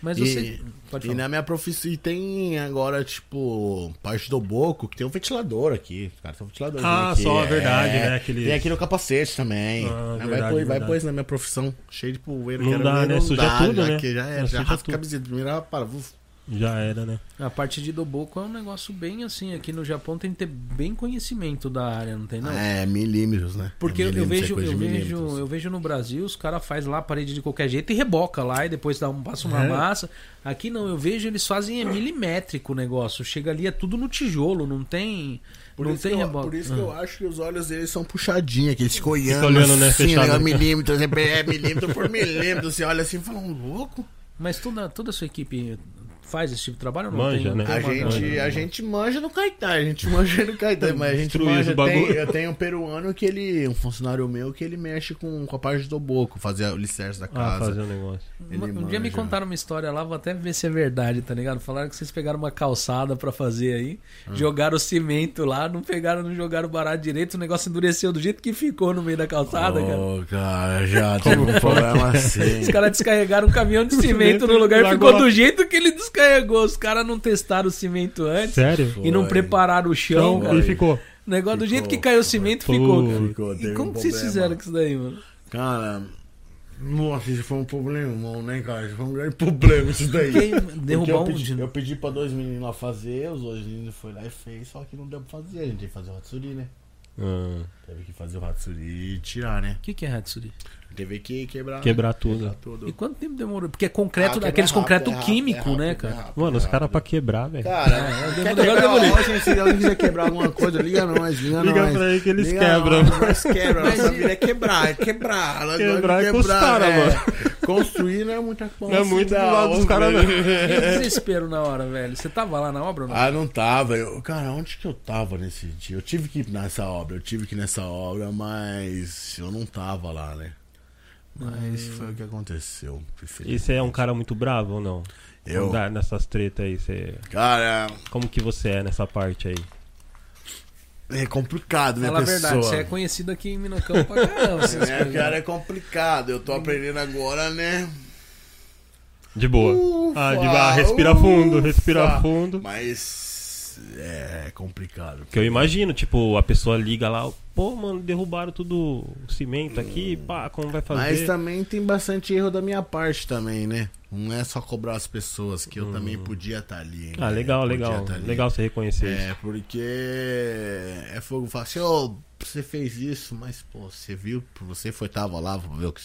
[SPEAKER 2] Mas
[SPEAKER 3] E-
[SPEAKER 2] você. Pode
[SPEAKER 3] E
[SPEAKER 2] falar.
[SPEAKER 3] na minha profissão, e tem agora, tipo, parte do boco, que tem um ventilador aqui, os caras tem um ventilador
[SPEAKER 1] Ah,
[SPEAKER 3] aqui, É,
[SPEAKER 1] só, verdade, né, aqueles-
[SPEAKER 3] Tem aqui no capacete também,
[SPEAKER 1] Ah,
[SPEAKER 3] Ah, vai
[SPEAKER 1] verdade,
[SPEAKER 3] pôr vai
[SPEAKER 1] verdade.
[SPEAKER 3] pôr isso na minha profissão, cheio de poeira,
[SPEAKER 1] Não
[SPEAKER 3] quero
[SPEAKER 1] dá,
[SPEAKER 3] ver,
[SPEAKER 1] né? Suja tudo,
[SPEAKER 3] já
[SPEAKER 1] né?
[SPEAKER 3] que já é,
[SPEAKER 1] Já
[SPEAKER 3] já
[SPEAKER 1] suja
[SPEAKER 3] rasca a
[SPEAKER 1] tudo.
[SPEAKER 3] camiseta, mira, para, vuf,
[SPEAKER 1] Já era, né?
[SPEAKER 2] A parte de doboco é um negócio bem assim. Aqui no Japão tem que ter bem conhecimento da área, não tem não?
[SPEAKER 3] É, milímetros, né?
[SPEAKER 2] Porque eu- eu
[SPEAKER 3] Milímetros, é
[SPEAKER 2] vejo,
[SPEAKER 3] coisa de
[SPEAKER 2] eu vejo,
[SPEAKER 3] milímetros.
[SPEAKER 2] eu vejo no Brasil, os caras fazem lá a parede de qualquer jeito e reboca lá e depois dá um, passa uma
[SPEAKER 1] É.
[SPEAKER 2] massa. Aqui não, eu vejo eles fazem é milimétrico o negócio. Chega ali, é tudo no tijolo, não tem.
[SPEAKER 3] Por
[SPEAKER 2] não
[SPEAKER 3] isso,
[SPEAKER 2] tem
[SPEAKER 3] que eu,
[SPEAKER 2] reboca.
[SPEAKER 3] por isso que eu acho que os olhos deles são puxadinhos, que eles ficam olhando,
[SPEAKER 1] Ah. olhando, né,
[SPEAKER 3] assim,
[SPEAKER 1] fechado.
[SPEAKER 3] né, milímetros, é, é milímetro por milímetro, você olha assim e fala, um louco.
[SPEAKER 2] Ah. Mas toda, toda a sua equipe faz esse tipo de trabalho ou não
[SPEAKER 1] Manja,
[SPEAKER 2] tem?
[SPEAKER 1] né?
[SPEAKER 2] tem
[SPEAKER 3] A
[SPEAKER 1] É
[SPEAKER 2] uma-
[SPEAKER 3] gente, a gente manja no Caetai, a gente manja no Caetai, mas a gente
[SPEAKER 1] Destruiu
[SPEAKER 3] manja,
[SPEAKER 1] esse bagulho.
[SPEAKER 3] tem- eu tenho um peruano que ele, um funcionário meu, que ele mexe com, com a parte do boco, fazer o alicerce da
[SPEAKER 1] Ah,
[SPEAKER 3] casa.
[SPEAKER 1] fazer o negócio.
[SPEAKER 2] Uma- um dia me contaram uma história lá, vou até ver se é verdade, tá ligado? Falaram que vocês pegaram uma calçada pra fazer aí, jogaram cimento lá, não pegaram, não jogaram barato direito, o negócio endureceu do jeito que ficou no meio da calçada, cara.
[SPEAKER 3] Ô, cara, já teve um problema assim.
[SPEAKER 2] Os caras descarregaram um caminhão de cimento no lugar e
[SPEAKER 1] Largou
[SPEAKER 2] ficou
[SPEAKER 1] lá.
[SPEAKER 2] do jeito que ele descarregou. Os caras não testaram o cimento antes
[SPEAKER 1] Sério?
[SPEAKER 2] e não
[SPEAKER 3] Foi.
[SPEAKER 2] prepararam o chão.
[SPEAKER 1] Então,
[SPEAKER 2] cara.
[SPEAKER 1] e ficou.
[SPEAKER 2] O negócio do
[SPEAKER 3] Ficou,
[SPEAKER 2] jeito que caiu o cimento
[SPEAKER 1] foi.
[SPEAKER 2] ficou.
[SPEAKER 1] Foi.
[SPEAKER 2] cara.
[SPEAKER 3] Ficou,
[SPEAKER 2] E
[SPEAKER 3] teve
[SPEAKER 2] como
[SPEAKER 3] um
[SPEAKER 2] que vocês
[SPEAKER 3] problema.
[SPEAKER 2] fizeram com isso daí, mano?
[SPEAKER 3] Cara, nossa, isso foi um problemão, né, cara? Isso foi um grande problema isso daí.
[SPEAKER 2] Quem
[SPEAKER 3] Porque
[SPEAKER 2] derrubar
[SPEAKER 3] eu
[SPEAKER 2] um
[SPEAKER 3] pedi,
[SPEAKER 2] de-
[SPEAKER 3] eu pedi pra dois meninos lá fazer, os dois meninos foram lá e fez, só que não deu pra fazer, a gente teve que fazer o Hatsuri, né?
[SPEAKER 1] Ah,
[SPEAKER 3] Teve que fazer o Hatsuri e tirar, né?
[SPEAKER 2] O que, que é Hatsuri?
[SPEAKER 3] Teve que quebrar.
[SPEAKER 1] Quebrar tudo.
[SPEAKER 3] Quebrar tudo.
[SPEAKER 2] E quanto tempo demorou? Porque é
[SPEAKER 3] Ah,
[SPEAKER 2] concreto,
[SPEAKER 3] quebrar
[SPEAKER 2] aqueles
[SPEAKER 3] rápido,
[SPEAKER 2] concreto
[SPEAKER 3] é rápido,
[SPEAKER 2] químico,
[SPEAKER 3] é rápido,
[SPEAKER 2] né,
[SPEAKER 3] é
[SPEAKER 2] cara?
[SPEAKER 3] rápido,
[SPEAKER 1] Mano, os
[SPEAKER 3] é
[SPEAKER 1] caras
[SPEAKER 3] rápido.
[SPEAKER 1] pra quebrar, velho.
[SPEAKER 3] Cara, quer
[SPEAKER 2] demorei, eu
[SPEAKER 3] quebrar,
[SPEAKER 2] demorei.
[SPEAKER 3] ó, gente, se alguém quiser quebrar alguma coisa, liga nós, liga,
[SPEAKER 1] Liga
[SPEAKER 3] nós.
[SPEAKER 1] pra aí que eles
[SPEAKER 3] Liga
[SPEAKER 1] quebram.
[SPEAKER 3] Nós, nós quebra,
[SPEAKER 2] Mas
[SPEAKER 3] nossa
[SPEAKER 2] e-
[SPEAKER 3] vida é quebrar, é quebrar. Nós
[SPEAKER 1] Quebrar
[SPEAKER 3] vamos
[SPEAKER 1] é custar,
[SPEAKER 3] é.
[SPEAKER 1] mano.
[SPEAKER 3] Construir não é muita coisa.
[SPEAKER 1] Não é muito do
[SPEAKER 3] não,
[SPEAKER 1] lado dos caras,
[SPEAKER 3] velho.
[SPEAKER 1] não.
[SPEAKER 2] E o um desespero na hora, velho. Você tava lá na obra ou não?
[SPEAKER 3] é Ah, não tava. Eu, cara, onde que eu tava nesse dia? Eu tive que ir nessa obra, eu tive que ir nessa obra, mas eu não tava lá, né?
[SPEAKER 2] Hum.
[SPEAKER 3] Mas foi o que aconteceu.
[SPEAKER 1] E você é um cara muito bravo ou não?
[SPEAKER 3] Eu?
[SPEAKER 1] Dá- Nessas tretas aí, você.
[SPEAKER 3] Cara,
[SPEAKER 1] Como que você é nessa parte aí?
[SPEAKER 3] é complicado, né,
[SPEAKER 2] Fala a
[SPEAKER 3] pessoa?
[SPEAKER 2] verdade, você é conhecido aqui em Minocão pra caramba. essas
[SPEAKER 3] É,
[SPEAKER 2] coisas. né?
[SPEAKER 3] cara, é complicado. Eu tô aprendendo agora, né?
[SPEAKER 1] De boa.
[SPEAKER 3] Ufa,
[SPEAKER 1] ah, de boa. Respira fundo, respira
[SPEAKER 3] ufa.
[SPEAKER 1] fundo.
[SPEAKER 3] Mas é complicado.
[SPEAKER 1] Que eu imagino, tipo, a pessoa liga lá, pô, mano, derrubaram tudo o cimento aqui, pá, como vai
[SPEAKER 3] Mas
[SPEAKER 1] fazer?
[SPEAKER 3] também tem bastante erro da minha parte também, né? Não é só cobrar as pessoas, que eu também podia estar ali.
[SPEAKER 1] Ah,
[SPEAKER 3] né?
[SPEAKER 1] legal,
[SPEAKER 3] Podia
[SPEAKER 1] legal.
[SPEAKER 3] tá ali.
[SPEAKER 1] Legal você reconhecer isso.
[SPEAKER 3] É, porque é fogo fácil. Ô, você fez isso, mas pô, você viu, você foi, tava lá, viu o que,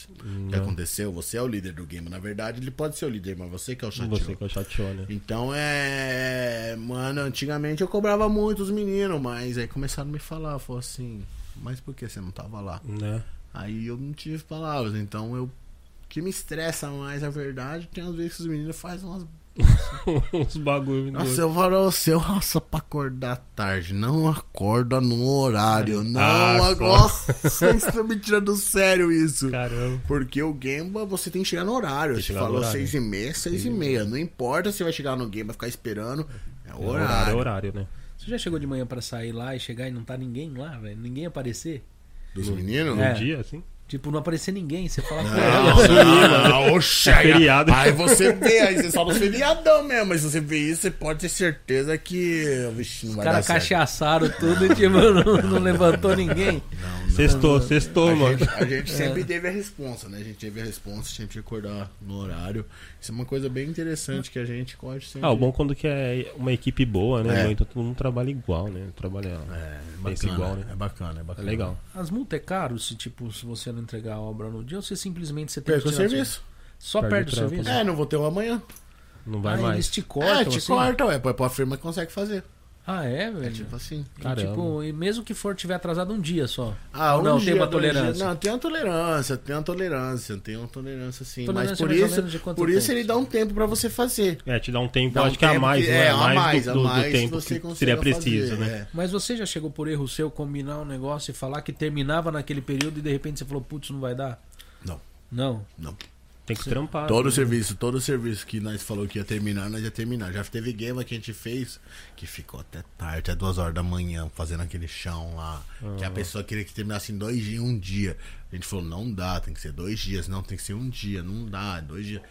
[SPEAKER 3] que aconteceu. Você é o líder do game. Na verdade, ele pode ser o líder, mas você que é o chateado.
[SPEAKER 1] Você que é o chateou, né?
[SPEAKER 3] Então é. Mano, antigamente eu cobrava muito os meninos, mas aí começaram a me falar, falou assim, mas por que você não tava lá?
[SPEAKER 1] Né?
[SPEAKER 3] Aí eu não tive palavras, então eu. O que me estressa mais, a verdade, tem às vezes que os meninos fazem umas.
[SPEAKER 1] Uns bagulho.
[SPEAKER 3] Nossa, eu falo ao seu, nossa, pra acordar tarde. Não acorda no horário. Não
[SPEAKER 1] Ah, só.
[SPEAKER 3] agora. Vocês estão me tirando do sério isso.
[SPEAKER 1] Caramba.
[SPEAKER 3] Porque o Gamba você tem que chegar no horário.
[SPEAKER 1] Tem que
[SPEAKER 3] Você
[SPEAKER 1] chegar no
[SPEAKER 3] falou
[SPEAKER 1] horário.
[SPEAKER 3] seis e meia, seis e meia. Não importa se vai chegar no Gamba, ficar esperando. É
[SPEAKER 1] É horário, é
[SPEAKER 3] horário.
[SPEAKER 1] horário, né?
[SPEAKER 2] Você já chegou de manhã pra sair lá e chegar e não tá ninguém lá, velho? Ninguém aparecer?
[SPEAKER 3] Dos meninos? Ah,
[SPEAKER 1] No
[SPEAKER 2] É.
[SPEAKER 1] dia, assim?
[SPEAKER 2] Tipo, não aparecer ninguém, você fala com
[SPEAKER 3] É. Não,
[SPEAKER 2] ela.
[SPEAKER 3] não, é não, oxe, aí-
[SPEAKER 1] feriado.
[SPEAKER 3] Aí você vê, aí você só no feriadão mesmo. Mas se você vê isso, você pode ter certeza que. Vixe, não
[SPEAKER 2] Os
[SPEAKER 3] vai
[SPEAKER 2] caras
[SPEAKER 3] dar certo.
[SPEAKER 2] cachaçaram tudo e tipo, não, não levantou ninguém.
[SPEAKER 1] Sextou, sextou,
[SPEAKER 3] A
[SPEAKER 1] mano.
[SPEAKER 3] gente, a gente sempre teve a responsa, né? A gente teve a responsa, tinha que acordar no horário. Isso é uma coisa bem interessante que a gente corre sempre.
[SPEAKER 1] Ah, o bom quando que é uma equipe boa, né?
[SPEAKER 3] É.
[SPEAKER 1] mano? Então todo mundo trabalha igual, né? Trabalha.
[SPEAKER 3] É
[SPEAKER 1] Pensa
[SPEAKER 3] bacana,
[SPEAKER 1] igual, né?
[SPEAKER 3] é bacana, é
[SPEAKER 1] É
[SPEAKER 3] bacana.
[SPEAKER 1] legal.
[SPEAKER 2] As multas é caro se, tipo, se você não entregar a obra no dia ou você simplesmente você tem
[SPEAKER 3] Perca o
[SPEAKER 2] que tirar
[SPEAKER 3] serviço.
[SPEAKER 2] Só
[SPEAKER 1] Perde
[SPEAKER 2] perde o
[SPEAKER 1] o trampo,
[SPEAKER 2] serviço?
[SPEAKER 3] É, não vou ter o amanhã.
[SPEAKER 1] Não vai
[SPEAKER 2] Ah,
[SPEAKER 1] mais.
[SPEAKER 2] Eles te cortam,
[SPEAKER 3] é, te
[SPEAKER 2] assim?
[SPEAKER 3] corta, ué. Põe pra firma que consegue fazer.
[SPEAKER 2] Ah, Ah, é, velho?
[SPEAKER 3] É tipo assim.
[SPEAKER 2] E, tipo,
[SPEAKER 1] Caramba.
[SPEAKER 2] e mesmo que for, tiver atrasado um dia só.
[SPEAKER 3] Ah,
[SPEAKER 2] Ou não,
[SPEAKER 3] dia,
[SPEAKER 2] tem uma
[SPEAKER 3] dois dias.
[SPEAKER 2] tolerância.
[SPEAKER 3] Não, tem uma tolerância, tem uma tolerância, tem uma tolerância sim.
[SPEAKER 2] Tolerância
[SPEAKER 3] mas por
[SPEAKER 2] mais ou
[SPEAKER 3] isso,
[SPEAKER 2] menos de quanto
[SPEAKER 3] por isso
[SPEAKER 2] tempo?
[SPEAKER 3] ele dá um tempo pra você fazer.
[SPEAKER 1] É, te dá um tempo,
[SPEAKER 3] Dá um
[SPEAKER 1] acho que a
[SPEAKER 3] tempo
[SPEAKER 1] mais,
[SPEAKER 3] que-
[SPEAKER 1] né?
[SPEAKER 3] é,
[SPEAKER 1] a
[SPEAKER 3] a
[SPEAKER 1] mais
[SPEAKER 3] mais,
[SPEAKER 1] do,
[SPEAKER 3] a
[SPEAKER 1] do
[SPEAKER 3] mais
[SPEAKER 1] tempo
[SPEAKER 3] você
[SPEAKER 1] que
[SPEAKER 3] consegue
[SPEAKER 1] seria
[SPEAKER 3] fazer,
[SPEAKER 1] preciso, né?
[SPEAKER 3] é.
[SPEAKER 2] Mas você já chegou por erro seu combinar um negócio e falar que terminava naquele período e de repente você falou, putz, não vai dar?
[SPEAKER 3] Não,
[SPEAKER 2] Não.
[SPEAKER 3] não.
[SPEAKER 1] Tem que trampar.
[SPEAKER 3] Todo
[SPEAKER 1] né?
[SPEAKER 3] o serviço, todo o serviço que nós falou que ia terminar, nós ia terminar. Já teve game que a gente fez que ficou até tarde, até duas horas da manhã, fazendo aquele chão lá. Que
[SPEAKER 1] Ah.
[SPEAKER 3] a pessoa queria que terminasse em dois dias, um dia. A gente falou, não dá, tem que ser dois dias, não, tem que ser um dia, não dá, dois dias.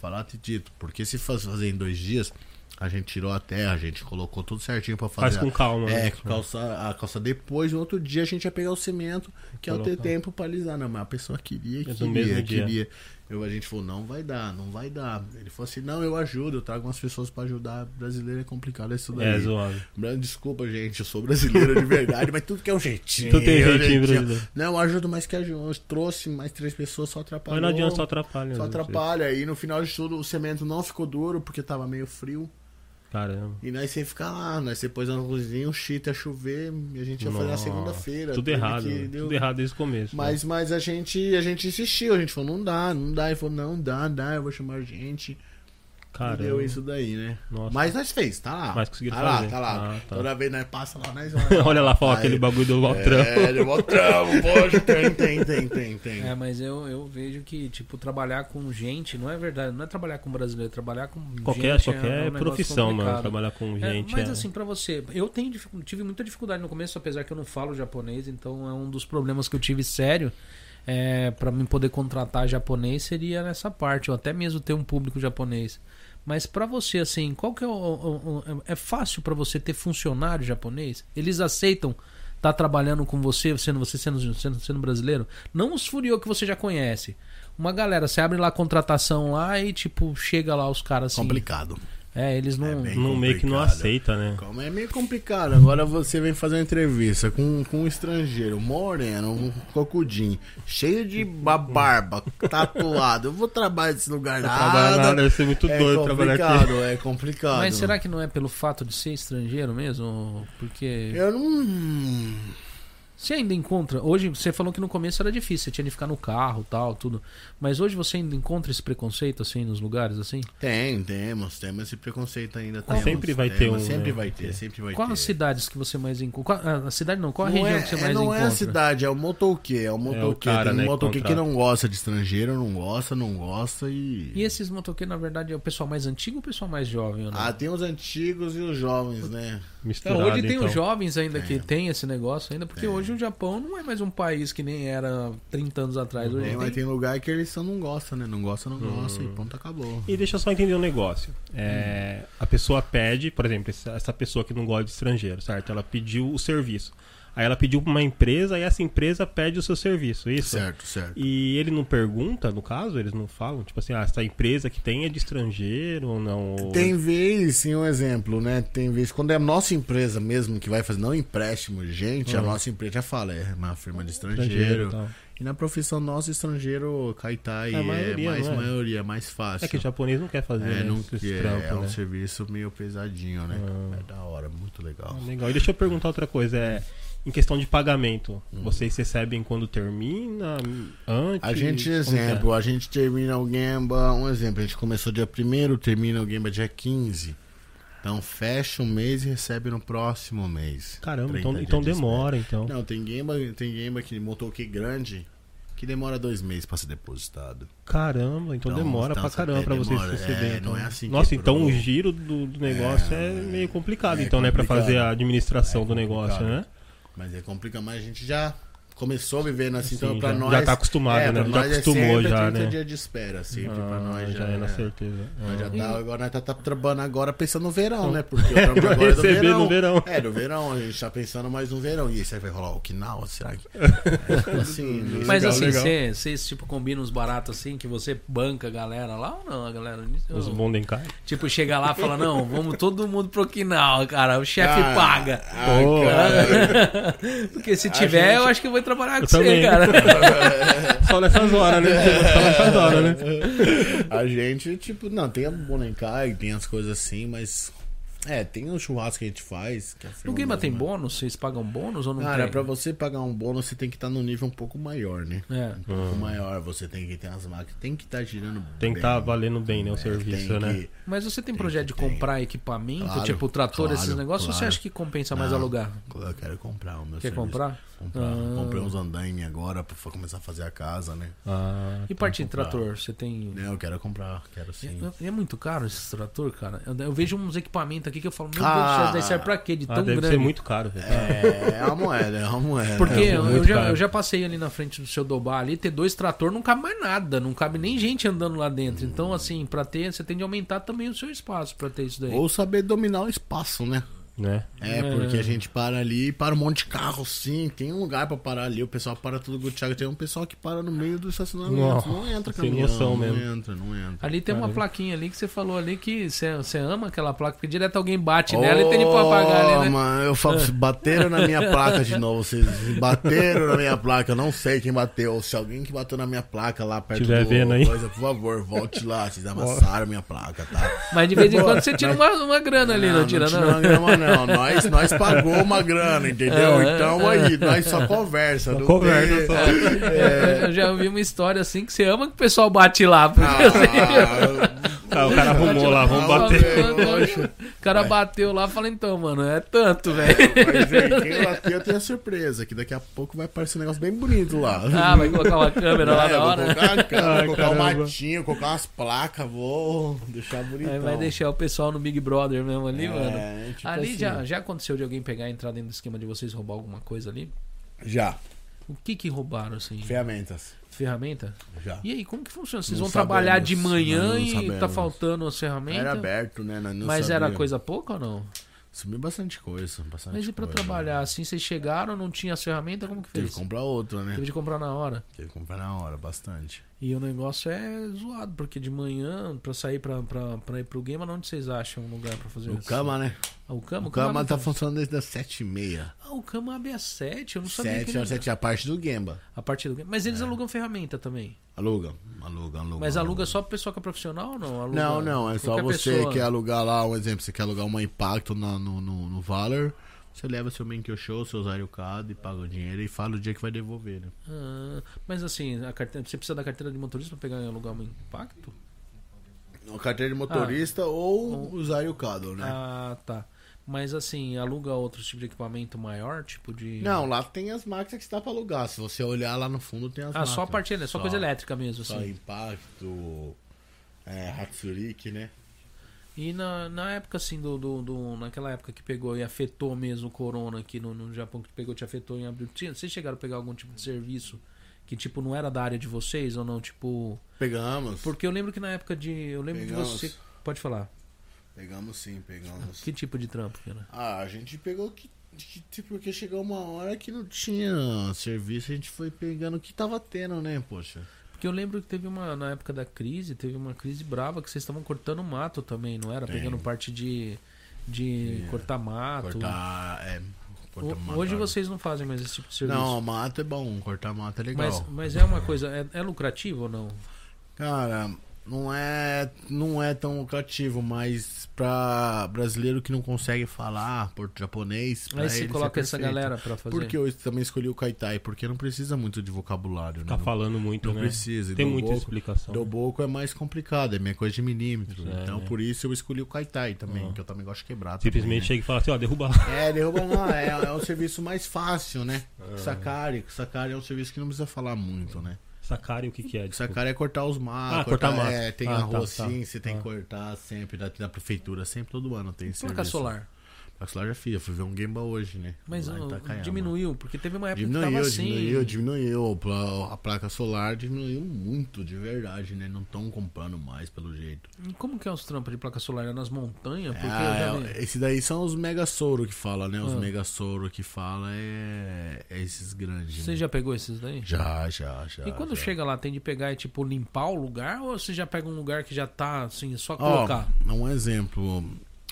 [SPEAKER 3] Falar te dito, porque se faz- fazer em dois dias, a gente tirou a terra, a gente colocou tudo certinho pra
[SPEAKER 1] Faz
[SPEAKER 3] fazer.
[SPEAKER 1] com
[SPEAKER 3] a-
[SPEAKER 1] calma, né?
[SPEAKER 3] É, com calça, a calça depois, no outro dia a gente ia pegar o cimento, que ia ter
[SPEAKER 1] Colocar. É
[SPEAKER 3] tempo pra alisar. Não, mas a pessoa queria,
[SPEAKER 1] do
[SPEAKER 3] queria,
[SPEAKER 1] mesmo dia.
[SPEAKER 3] queria. Eu, a gente falou, não vai dar, não vai dar. Ele falou assim, não, eu ajudo, eu trago umas pessoas pra ajudar. Brasileiro é complicado isso daí.
[SPEAKER 1] É, zoado.
[SPEAKER 3] Bra- Desculpa, gente, eu sou brasileiro de verdade, mas tudo que é um jeitinho.
[SPEAKER 1] Tudo tem
[SPEAKER 3] é um
[SPEAKER 1] jeitinho brasileiro.
[SPEAKER 3] Não, eu ajudo mais que ajudo. Eu trouxe mais três pessoas, só atrapalhou.
[SPEAKER 1] Mas não adianta, só né, atrapalha.
[SPEAKER 3] Só
[SPEAKER 1] às vezes.
[SPEAKER 3] atrapalha. E no final de tudo, o cimento não ficou duro, porque tava meio frio.
[SPEAKER 1] Caramba.
[SPEAKER 3] E nós sem ficar lá, nós depois na cozinha, o cheat ia chover, e a gente ia fazer na
[SPEAKER 1] Nossa,
[SPEAKER 3] segunda-feira.
[SPEAKER 1] Tudo
[SPEAKER 3] Teve
[SPEAKER 1] errado.
[SPEAKER 3] que-
[SPEAKER 1] né?
[SPEAKER 3] deu-
[SPEAKER 1] Tudo errado desde o começo. né?
[SPEAKER 3] mas, mas a gente a gente insistiu, a gente falou, não dá, não dá. Ele falou, não dá, dá, eu vou chamar gente.
[SPEAKER 1] Cara,
[SPEAKER 3] Deu isso daí, né?
[SPEAKER 1] Nossa.
[SPEAKER 3] Mas nós fez, tá lá.
[SPEAKER 1] Mas conseguiram
[SPEAKER 3] tá
[SPEAKER 1] fazer.
[SPEAKER 3] lá, tá lá.
[SPEAKER 1] Ah, tá.
[SPEAKER 3] Toda vez nós passa lá, nós olha.
[SPEAKER 1] Olha lá, fala
[SPEAKER 3] Aí-
[SPEAKER 1] aquele bagulho do Valtrão.
[SPEAKER 3] É, deu mó trampo, poxa, tem, tem, tem, tem, tem.
[SPEAKER 2] É, mas eu, eu vejo que, tipo, trabalhar com gente não é verdade. Não é trabalhar com brasileiro, é trabalhar com
[SPEAKER 1] Qualquer,
[SPEAKER 2] gente. é- é um
[SPEAKER 1] qualquer
[SPEAKER 2] negócio
[SPEAKER 1] profissão, mano.
[SPEAKER 2] complicado.
[SPEAKER 1] Trabalhar com
[SPEAKER 2] É,
[SPEAKER 1] gente.
[SPEAKER 2] mas
[SPEAKER 1] é.
[SPEAKER 2] assim, pra você, eu tenho dificu- tive muita dificuldade no começo, apesar que eu não falo japonês, então é um dos problemas que eu tive sério. É, para mim poder contratar japonês seria nessa parte, ou até mesmo ter um público japonês. Mas pra você, assim, qual que é o. o- o- é fácil pra você ter funcionário japonês? Eles aceitam estar trabalhando com você, sendo você sendo, sendo, sendo brasileiro? Não os furiô que você já conhece. Uma galera, você abre lá a contratação lá e, tipo, chega lá os caras assim.
[SPEAKER 3] Complicado.
[SPEAKER 2] É, eles não.
[SPEAKER 3] É bem
[SPEAKER 1] não meio que não
[SPEAKER 3] complicado.
[SPEAKER 1] aceita, né?
[SPEAKER 3] Como é meio complicado. Agora você vem fazer uma entrevista com, com um estrangeiro, moreno, um cocudinho, cheio de ba- barba, tatuado. Eu vou trabalhar nesse lugar nada.
[SPEAKER 1] Trabalhar lá deve ser muito
[SPEAKER 3] é
[SPEAKER 1] doido trabalhar
[SPEAKER 3] complicado,
[SPEAKER 1] aqui.
[SPEAKER 3] É complicado.
[SPEAKER 2] Mas será que não é pelo fato de ser estrangeiro mesmo? Porque
[SPEAKER 3] Eu não.
[SPEAKER 2] você ainda encontra. Hoje você falou que no começo era difícil, você tinha de ficar no carro, tal, tudo. Mas hoje você ainda encontra esse preconceito assim nos lugares assim?
[SPEAKER 3] Tem, temos, temos esse preconceito ainda.
[SPEAKER 1] Qual-
[SPEAKER 3] Temos,
[SPEAKER 1] Sempre vai ter
[SPEAKER 3] temos,
[SPEAKER 1] um,
[SPEAKER 3] Sempre
[SPEAKER 1] né?
[SPEAKER 3] vai ter, sempre vai
[SPEAKER 2] Qual
[SPEAKER 3] ter.
[SPEAKER 2] as cidades que você mais encontra? Qual- ah, A cidade não, qual a
[SPEAKER 3] não
[SPEAKER 2] região
[SPEAKER 3] é,
[SPEAKER 2] que você
[SPEAKER 3] é-
[SPEAKER 2] mais
[SPEAKER 3] não
[SPEAKER 2] encontra?
[SPEAKER 3] é a cidade, é o motoquê, é o motoquê.
[SPEAKER 1] cara,
[SPEAKER 3] Tem
[SPEAKER 1] né,
[SPEAKER 3] um
[SPEAKER 1] que
[SPEAKER 3] motoquê que
[SPEAKER 1] contrata.
[SPEAKER 3] não gosta de estrangeiro, não gosta, não gosta e...
[SPEAKER 2] E esses motoqueiros, na verdade, é o pessoal mais antigo ou o pessoal mais jovem? ou não?
[SPEAKER 3] Ah, tem os antigos e os jovens, né?
[SPEAKER 2] É,
[SPEAKER 1] Misturado,
[SPEAKER 2] hoje tem
[SPEAKER 1] então.
[SPEAKER 2] os jovens ainda que
[SPEAKER 3] É.
[SPEAKER 2] tem esse negócio ainda, porque hoje o Japão não é mais um país que nem era 30 anos atrás. Hoje
[SPEAKER 3] Tem,
[SPEAKER 2] tem-
[SPEAKER 3] mas tem lugar que eles só não gostam, né? Não gosta, não gosta e ponto acabou.
[SPEAKER 1] Hum. E deixa eu só entender um negócio. É, A pessoa pede, por exemplo, essa- essa pessoa que não gosta de estrangeiro, certo? Ela pediu o serviço. Aí ela pediu pra uma empresa e essa empresa pede o seu serviço, isso?
[SPEAKER 3] Certo, certo.
[SPEAKER 1] E ele não pergunta, no caso, eles não falam? Tipo assim, ah, essa empresa que tem é de estrangeiro ou não? Ou- é
[SPEAKER 3] Tem vez, sim, um exemplo, né? Tem vez, quando é a nossa empresa mesmo que vai fazer, não empréstimo, gente, a nossa empresa já fala, é uma firma de
[SPEAKER 1] Ah. estrangeiro
[SPEAKER 3] estrangeiro.
[SPEAKER 1] e tal.
[SPEAKER 3] E na profissão nossa, estrangeiro, caitai,
[SPEAKER 1] É a
[SPEAKER 3] é,
[SPEAKER 1] maioria,
[SPEAKER 3] mais
[SPEAKER 1] não é?
[SPEAKER 3] maioria, mais fácil.
[SPEAKER 1] É que o japonês não quer fazer
[SPEAKER 3] É,
[SPEAKER 1] né,
[SPEAKER 3] não
[SPEAKER 1] esses
[SPEAKER 3] quer,
[SPEAKER 1] trampos,
[SPEAKER 3] é um
[SPEAKER 1] né? Ah.
[SPEAKER 3] serviço meio pesadinho, né? É da hora, muito legal.
[SPEAKER 1] Legal. É um E deixa eu perguntar outra coisa. É, em questão de pagamento, vocês recebem quando termina? Antes?
[SPEAKER 3] Hum. A
[SPEAKER 1] Como
[SPEAKER 3] gente,
[SPEAKER 1] que é?
[SPEAKER 3] exemplo, a gente termina o Gamba, um exemplo, a gente começou dia 1 termina o Gamba dia 15. Então fecha um mês e recebe no próximo mês.
[SPEAKER 1] Caramba,
[SPEAKER 3] 30
[SPEAKER 1] então,
[SPEAKER 3] dias
[SPEAKER 1] então
[SPEAKER 3] de espera.
[SPEAKER 1] demora, então.
[SPEAKER 3] Não, tem Gamba, tem Gamba que montou que grande, que demora dois meses pra ser depositado.
[SPEAKER 1] Caramba, então,
[SPEAKER 3] Então,
[SPEAKER 1] demora
[SPEAKER 3] então
[SPEAKER 1] pra
[SPEAKER 3] você
[SPEAKER 1] caramba pra
[SPEAKER 3] tem-
[SPEAKER 1] vocês
[SPEAKER 3] demora,
[SPEAKER 1] receberem.
[SPEAKER 3] é,
[SPEAKER 1] então.
[SPEAKER 3] não é assim que
[SPEAKER 1] Nossa, então
[SPEAKER 3] pro-
[SPEAKER 1] o giro do, do negócio é,
[SPEAKER 3] É,
[SPEAKER 1] meio complicado,
[SPEAKER 3] é
[SPEAKER 1] então, né? Pra
[SPEAKER 3] complicado.
[SPEAKER 1] fazer a administração
[SPEAKER 3] É
[SPEAKER 1] do negócio,
[SPEAKER 3] complicado.
[SPEAKER 1] né?
[SPEAKER 3] Mas é complicado, mas a gente já começou vivendo assim,
[SPEAKER 1] Sim,
[SPEAKER 3] então pra
[SPEAKER 1] já-
[SPEAKER 3] nós.
[SPEAKER 1] já tá acostumado, né?
[SPEAKER 3] pra
[SPEAKER 1] Já
[SPEAKER 3] nós é
[SPEAKER 1] acostumou
[SPEAKER 3] sempre
[SPEAKER 1] já,
[SPEAKER 3] 30
[SPEAKER 1] né?
[SPEAKER 3] dias de espera, sempre pra
[SPEAKER 1] Ah,
[SPEAKER 3] nós já.
[SPEAKER 1] já é na
[SPEAKER 3] né?
[SPEAKER 1] certeza.
[SPEAKER 3] Nós já
[SPEAKER 1] Ah.
[SPEAKER 3] tá, agora nós tá, tá trabalhando agora pensando no verão, né? Porque o trampo
[SPEAKER 1] Então, Vai
[SPEAKER 3] agora é do
[SPEAKER 1] receber
[SPEAKER 3] verão.
[SPEAKER 1] no verão.
[SPEAKER 3] É, do verão, a gente tá pensando mais no verão. E isso aí vai rolar Okinawa, será que? É, assim,
[SPEAKER 2] Mas
[SPEAKER 1] Legal,
[SPEAKER 2] assim,
[SPEAKER 1] legal.
[SPEAKER 2] cê- vocês tipo combinam uns baratos assim que você banca a galera lá ou não, a galera?
[SPEAKER 1] Os
[SPEAKER 2] Ou,
[SPEAKER 1] Bondenkai?
[SPEAKER 2] Tipo, chega lá e fala, não, vamos todo mundo pro Okinawa, cara. O chefe
[SPEAKER 3] Ah,
[SPEAKER 2] paga.
[SPEAKER 3] ah,
[SPEAKER 1] Pô,
[SPEAKER 3] cara,
[SPEAKER 2] Porque se
[SPEAKER 3] a
[SPEAKER 2] tiver,
[SPEAKER 3] gente-
[SPEAKER 2] eu acho que eu vou trabalhar com
[SPEAKER 1] Eu
[SPEAKER 2] você,
[SPEAKER 1] também.
[SPEAKER 2] cara.
[SPEAKER 1] Só nessas horas, né? Só nessas horas, né?
[SPEAKER 3] a gente, tipo, não, tem a Bonenkai, tem as coisas assim, mas É, tem um churrasco que a gente faz. Que é
[SPEAKER 2] No Guima
[SPEAKER 3] fenomenal,
[SPEAKER 2] tem
[SPEAKER 3] né?
[SPEAKER 2] bônus? Vocês pagam bônus ou não
[SPEAKER 3] Cara,
[SPEAKER 2] tem?
[SPEAKER 3] pra você pagar um bônus, você tem que estar num nível um pouco maior, né?
[SPEAKER 2] É.
[SPEAKER 3] Um pouco maior, você tem que ter as máquinas, tem que estar girando
[SPEAKER 1] Ah. Tem que
[SPEAKER 3] bem,
[SPEAKER 1] estar valendo bem, né? O
[SPEAKER 3] né?
[SPEAKER 1] serviço,
[SPEAKER 3] Tem
[SPEAKER 1] né?
[SPEAKER 3] que-
[SPEAKER 2] Mas você tem projeto de
[SPEAKER 3] tem.
[SPEAKER 2] comprar equipamento,
[SPEAKER 3] Claro,
[SPEAKER 2] tipo trator, esses
[SPEAKER 3] claro,
[SPEAKER 2] negócios, ou você
[SPEAKER 3] claro.
[SPEAKER 2] acha que compensa mais
[SPEAKER 3] Não,
[SPEAKER 2] alugar?
[SPEAKER 3] Eu quero comprar o meu
[SPEAKER 2] Quer
[SPEAKER 3] serviço.
[SPEAKER 2] comprar?
[SPEAKER 3] Comprar.
[SPEAKER 2] Ah.
[SPEAKER 3] Comprei uns andaime agora pra fa- começar a fazer a casa, né?
[SPEAKER 1] Ah,
[SPEAKER 2] E parte de
[SPEAKER 3] comprar.
[SPEAKER 2] trator, você tem.
[SPEAKER 3] Né, Eu quero comprar, quero sim.
[SPEAKER 2] É- É, muito caro esse trator, cara. Eu, eu vejo uns equipamentos aqui que eu falo, meu
[SPEAKER 3] Ah.
[SPEAKER 2] Deus do céu, isso serve pra quê? De
[SPEAKER 1] ah,
[SPEAKER 2] tão
[SPEAKER 1] deve
[SPEAKER 2] grande.
[SPEAKER 1] ser muito caro, velho.
[SPEAKER 3] É, é uma moeda, é uma moeda.
[SPEAKER 2] Porque
[SPEAKER 1] É,
[SPEAKER 2] eu,
[SPEAKER 1] muito
[SPEAKER 2] eu já,
[SPEAKER 1] caro.
[SPEAKER 2] eu já passei ali na frente do seu Dobar ali, ter dois trator não cabe mais nada, não cabe nem gente andando lá dentro. Então, assim, pra ter, você tem de aumentar também o seu espaço pra ter isso daí.
[SPEAKER 3] Ou saber dominar o espaço, né?
[SPEAKER 1] Né?
[SPEAKER 3] É, porque a gente para ali e para um monte de carro, sim. Tem um lugar pra parar ali. O pessoal para tudo com o Thiago. Tem um pessoal que para no meio do estacionamento.
[SPEAKER 1] Nossa,
[SPEAKER 3] não entra
[SPEAKER 1] sem
[SPEAKER 3] caminhão.
[SPEAKER 1] noção
[SPEAKER 3] não
[SPEAKER 1] mesmo.
[SPEAKER 3] entra, não entra.
[SPEAKER 2] Ali tem uma plaquinha ali que você falou ali que você você ama aquela placa, porque direto alguém bate nela e tem de pra apagar
[SPEAKER 3] Ô,
[SPEAKER 2] ali, né?
[SPEAKER 3] mano, eu falo, vocês bateram na minha placa de novo. Vocês bateram na minha placa. Eu não sei quem bateu. Se alguém que bateu na minha placa lá perto
[SPEAKER 1] Tiver vendo aí.
[SPEAKER 3] coisa, por favor, volte lá. Vocês amassaram minha placa, tá?
[SPEAKER 2] Mas de vez em quando você tira uma, uma grana ali, não, tira,
[SPEAKER 3] tira
[SPEAKER 2] não?
[SPEAKER 3] uma grama, não. Nós, nós pagou uma grana, entendeu?
[SPEAKER 2] É,
[SPEAKER 3] então aí, nós só conversa. não
[SPEAKER 1] conversa
[SPEAKER 3] tem- É,
[SPEAKER 1] só.
[SPEAKER 2] Eu já ouvi uma história assim que você ama que o pessoal bate lá. Porque
[SPEAKER 3] Ah,
[SPEAKER 1] Ah, o cara arrumou lá, vamos bater.
[SPEAKER 3] Poxa.
[SPEAKER 2] o cara bateu lá e falou, então, mano, é tanto, velho.
[SPEAKER 3] Mas aí, quem é bater, eu tenho a surpresa, que daqui a pouco vai aparecer um negócio bem bonito lá.
[SPEAKER 2] Ah, vai colocar uma câmera lá
[SPEAKER 3] É, eu
[SPEAKER 2] na
[SPEAKER 3] vou
[SPEAKER 2] hora. né?
[SPEAKER 3] colocar uma cama,
[SPEAKER 1] Ai,
[SPEAKER 3] vou colocar um
[SPEAKER 1] caramba.
[SPEAKER 3] matinho, colocar umas placas, vou deixar bonitão.
[SPEAKER 2] Aí vai deixar o pessoal no Big Brother mesmo ali,
[SPEAKER 3] então. É,
[SPEAKER 2] mano.
[SPEAKER 3] tipo
[SPEAKER 2] ali
[SPEAKER 3] assim.
[SPEAKER 2] já, já aconteceu de alguém pegar e entrar dentro do esquema de vocês roubar alguma coisa ali?
[SPEAKER 3] Já.
[SPEAKER 2] O que que roubaram, assim?
[SPEAKER 3] Ferramentas.
[SPEAKER 2] Ferramenta?
[SPEAKER 3] Já.
[SPEAKER 2] E aí, como que funciona? Vocês
[SPEAKER 3] Não
[SPEAKER 2] vão trabalhar de
[SPEAKER 3] sabemos,
[SPEAKER 2] manhã
[SPEAKER 3] não
[SPEAKER 2] e tá
[SPEAKER 3] sabemos.
[SPEAKER 2] faltando as ferramentas?
[SPEAKER 3] Era aberto, né? nós não
[SPEAKER 2] então. mas era
[SPEAKER 3] sabia.
[SPEAKER 2] coisa pouca ou não?
[SPEAKER 3] Sumiu bastante coisa. Bastante
[SPEAKER 2] Mas e pra
[SPEAKER 3] coisa.
[SPEAKER 2] trabalhar assim? Vocês chegaram, não tinha as ferramentas, como que
[SPEAKER 3] Teve
[SPEAKER 2] fez?
[SPEAKER 3] que comprar outra, né?
[SPEAKER 2] Teve de comprar na hora.
[SPEAKER 3] Teve que comprar na hora, bastante.
[SPEAKER 2] E o negócio é zoado, porque de manhã, pra sair pra, pra, pra ir pro game, onde vocês acham um lugar pra fazer
[SPEAKER 3] O
[SPEAKER 2] isso?
[SPEAKER 3] cama, né?
[SPEAKER 2] Ah, o cama?
[SPEAKER 3] O cama
[SPEAKER 2] abre-
[SPEAKER 3] tá funcionando desde as 7h30.
[SPEAKER 2] Ah, o cama abre às 7, eu não sabia que
[SPEAKER 3] 7
[SPEAKER 2] ele...
[SPEAKER 3] horas, É. 7 a parte do Gemba.
[SPEAKER 2] A partir do game. Mas eles alugam ferramenta também.
[SPEAKER 3] Aluga, aluga, aluga.
[SPEAKER 2] Mas aluga só pro pessoal que é profissional ou não? Aluga
[SPEAKER 3] Não, não, é só
[SPEAKER 2] qualquer
[SPEAKER 3] você
[SPEAKER 2] pessoa.
[SPEAKER 3] quer alugar lá, um exemplo, você quer alugar uma Impacto na- no, no, no Valor, você leva seu Mankyo Show, seu Zario Card, paga o dinheiro e fala o dia que vai devolver, né?
[SPEAKER 2] Ah, mas assim, a carteira, você precisa da carteira de motorista pra pegar e alugar um impacto?
[SPEAKER 3] Uma carteira de motorista ou o Zario Card, né?
[SPEAKER 2] Ah, tá. Mas assim, aluga outro tipo de equipamento maior, tipo de.
[SPEAKER 3] Não, lá tem as máquinas que dá pra alugar. Se você olhar lá no fundo, tem as
[SPEAKER 2] Ah,
[SPEAKER 3] máquinas.
[SPEAKER 2] só a parte ele- só, coisa elétrica mesmo,
[SPEAKER 3] Só
[SPEAKER 2] assim.
[SPEAKER 3] Impacto, é, Hatsuriki, né?
[SPEAKER 2] E na, na época, assim, do, do, do- Naquela época que pegou e afetou mesmo o corona aqui no, no Japão, que pegou te afetou em abril. tinha- Vocês chegaram a pegar algum tipo de serviço que, tipo, não era da área de vocês ou não? Tipo.
[SPEAKER 3] Pegamos.
[SPEAKER 2] Porque eu lembro que na época de. Eu lembro
[SPEAKER 3] Pegamos.
[SPEAKER 2] de você. Pode falar.
[SPEAKER 3] Pegamos sim, pegamos.
[SPEAKER 2] Que tipo de trampo, cara?
[SPEAKER 3] Ah, a gente pegou que, que tipo, porque chegou uma hora que não tinha serviço, a gente foi pegando o que tava tendo, né, poxa?
[SPEAKER 2] Porque eu lembro que teve uma. Na época da crise, teve uma crise brava que vocês estavam cortando mato também, não era?
[SPEAKER 3] Tem.
[SPEAKER 2] Pegando parte de. De cortar mato.
[SPEAKER 3] é. Cortar, é, cortar
[SPEAKER 2] O-
[SPEAKER 3] mato.
[SPEAKER 2] Ah, Hoje vocês não fazem mais esse tipo de serviço.
[SPEAKER 3] Não, mato é bom, cortar mato é legal.
[SPEAKER 2] mas, mas é uma coisa, é, é lucrativo ou não?
[SPEAKER 3] Cara, não é, não é tão lucrativo, mas pra brasileiro que não consegue falar porto japonês, pra
[SPEAKER 2] Aí você
[SPEAKER 3] ele
[SPEAKER 2] coloca
[SPEAKER 3] é
[SPEAKER 2] essa
[SPEAKER 3] perfeito.
[SPEAKER 2] galera pra fazer.
[SPEAKER 3] Porque eu também escolhi o Kaitai, porque não precisa muito de vocabulário, né?
[SPEAKER 1] Tá falando muito,
[SPEAKER 3] Não
[SPEAKER 1] né?
[SPEAKER 3] precisa,
[SPEAKER 1] Tem
[SPEAKER 3] do
[SPEAKER 1] muita
[SPEAKER 3] boco,
[SPEAKER 1] explicação.
[SPEAKER 3] Doboco é mais complicado, é minha coisa de milímetro.
[SPEAKER 1] Então- É,
[SPEAKER 3] então,
[SPEAKER 1] né? Ah.
[SPEAKER 3] por isso eu escolhi o Kaitai também, que eu também gosto de quebrar. também,
[SPEAKER 1] Simplesmente
[SPEAKER 3] né?
[SPEAKER 1] chega e fala assim, ó, derruba.
[SPEAKER 3] É, derruba lá, é, é um serviço mais fácil, né?
[SPEAKER 1] Ah.
[SPEAKER 3] Sakari, Sakari é um serviço que não precisa falar muito, né?
[SPEAKER 1] Sakari, o que que é? Desculpa.
[SPEAKER 3] Sakari é cortar os matos.
[SPEAKER 1] Ah, cortar mato.
[SPEAKER 3] É, tem
[SPEAKER 1] Ah,
[SPEAKER 3] arroz
[SPEAKER 1] tá, tá.
[SPEAKER 3] sim, você tem
[SPEAKER 1] Ah.
[SPEAKER 3] que cortar sempre da, da prefeitura, sempre todo ano tem esse
[SPEAKER 2] é Placa
[SPEAKER 3] serviço.
[SPEAKER 2] solar.
[SPEAKER 3] Placa solar já fiz, eu fui ver um Gemba hoje, né?
[SPEAKER 2] Mas
[SPEAKER 3] Lá em
[SPEAKER 2] ó,
[SPEAKER 3] Itakayama.
[SPEAKER 2] diminuiu, porque teve uma época que
[SPEAKER 3] Diminuiu,
[SPEAKER 2] tava assim.
[SPEAKER 3] diminuiu, diminuiu. A pla- A placa solar diminuiu muito, de verdade, né? Não estão comprando mais, pelo jeito.
[SPEAKER 2] E Como que é os trampos de placa solar? É nas montanhas? Porque
[SPEAKER 3] Ah,
[SPEAKER 2] eu já
[SPEAKER 3] é,
[SPEAKER 2] vi-
[SPEAKER 3] esse daí são os megasouro que fala, né? Os
[SPEAKER 2] Ah.
[SPEAKER 3] megasouro que fala é, é esses grandes.
[SPEAKER 2] Você
[SPEAKER 3] né?
[SPEAKER 2] já pegou esses daí?
[SPEAKER 3] já, já, já.
[SPEAKER 2] E quando
[SPEAKER 3] já.
[SPEAKER 2] chega lá, tem de pegar e tipo limpar o lugar? Ou você já pega um lugar que já tá assim, só
[SPEAKER 3] Ó,
[SPEAKER 2] colocar?
[SPEAKER 3] um exemplo,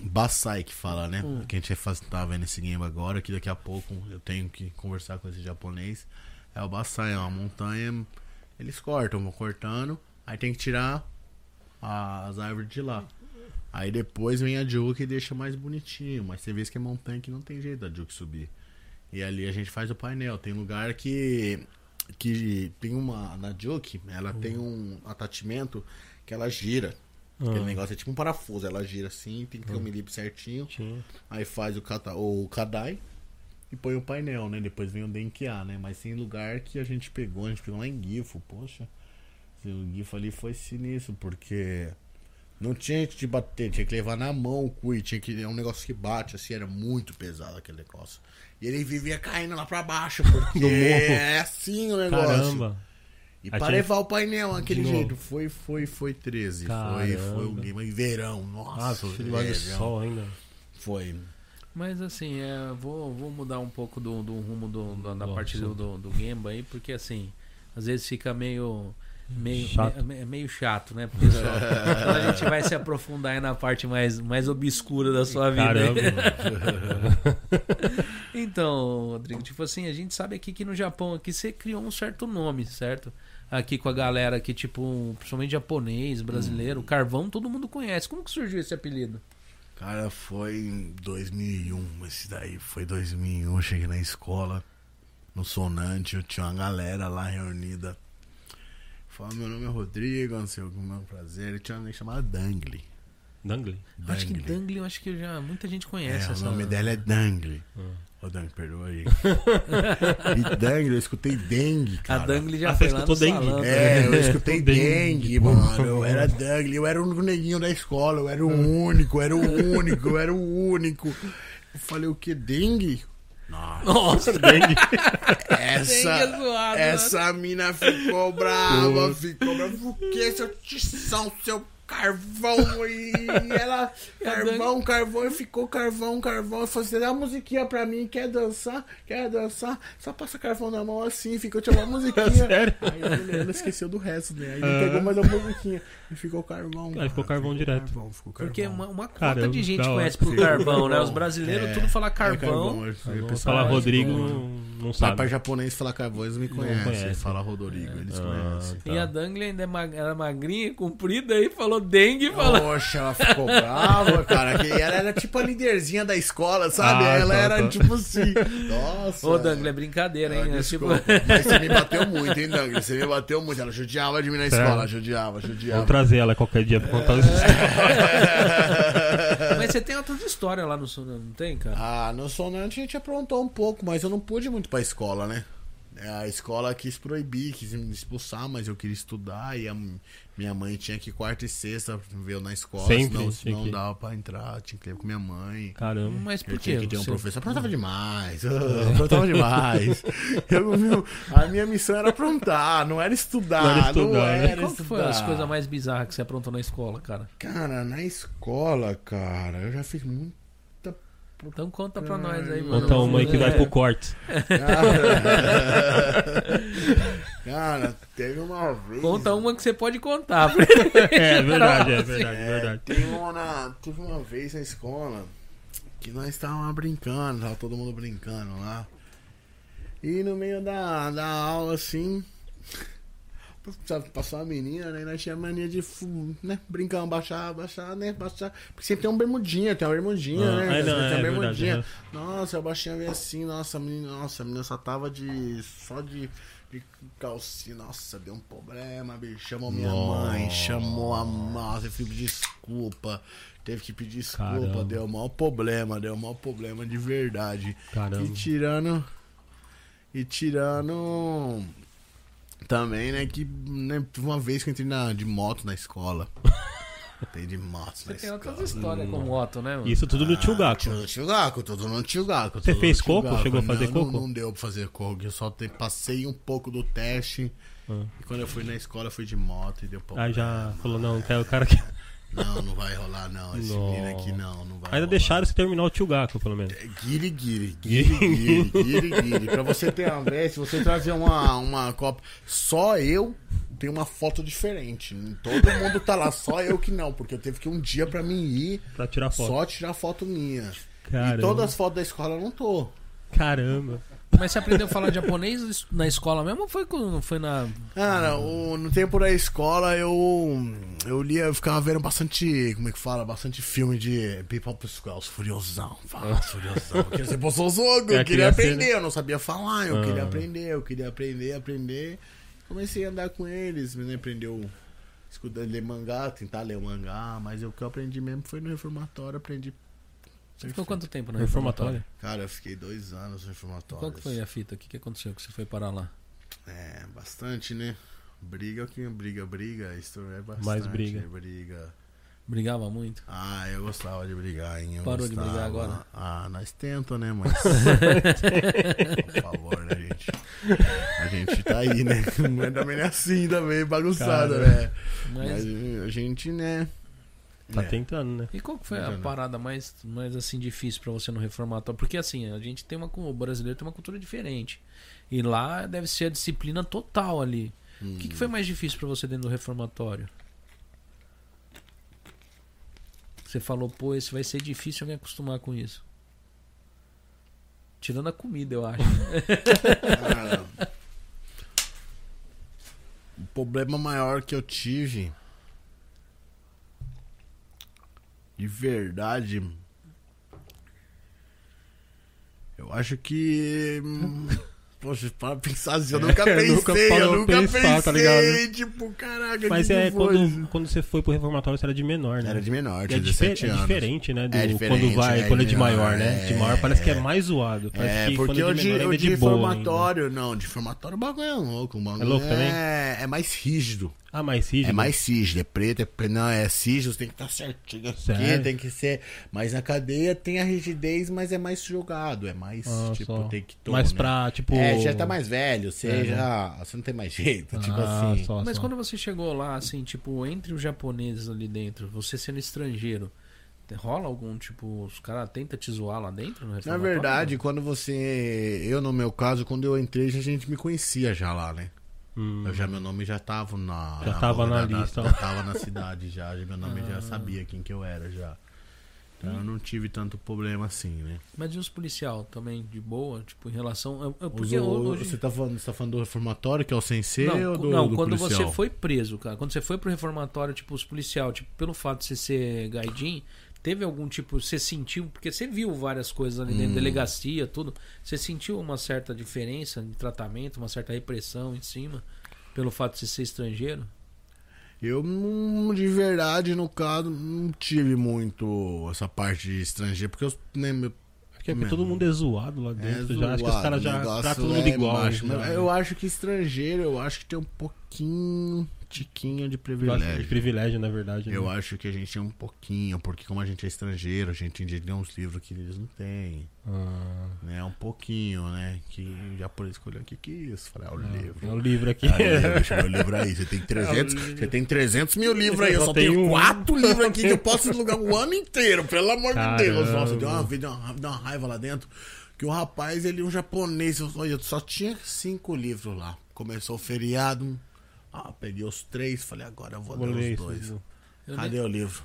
[SPEAKER 3] Basai que fala, né?
[SPEAKER 2] Hum.
[SPEAKER 3] Que a gente faz- tá vendo esse game agora, que daqui a pouco eu tenho que conversar com esse japonês. É o Basai, é uma montanha. Eles cortam, vão cortando, aí tem que tirar as árvores de lá. Aí depois vem a Juke e deixa mais bonitinho, mas você vê que é montanha que não tem jeito da Juke subir. E ali a gente faz o painel. Tem lugar que. que tem uma. Na Juke, ela tem um atachimento que ela gira. Aquele negócio é tipo um parafuso, ela gira assim, tem que ter um milímetro certinho.
[SPEAKER 1] Tinha.
[SPEAKER 3] Aí faz o, kata, o Kadai e põe o painel, né? Depois vem o Denkiá, né? Mas tem lugar que a gente pegou, a gente pegou lá em Gifo, poxa. O Gifo um ali foi sinistro, porque não tinha que te bater, tinha que levar na mão o Kui, tinha que. É um negócio que bate, assim, era muito pesado aquele negócio. E ele vivia caindo lá pra baixo, porque
[SPEAKER 1] No morro.
[SPEAKER 3] é assim o negócio.
[SPEAKER 1] Caramba.
[SPEAKER 3] E
[SPEAKER 1] Aí
[SPEAKER 3] para
[SPEAKER 1] tinha-
[SPEAKER 3] levar o painel aquele
[SPEAKER 1] De novo.
[SPEAKER 3] jeito, foi, foi, foi 13. Foi, foi um
[SPEAKER 1] Caramba.
[SPEAKER 3] game em verão,
[SPEAKER 1] Ah,
[SPEAKER 3] nossa,
[SPEAKER 1] filho, olha né? o
[SPEAKER 3] verão.
[SPEAKER 1] sol ainda.
[SPEAKER 3] Foi.
[SPEAKER 2] Mas assim, é, vou, vou mudar um pouco do, do rumo do, do- da
[SPEAKER 1] Do
[SPEAKER 2] parte do, do, do Gemba aí, porque assim, às vezes fica meio. Meio
[SPEAKER 1] Chato.
[SPEAKER 2] me- me- meio chato, né, pessoal? Então a gente vai se aprofundar aí na parte mais, mais obscura da sua vida.
[SPEAKER 1] Caramba.
[SPEAKER 2] Então, Rodrigo, tipo assim, a gente sabe aqui que no Japão aqui você criou um certo nome, certo? Aqui com a galera que, tipo, principalmente japonês,
[SPEAKER 3] Hum.
[SPEAKER 2] brasileiro, carvão, todo mundo conhece. Como que surgiu esse apelido?
[SPEAKER 3] Cara, foi em 2001, esse daí foi 2001, eu cheguei na escola, no Sonante, eu tinha uma galera lá reunida. Falei, meu nome é Rodrigo, não sei o que, meu prazer. Eu tinha um uma amiga chamada Dangle.
[SPEAKER 1] Dangle.
[SPEAKER 2] Acho que Dangle, eu acho que já muita gente conhece
[SPEAKER 3] É,
[SPEAKER 2] essa
[SPEAKER 3] o nome dela é Dangle. Ô, Dangle, perdoa aí. e Dangle, eu escutei dengue,
[SPEAKER 2] A
[SPEAKER 3] cara.
[SPEAKER 2] Dangle já
[SPEAKER 1] Ah,
[SPEAKER 2] foi
[SPEAKER 1] você
[SPEAKER 2] lá no
[SPEAKER 1] escutou Dangle?
[SPEAKER 2] salão. né?
[SPEAKER 3] É, eu escutei
[SPEAKER 1] Tô dengue,
[SPEAKER 3] dengue,
[SPEAKER 1] pô.
[SPEAKER 3] mano. Eu era dengue, eu era o único neguinho da escola, eu era o único, eu era o único, eu era o único. Eu falei, o que? Dengue? Nossa,
[SPEAKER 2] Nossa,
[SPEAKER 1] Dangle.
[SPEAKER 2] Dengue é
[SPEAKER 3] essa,
[SPEAKER 2] zoado,
[SPEAKER 3] essa mina ficou brava, ficou brava. O que, seu tição, seu carvão? E ela,
[SPEAKER 2] É
[SPEAKER 3] carvão, carvão, e ficou carvão, carvão. Eu falei, você dá uma musiquinha pra mim, quer dançar? Quer dançar? Só passa carvão na mão assim, ficou te uma musiquinha.
[SPEAKER 1] É Sério?
[SPEAKER 3] Aí ele- ela esqueceu do resto, né? Aí ele pegou mais uma musiquinha e ficou carvão.
[SPEAKER 1] Aí ficou carvão direto.
[SPEAKER 3] Carvão, ficou carvão.
[SPEAKER 2] Porque uma, uma cota
[SPEAKER 1] Caramba,
[SPEAKER 2] de gente
[SPEAKER 1] da hora.
[SPEAKER 2] conhece por carvão, né? Os brasileiros
[SPEAKER 3] É,
[SPEAKER 2] tudo fala
[SPEAKER 3] É
[SPEAKER 2] carvão.
[SPEAKER 3] eu- eu
[SPEAKER 1] Vou
[SPEAKER 3] pensava,
[SPEAKER 1] falar
[SPEAKER 3] tipo,
[SPEAKER 1] Rodrigo, não
[SPEAKER 3] Vai pra
[SPEAKER 1] sabe.
[SPEAKER 3] japonês falar carvão, eles me conhecem.
[SPEAKER 1] conhecem.
[SPEAKER 3] Fala Rodrigo,
[SPEAKER 1] Ah,
[SPEAKER 3] eles conhecem.
[SPEAKER 1] tá.
[SPEAKER 2] E a Dangle ainda é ma- era magrinha, comprida, e falou dengue e falou.
[SPEAKER 3] Poxa, ela ficou brava, cara. que ela era tipo a liderzinha da escola, sabe?
[SPEAKER 1] Ah,
[SPEAKER 3] ela
[SPEAKER 1] tá,
[SPEAKER 3] era
[SPEAKER 1] tá.
[SPEAKER 3] tipo assim. Nossa.
[SPEAKER 2] Ô, Dangle, é brincadeira, hein?
[SPEAKER 3] Ah,
[SPEAKER 2] É
[SPEAKER 3] desculpa,
[SPEAKER 2] tipo-
[SPEAKER 3] mas você me bateu muito, hein, Dangle? Você me bateu muito. Ela judiava de mim na
[SPEAKER 1] Sério?
[SPEAKER 3] escola, judiava,
[SPEAKER 1] Vou
[SPEAKER 3] judiava.
[SPEAKER 1] trazer ela qualquer dia pra contar os histórias.
[SPEAKER 2] Mas você tem outras histórias lá no Sunan, não tem, cara?
[SPEAKER 3] Ah, no Sonante a gente aprontou um pouco, mas eu não pude muito pra escola, né? É, A escola quis proibir, quis me expulsar, mas eu queria estudar e a m- minha mãe tinha que quarta e sexta veio na escola,
[SPEAKER 1] Sempre
[SPEAKER 3] senão,
[SPEAKER 1] tinha
[SPEAKER 3] senão
[SPEAKER 1] que-
[SPEAKER 3] não dava pra entrar, tinha que ir com minha mãe.
[SPEAKER 1] Caramba.
[SPEAKER 2] Hum, Mas
[SPEAKER 3] Eu
[SPEAKER 2] por quê?
[SPEAKER 3] tinha que ter um
[SPEAKER 2] Você-
[SPEAKER 3] professor. Aprontava demais.
[SPEAKER 1] É.
[SPEAKER 3] Eu aprontava demais. Eu- meu, a minha missão era aprontar, não era estudar.
[SPEAKER 1] Não
[SPEAKER 3] Não
[SPEAKER 1] era
[SPEAKER 3] era
[SPEAKER 1] estudar, né?
[SPEAKER 2] Qual que foi as
[SPEAKER 3] estudar.
[SPEAKER 2] coisas mais bizarras que você aprontou na escola, cara?
[SPEAKER 3] Cara, na escola, cara, eu já fiz muito.
[SPEAKER 2] Então conta
[SPEAKER 3] Hum,
[SPEAKER 2] pra nós aí, mano.
[SPEAKER 1] Conta uma aí que vai
[SPEAKER 2] É.
[SPEAKER 1] pro corte.
[SPEAKER 3] Cara, teve uma vez.
[SPEAKER 2] Conta um. uma que você pode contar.
[SPEAKER 1] É verdade, é verdade, é
[SPEAKER 3] É,
[SPEAKER 1] verdade.
[SPEAKER 3] Teve uma, na- teve uma vez na escola que nós estávamos brincando, tava todo mundo brincando lá. E no meio da, da aula, assim, sabe, passou uma menina, né? e Nós tinha mania de fu- né, brincar, baixar, baixar, né? Baixar. Porque sempre tem um bermudinha, tem uma bermudinha,
[SPEAKER 1] Ah,
[SPEAKER 3] né?
[SPEAKER 1] é,
[SPEAKER 3] Sempre
[SPEAKER 1] não,
[SPEAKER 3] tem
[SPEAKER 1] é
[SPEAKER 3] uma
[SPEAKER 1] verdade,
[SPEAKER 3] bermudinha.
[SPEAKER 1] né?
[SPEAKER 3] Nossa, a baixinha veio assim, nossa, a menina, nossa, a menina só tava de. só de. de calcinha, nossa, deu um problema, bicho. Chamou minha mãe, chamou a nossa, eu fui pedir desculpa. Teve que pedir desculpa,
[SPEAKER 1] Caramba.
[SPEAKER 3] deu o maior problema, deu o maior problema de verdade.
[SPEAKER 1] Caramba.
[SPEAKER 3] E tirando. E tirando. Também, né, que né, teve uma vez que eu entrei na, de moto na escola. Entrei de moto na
[SPEAKER 2] Tem
[SPEAKER 3] escola.
[SPEAKER 2] outras
[SPEAKER 3] hum.
[SPEAKER 2] histórias com moto, né, mano?
[SPEAKER 1] Isso tudo no tio Gaco.
[SPEAKER 3] Tio, tio Gaco, um todo no tio Gaco.
[SPEAKER 1] Ah, Você
[SPEAKER 3] tudo
[SPEAKER 1] fez
[SPEAKER 3] no tio
[SPEAKER 1] coco? Chegou a fazer
[SPEAKER 3] não,
[SPEAKER 1] coco?
[SPEAKER 3] Não, não deu pra fazer coco, eu só te- passei um pouco do teste. E quando eu fui na escola, eu fui de moto e deu problema.
[SPEAKER 1] Aí Ah. já falou, não, quero o cara que.
[SPEAKER 3] Não, não vai rolar não, esse
[SPEAKER 1] Nossa.
[SPEAKER 3] menino aqui não, não
[SPEAKER 1] Ainda
[SPEAKER 3] vai rolar. É
[SPEAKER 1] deixaram você terminar o tio Gaco, pelo menos.
[SPEAKER 3] Guiri, guiri, guiri, guiri, guiri, guiri. Pra você ter uma vez, se você trazer uma, uma copa, só eu tenho uma foto diferente. Todo mundo tá lá, só eu que não, porque eu teve que um dia pra mim ir
[SPEAKER 1] Pra tirar foto.
[SPEAKER 3] só tirar foto minha.
[SPEAKER 1] Caramba.
[SPEAKER 3] E todas as fotos da escola eu não tô.
[SPEAKER 1] Caramba.
[SPEAKER 2] Mas você aprendeu a falar japonês na escola mesmo ou foi, com- foi na.
[SPEAKER 3] Cara,
[SPEAKER 1] Uhum.
[SPEAKER 3] o- no tempo da escola eu. Eu lia, eu ficava vendo bastante. Como é que fala? Bastante filme de People Squirrels, Furiosão. Fala, Furiosão. Queria ser Bolsonaro,
[SPEAKER 1] Ah. É,
[SPEAKER 3] eu queria
[SPEAKER 1] queria ser,
[SPEAKER 3] aprender,
[SPEAKER 1] né?
[SPEAKER 3] eu não sabia falar, eu
[SPEAKER 1] Ah.
[SPEAKER 3] queria aprender, eu queria aprender, aprender. Comecei a andar com eles, né? Aprendeu. Escutando ler mangá, tentar ler o mangá, mas o que eu aprendi mesmo foi no reformatório, aprendi.
[SPEAKER 2] Você ficou quanto tempo
[SPEAKER 1] é
[SPEAKER 2] na
[SPEAKER 1] Reformatório.
[SPEAKER 2] reformatória?
[SPEAKER 3] Cara, eu fiquei dois anos no reformatório.
[SPEAKER 2] Qual que foi a fita? O que, que aconteceu que você foi parar lá?
[SPEAKER 3] É, bastante, né? Briga que briga, briga, isso é bastante.
[SPEAKER 1] Mais briga.
[SPEAKER 3] né? briga.
[SPEAKER 2] Brigava muito?
[SPEAKER 3] Ah, eu gostava de brigar, hein? Eu
[SPEAKER 2] Parou de
[SPEAKER 3] gostava.
[SPEAKER 2] brigar agora?
[SPEAKER 3] Ah, nós tenta, né, mas. Por favor, né, gente? A gente tá aí, né? Mas também não é assim, também, bagunçado,
[SPEAKER 1] Cara.
[SPEAKER 3] né? Mas
[SPEAKER 2] Mas.
[SPEAKER 3] a gente, né?
[SPEAKER 1] Tá
[SPEAKER 3] né?
[SPEAKER 1] tentando, né?
[SPEAKER 2] E qual que foi a
[SPEAKER 3] Entendeu?
[SPEAKER 2] parada mais, mais assim difícil pra você no reformatório? Porque assim, a gente tem uma cu- o brasileiro tem uma cultura diferente. E lá deve ser a disciplina total ali. O
[SPEAKER 3] Hum.
[SPEAKER 2] que, que foi mais difícil pra você dentro do reformatório? Você falou, pô, esse vai ser difícil eu me acostumar com isso. Tirando a comida, eu acho.
[SPEAKER 3] Cara, É. o problema maior que eu tive. De verdade. Eu acho que. hum, Poxa, para pensar assim, eu nunca
[SPEAKER 1] É,
[SPEAKER 3] pensei, eu
[SPEAKER 1] nunca
[SPEAKER 3] nunca,
[SPEAKER 1] parou pra
[SPEAKER 3] pensei,
[SPEAKER 1] pensar, tá ligado?
[SPEAKER 3] tipo, caraca,
[SPEAKER 1] Mas
[SPEAKER 3] que
[SPEAKER 1] é
[SPEAKER 3] que foi?
[SPEAKER 1] quando, quando você foi pro reformatório, você era de menor, né?
[SPEAKER 3] Era de menor,
[SPEAKER 1] E é,
[SPEAKER 3] tinha
[SPEAKER 1] dife-
[SPEAKER 3] 17
[SPEAKER 1] é
[SPEAKER 3] anos.
[SPEAKER 1] diferente, né? Do,
[SPEAKER 3] É diferente,
[SPEAKER 1] quando vai,
[SPEAKER 3] é
[SPEAKER 1] quando é de
[SPEAKER 3] de
[SPEAKER 1] maior,
[SPEAKER 3] menor,
[SPEAKER 1] né?
[SPEAKER 3] é,
[SPEAKER 1] De maior parece que é
[SPEAKER 3] é.
[SPEAKER 1] mais zoado. Parece
[SPEAKER 3] É,
[SPEAKER 1] que
[SPEAKER 3] porque
[SPEAKER 1] quando é
[SPEAKER 3] eu
[SPEAKER 1] de
[SPEAKER 3] de,
[SPEAKER 1] menor
[SPEAKER 3] eu
[SPEAKER 1] ainda é
[SPEAKER 3] de
[SPEAKER 1] de boa. ainda.
[SPEAKER 3] formatório, não, de formatório o bagulho é louco. O bagulho
[SPEAKER 1] louco também?
[SPEAKER 3] é- é mais rígido.
[SPEAKER 1] Ah, mais rígido.
[SPEAKER 3] É mais cisne, é preto, é pre- não, é cisne, tem que estar certinho aqui,
[SPEAKER 1] Sério?
[SPEAKER 3] tem que ser. Mas na cadeia tem a rigidez, mas é mais jogado, é mais,
[SPEAKER 1] Ah,
[SPEAKER 3] tipo,
[SPEAKER 1] só.
[SPEAKER 3] tem que tomar.
[SPEAKER 1] Mas pra, tipo.
[SPEAKER 3] É, já tá mais velho, você
[SPEAKER 1] É, né?
[SPEAKER 3] já. ah, Você não tem mais jeito, tipo
[SPEAKER 1] Ah,
[SPEAKER 3] assim.
[SPEAKER 1] só,
[SPEAKER 2] Mas
[SPEAKER 1] só.
[SPEAKER 2] quando você chegou lá, assim, tipo, entre os japoneses ali dentro, você sendo estrangeiro, te- rola algum, tipo, os caras tentam te zoar lá dentro? no
[SPEAKER 3] Na
[SPEAKER 2] reformatório?
[SPEAKER 3] verdade, quando você. Eu, no meu caso, quando eu entrei, já a gente me conhecia já lá, né?
[SPEAKER 1] Hum,
[SPEAKER 3] Eu já, meu nome já tava na.
[SPEAKER 1] Já tava na
[SPEAKER 3] da-
[SPEAKER 1] lista, ó.
[SPEAKER 3] Já tava na cidade já, já meu nome já sabia quem que eu era já. Então eu não tive tanto problema assim, né?
[SPEAKER 2] Mas e os policial também, de boa? Tipo, em relação... eu- eu-
[SPEAKER 3] Os-
[SPEAKER 2] Porque
[SPEAKER 3] o-
[SPEAKER 2] hoje...
[SPEAKER 3] Você tá falando, você tá falando do reformatório, que é o sensei,
[SPEAKER 2] Não,
[SPEAKER 3] ou do,
[SPEAKER 2] não
[SPEAKER 3] do
[SPEAKER 2] quando
[SPEAKER 3] policial?
[SPEAKER 2] você foi preso, cara, quando você foi pro reformatório, tipo, os policial, tipo, pelo fato de você ser gaidin, teve algum tipo, você sentiu, porque você viu várias coisas ali
[SPEAKER 3] Hum.
[SPEAKER 2] dentro, delegacia, tudo, você sentiu uma certa diferença de tratamento, uma certa repressão em cima, pelo fato de você ser estrangeiro?
[SPEAKER 3] Eu, não- de verdade, no caso, não tive muito essa parte de estrangeiro, porque eu lembro...
[SPEAKER 1] Porque aqui todo mundo é zoado lá dentro. já, acho que os
[SPEAKER 3] zoado,
[SPEAKER 1] caras
[SPEAKER 3] o
[SPEAKER 1] já
[SPEAKER 3] negócio
[SPEAKER 1] tratam todo mundo
[SPEAKER 3] é
[SPEAKER 1] igual.
[SPEAKER 3] macho,
[SPEAKER 1] né?
[SPEAKER 3] mas Eu acho que estrangeiro, eu acho que tem um pouquinho, tiquinho de privilégio.
[SPEAKER 1] de privilégio, na verdade.
[SPEAKER 3] Eu
[SPEAKER 1] né?
[SPEAKER 3] acho que a gente tem um pouquinho, porque como a gente é estrangeiro, a gente lê uns livros que eles não têm,
[SPEAKER 1] Ah,
[SPEAKER 3] né? Um pouquinho, né? Que já por escolher o que que é isso, falei, ah, o livro.
[SPEAKER 1] é o livro aqui.
[SPEAKER 3] Ah, é, deixa meu livro aí. Você tem 300, você tem 300 mil livros aí. Eu
[SPEAKER 1] Só
[SPEAKER 3] só
[SPEAKER 1] tem
[SPEAKER 3] tenho
[SPEAKER 1] um.
[SPEAKER 3] quatro livros aqui que eu posso alugar o ano inteiro, pelo amor
[SPEAKER 1] Caramba.
[SPEAKER 3] de Deus. Nossa, deu uma, deu, uma, deu uma raiva lá dentro. Que o rapaz, ele é um japonês. Eu, olha, eu só tinha cinco livros lá. Começou o feriado. Ah, peguei os três. Falei, agora eu vou,
[SPEAKER 1] Vou
[SPEAKER 3] ler os
[SPEAKER 1] ler isso,
[SPEAKER 3] dois.
[SPEAKER 1] viu?
[SPEAKER 2] Eu
[SPEAKER 3] Cadê o livro?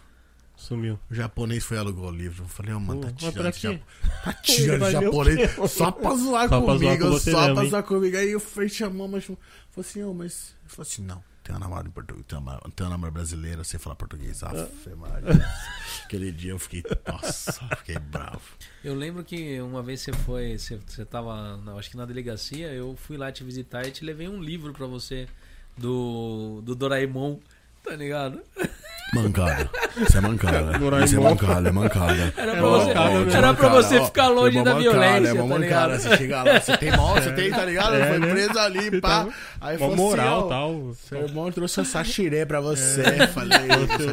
[SPEAKER 1] Sumiu.
[SPEAKER 3] O japonês foi e alugou o livro. Eu falei, ô, mano, tá
[SPEAKER 1] Pô, mas pra
[SPEAKER 3] tirando esse
[SPEAKER 1] quê?
[SPEAKER 3] japo- tá tirando
[SPEAKER 1] Vai
[SPEAKER 3] esse
[SPEAKER 1] ver o
[SPEAKER 3] japonês
[SPEAKER 1] quê?
[SPEAKER 3] só pra zoar
[SPEAKER 1] Só pra zoar
[SPEAKER 3] comigo,
[SPEAKER 1] com você
[SPEAKER 3] só
[SPEAKER 1] mesmo,
[SPEAKER 3] pra
[SPEAKER 1] hein?
[SPEAKER 3] zoar comigo. Aí eu fui chamar, mas falou assim, ô, mas. Ele falou assim, não, tem uma namorada em português, tem uma, tem uma namorada brasileira, sem falar português. Aff, Maria. Aquele dia eu fiquei, nossa, eu fiquei bravo.
[SPEAKER 2] Eu lembro que uma vez você foi, você, você tava, na- acho que na delegacia, eu fui lá te visitar e te levei um livro pra você do, do Doraemon, tá ligado?
[SPEAKER 3] Mancada. Isso é mancada. Isso é
[SPEAKER 1] Doraemon.
[SPEAKER 3] mancada, é mancada.
[SPEAKER 2] Era
[SPEAKER 1] pra você-
[SPEAKER 2] era pra você ficar
[SPEAKER 3] tá
[SPEAKER 2] longe da violência,
[SPEAKER 3] É uma
[SPEAKER 2] tá
[SPEAKER 3] mancada.
[SPEAKER 2] ligado?
[SPEAKER 3] Você chega lá, você tem mal, você tem, tá ligado?
[SPEAKER 1] É,
[SPEAKER 3] Foi
[SPEAKER 1] né?
[SPEAKER 3] preso ali, pá. Aí
[SPEAKER 1] Uma
[SPEAKER 3] falou
[SPEAKER 1] moral tá
[SPEAKER 3] assim, ó,
[SPEAKER 1] tal.
[SPEAKER 3] Seu irmão trouxe a sashirê pra você.
[SPEAKER 1] É.
[SPEAKER 3] Falei,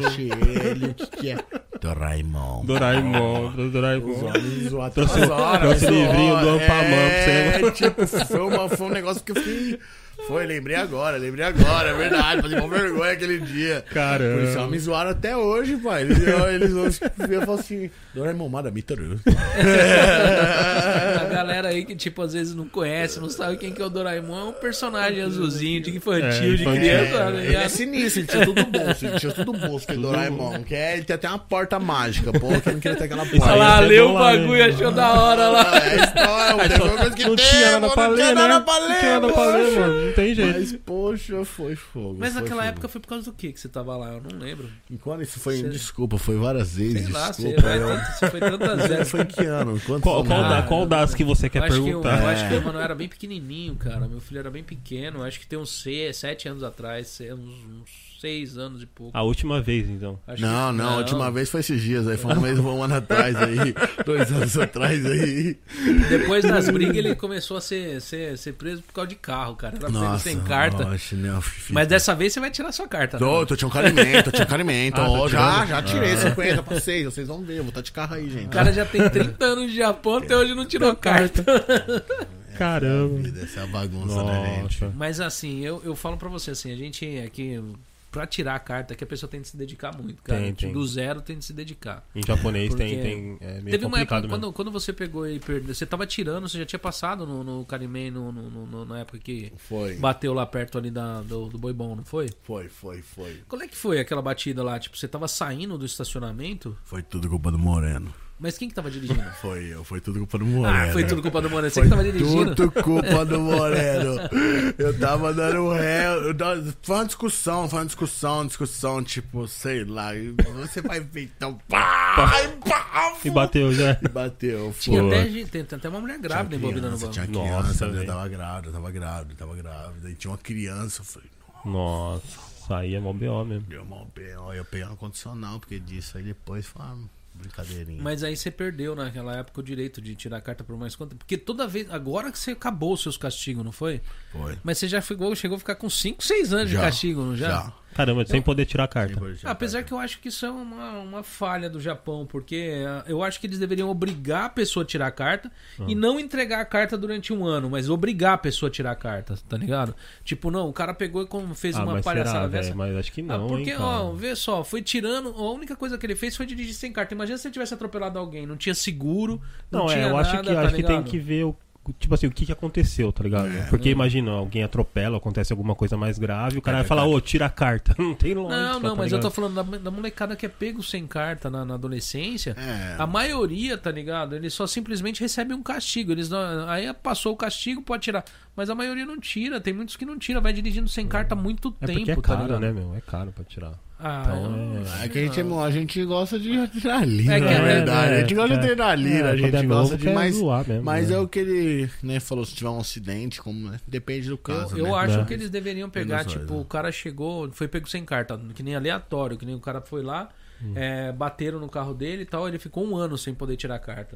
[SPEAKER 3] sashirê, ele, o que que é? Doraemon.
[SPEAKER 1] Doraemon, do
[SPEAKER 3] Os
[SPEAKER 1] Doraemon.
[SPEAKER 3] homens zoam até
[SPEAKER 1] Trouxe-
[SPEAKER 3] umas horas,
[SPEAKER 1] trouxe
[SPEAKER 3] mas,
[SPEAKER 1] livrinho
[SPEAKER 3] ó,
[SPEAKER 1] do Ampamã pra
[SPEAKER 3] é,
[SPEAKER 1] você.
[SPEAKER 3] tipo, foi, uma, foi um negócio que eu fiquei... Foi, lembrei agora, lembrei agora, é verdade. Passei com vergonha aquele dia. O policial
[SPEAKER 1] Caramba.
[SPEAKER 3] me zoaram até hoje, pai. Eles, eles vão se ver e falam assim: Dona Momada, me tornou.
[SPEAKER 1] É.
[SPEAKER 2] A galera aí que, tipo, às vezes não conhece, não sabe quem que é o Doraemon, é um personagem azulzinho, de infantil,
[SPEAKER 1] É,
[SPEAKER 2] de
[SPEAKER 1] infantil.
[SPEAKER 2] criança. tá
[SPEAKER 3] Ele é
[SPEAKER 2] ligado?
[SPEAKER 3] sinistro, ele tinha tudo bom, ele tinha tudo bom, que é Doraemon. Que é, ele tem até uma porta mágica, pô, que eu não queria ter aquela porta.
[SPEAKER 2] Olha lá,
[SPEAKER 1] Aí
[SPEAKER 2] leu
[SPEAKER 1] chegou
[SPEAKER 2] o
[SPEAKER 1] lá,
[SPEAKER 2] bagulho,
[SPEAKER 1] né?
[SPEAKER 2] achou da hora lá.
[SPEAKER 3] É a história, é uma coisa que
[SPEAKER 1] Não
[SPEAKER 3] tem,
[SPEAKER 1] tinha nada
[SPEAKER 3] pô,
[SPEAKER 1] pra
[SPEAKER 3] não tinha
[SPEAKER 1] ler, né?
[SPEAKER 3] nada pra ler,
[SPEAKER 1] Não tinha nada pra ler,
[SPEAKER 3] poxa.
[SPEAKER 1] mano. Não tem jeito.
[SPEAKER 3] Mas, poxa, foi fogo.
[SPEAKER 2] Mas
[SPEAKER 3] foi
[SPEAKER 2] naquela
[SPEAKER 3] fogo.
[SPEAKER 2] época foi por causa do que que você tava lá? Eu não lembro.
[SPEAKER 3] Quando isso foi,
[SPEAKER 2] Sei-
[SPEAKER 3] desculpa, foi várias vezes.
[SPEAKER 2] Sei lá, você
[SPEAKER 3] desculpa,
[SPEAKER 2] vai
[SPEAKER 3] eu-
[SPEAKER 2] tanto- você foi tantas
[SPEAKER 3] Mas
[SPEAKER 2] vezes.
[SPEAKER 3] Foi em que ano? Quantos
[SPEAKER 1] Qual,
[SPEAKER 3] anos?
[SPEAKER 1] qual
[SPEAKER 2] Ah,
[SPEAKER 1] da- qual das que você
[SPEAKER 2] Eu
[SPEAKER 1] quer
[SPEAKER 2] acho, que eu, eu
[SPEAKER 1] perguntar?
[SPEAKER 2] acho que
[SPEAKER 3] É.
[SPEAKER 2] eu, mano, eu era bem pequenininho, cara. Meu filho era bem pequeno. Eu acho que tem uns 7 anos atrás, se- uns- uns 6 anos e pouco.
[SPEAKER 1] A última vez, então.
[SPEAKER 2] Acho
[SPEAKER 3] Não,
[SPEAKER 2] que-
[SPEAKER 3] não, a última vez foi esses dias aí. Foi um mês, um ano atrás aí. Dois anos atrás aí.
[SPEAKER 2] Tá Depois das brigas, ele começou a ser, ser, ser preso por causa de carro, cara. Era preso sem carta.
[SPEAKER 3] Nossa, não, filho.
[SPEAKER 1] Tipo,
[SPEAKER 2] Mas dessa vez você vai tirar sua carta. né?
[SPEAKER 3] Tô, tô tinha um carimento, tinha um carimento.
[SPEAKER 1] Ah,
[SPEAKER 3] Ó,
[SPEAKER 1] tá
[SPEAKER 3] já,
[SPEAKER 1] tirando.
[SPEAKER 3] já tirei 50, passei. Vocês vão ver, vou tá de carro aí, gente.
[SPEAKER 2] O cara já tem 30 anos de Japão, até hoje não tirou carta.
[SPEAKER 1] Caramba.
[SPEAKER 3] É, Vida, Essa é a bagunça da gente.
[SPEAKER 1] Nossa.
[SPEAKER 2] Mas assim, eu, eu falo pra você assim, a gente aqui, pra tirar a carta, que a pessoa tem de se dedicar muito, cara. Tipo,
[SPEAKER 1] Tem, tem.
[SPEAKER 2] Do zero tem de se dedicar.
[SPEAKER 1] Em japonês tem,
[SPEAKER 2] Porque
[SPEAKER 1] tem. É meio
[SPEAKER 2] Teve uma época,
[SPEAKER 1] complicado mesmo.
[SPEAKER 2] quando, quando você pegou e perdeu, você tava tirando, você já tinha passado no, no Karimei no, no- no- no- na época que
[SPEAKER 3] Foi,
[SPEAKER 2] bateu lá perto ali da, do, do Boi Bom, não foi?
[SPEAKER 3] foi, foi, foi.
[SPEAKER 2] Qual é que foi aquela batida lá? Tipo, você tava saindo do estacionamento,
[SPEAKER 3] Foi tudo culpa do Moreno.
[SPEAKER 2] mas quem que tava dirigindo?
[SPEAKER 3] Foi eu, foi tudo culpa do Moreno.
[SPEAKER 1] é,
[SPEAKER 2] ah,
[SPEAKER 1] né?
[SPEAKER 2] foi tudo culpa do Moreno, você
[SPEAKER 3] Foi
[SPEAKER 2] que tava dirigindo.
[SPEAKER 3] Tudo culpa do Moreno. Eu tava dando um ré. eu tava- Foi uma discussão, foi uma discussão, discussão, tipo, sei lá. e Você vai ver então. Pá, pá,
[SPEAKER 1] E bateu já.
[SPEAKER 3] E bateu,
[SPEAKER 2] Tinha
[SPEAKER 3] foi.
[SPEAKER 2] até, gente- tem, tem até uma mulher grávida envolvida no
[SPEAKER 3] criança,
[SPEAKER 2] banco.
[SPEAKER 3] Tinha
[SPEAKER 1] banco.
[SPEAKER 3] criança,
[SPEAKER 1] Nossa,
[SPEAKER 3] eu
[SPEAKER 1] velho.
[SPEAKER 3] tava grávida, tava grávida, tava grávida. E tinha uma criança, eu falei, nossa,
[SPEAKER 1] Nossa, aí é mó BO mesmo.
[SPEAKER 3] deu mal bem. ó, Eu peguei uma condicional porque disso. Aí depois foi uma brincadeirinha.
[SPEAKER 2] Mas aí você perdeu naquela época o direito de tirar a carta por mais conta. Porque toda vez. Agora que você acabou os seus castigos, não foi?
[SPEAKER 3] Foi.
[SPEAKER 2] Mas você já chegou, chegou a ficar com 5, 6 anos
[SPEAKER 3] Já,
[SPEAKER 2] de castigo, não já? Ah,
[SPEAKER 1] Caramba, sem poder tirar a carta.
[SPEAKER 3] Já.
[SPEAKER 2] Apesar que eu acho que isso é uma, uma falha do Japão, porque ah, eu acho que eles deveriam obrigar a pessoa a tirar a carta e não entregar a carta durante um ano, mas obrigar a pessoa a tirar a carta, tá ligado? Tipo, não, o cara pegou e como fez
[SPEAKER 1] Ah,
[SPEAKER 2] uma
[SPEAKER 1] mas será,
[SPEAKER 2] palhaçada dessa.
[SPEAKER 1] velho? Mas acho que
[SPEAKER 2] Ah,
[SPEAKER 1] não,
[SPEAKER 2] porque,
[SPEAKER 1] hein, cara.
[SPEAKER 2] ó, vê só, foi tirando. A única coisa que ele fez foi dirigir sem carta. Imagina se ele tivesse atropelado alguém, não tinha seguro. Não,
[SPEAKER 1] Não, é,
[SPEAKER 2] tinha
[SPEAKER 1] eu acho,
[SPEAKER 2] nada,
[SPEAKER 1] que,
[SPEAKER 2] tá
[SPEAKER 1] acho que tem
[SPEAKER 2] ligado?
[SPEAKER 1] que ver o. Tipo assim, o que, que aconteceu, tá ligado?
[SPEAKER 3] É,
[SPEAKER 1] Porque imagina, alguém atropela, acontece alguma coisa mais grave, o cara
[SPEAKER 3] É
[SPEAKER 1] vai falar, ô,
[SPEAKER 3] verdade.
[SPEAKER 1] tira a carta. Não tem lógica.
[SPEAKER 2] Não,
[SPEAKER 1] tá
[SPEAKER 2] não, mas eu tô
[SPEAKER 1] ligado?
[SPEAKER 2] falando da, da molecada que é pego sem carta na, na adolescência.
[SPEAKER 3] É.
[SPEAKER 2] A maioria, tá ligado? Eles só simplesmente recebem um castigo. Eles não- aí passou o castigo, pode tirar. Mas a maioria não tira. Tem muitos que não tira. Vai dirigindo sem carta há muito
[SPEAKER 1] É
[SPEAKER 2] tempo,
[SPEAKER 1] porque é
[SPEAKER 2] tá
[SPEAKER 1] caro,
[SPEAKER 2] ligado?
[SPEAKER 1] né, meu? É caro pra tirar.
[SPEAKER 2] Ah,
[SPEAKER 1] Então, é-
[SPEAKER 3] É que a gente, é- a gente gosta de adrenalina,
[SPEAKER 2] É
[SPEAKER 3] é
[SPEAKER 2] que-
[SPEAKER 3] na verdade.
[SPEAKER 1] é,
[SPEAKER 3] a gente gosta de
[SPEAKER 1] é.
[SPEAKER 3] adrenalina,
[SPEAKER 1] É,
[SPEAKER 3] a
[SPEAKER 1] quando é
[SPEAKER 3] gente
[SPEAKER 1] novo
[SPEAKER 3] gosta de
[SPEAKER 1] quer
[SPEAKER 3] mais.
[SPEAKER 1] zoar mesmo,
[SPEAKER 3] mas
[SPEAKER 1] né?
[SPEAKER 3] é o que ele né, falou: se tiver um acidente, como né, depende do
[SPEAKER 2] Eu,
[SPEAKER 3] caso.
[SPEAKER 2] eu
[SPEAKER 3] né?
[SPEAKER 2] acho
[SPEAKER 1] É.
[SPEAKER 2] que eles deveriam pegar,
[SPEAKER 3] Menos
[SPEAKER 2] tipo,
[SPEAKER 3] horas, né?
[SPEAKER 2] o cara chegou, foi pego sem carta, que nem aleatório, que nem o cara foi lá,
[SPEAKER 1] Hum.
[SPEAKER 2] é, bateram no carro dele e tal, ele ficou um ano sem poder tirar a carta.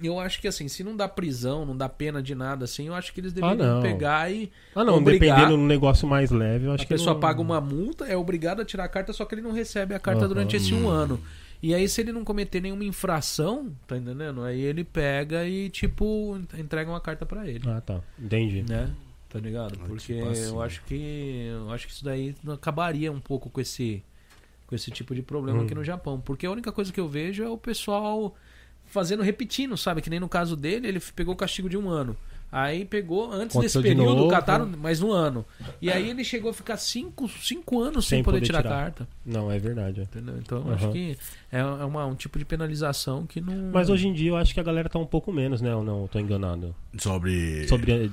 [SPEAKER 2] Eu acho que assim, se não dá prisão, não dá pena de nada, assim, eu acho que eles deveriam
[SPEAKER 1] Ah, não.
[SPEAKER 2] pegar e.
[SPEAKER 1] Ah, não,
[SPEAKER 2] obrigar.
[SPEAKER 1] dependendo do negócio mais leve, eu acho
[SPEAKER 2] a
[SPEAKER 1] que.
[SPEAKER 2] pessoa
[SPEAKER 1] não...
[SPEAKER 2] paga uma multa, é obrigado a tirar a carta, só que ele não recebe a carta
[SPEAKER 1] Aham.
[SPEAKER 2] durante esse
[SPEAKER 3] Hum.
[SPEAKER 2] um ano. E aí, se ele não cometer nenhuma infração, tá entendendo? Aí ele pega e, tipo, en- entrega uma carta pra ele
[SPEAKER 1] Ah, tá. Entendi.
[SPEAKER 2] né? Tá ligado? Porque
[SPEAKER 3] assim.
[SPEAKER 2] eu acho que eu acho que isso daí não acabaria um pouco com esse com esse tipo de problema
[SPEAKER 1] Hum.
[SPEAKER 2] aqui no Japão, porque a única coisa que eu vejo é o pessoal fazendo repetindo, sabe? Que nem no caso dele, ele f- pegou o castigo de um ano. Aí pegou antes
[SPEAKER 1] Aconteceu
[SPEAKER 2] desse
[SPEAKER 1] de
[SPEAKER 2] período,
[SPEAKER 1] novo.
[SPEAKER 2] cataram mais um ano. E aí ele chegou a ficar cinco, cinco anos sem,
[SPEAKER 1] Sem
[SPEAKER 2] poder,
[SPEAKER 1] poder
[SPEAKER 2] tirar,
[SPEAKER 1] tirar.
[SPEAKER 2] carta.
[SPEAKER 1] Não, é verdade. é.
[SPEAKER 2] Entendeu? Então eu acho
[SPEAKER 1] Aham.
[SPEAKER 2] que é, é uma- um tipo de penalização que não.
[SPEAKER 1] Mas hoje em dia eu acho que a galera tá um pouco menos, né? Ou não, eu tô enganado.
[SPEAKER 3] Sobre.
[SPEAKER 1] Sobre né,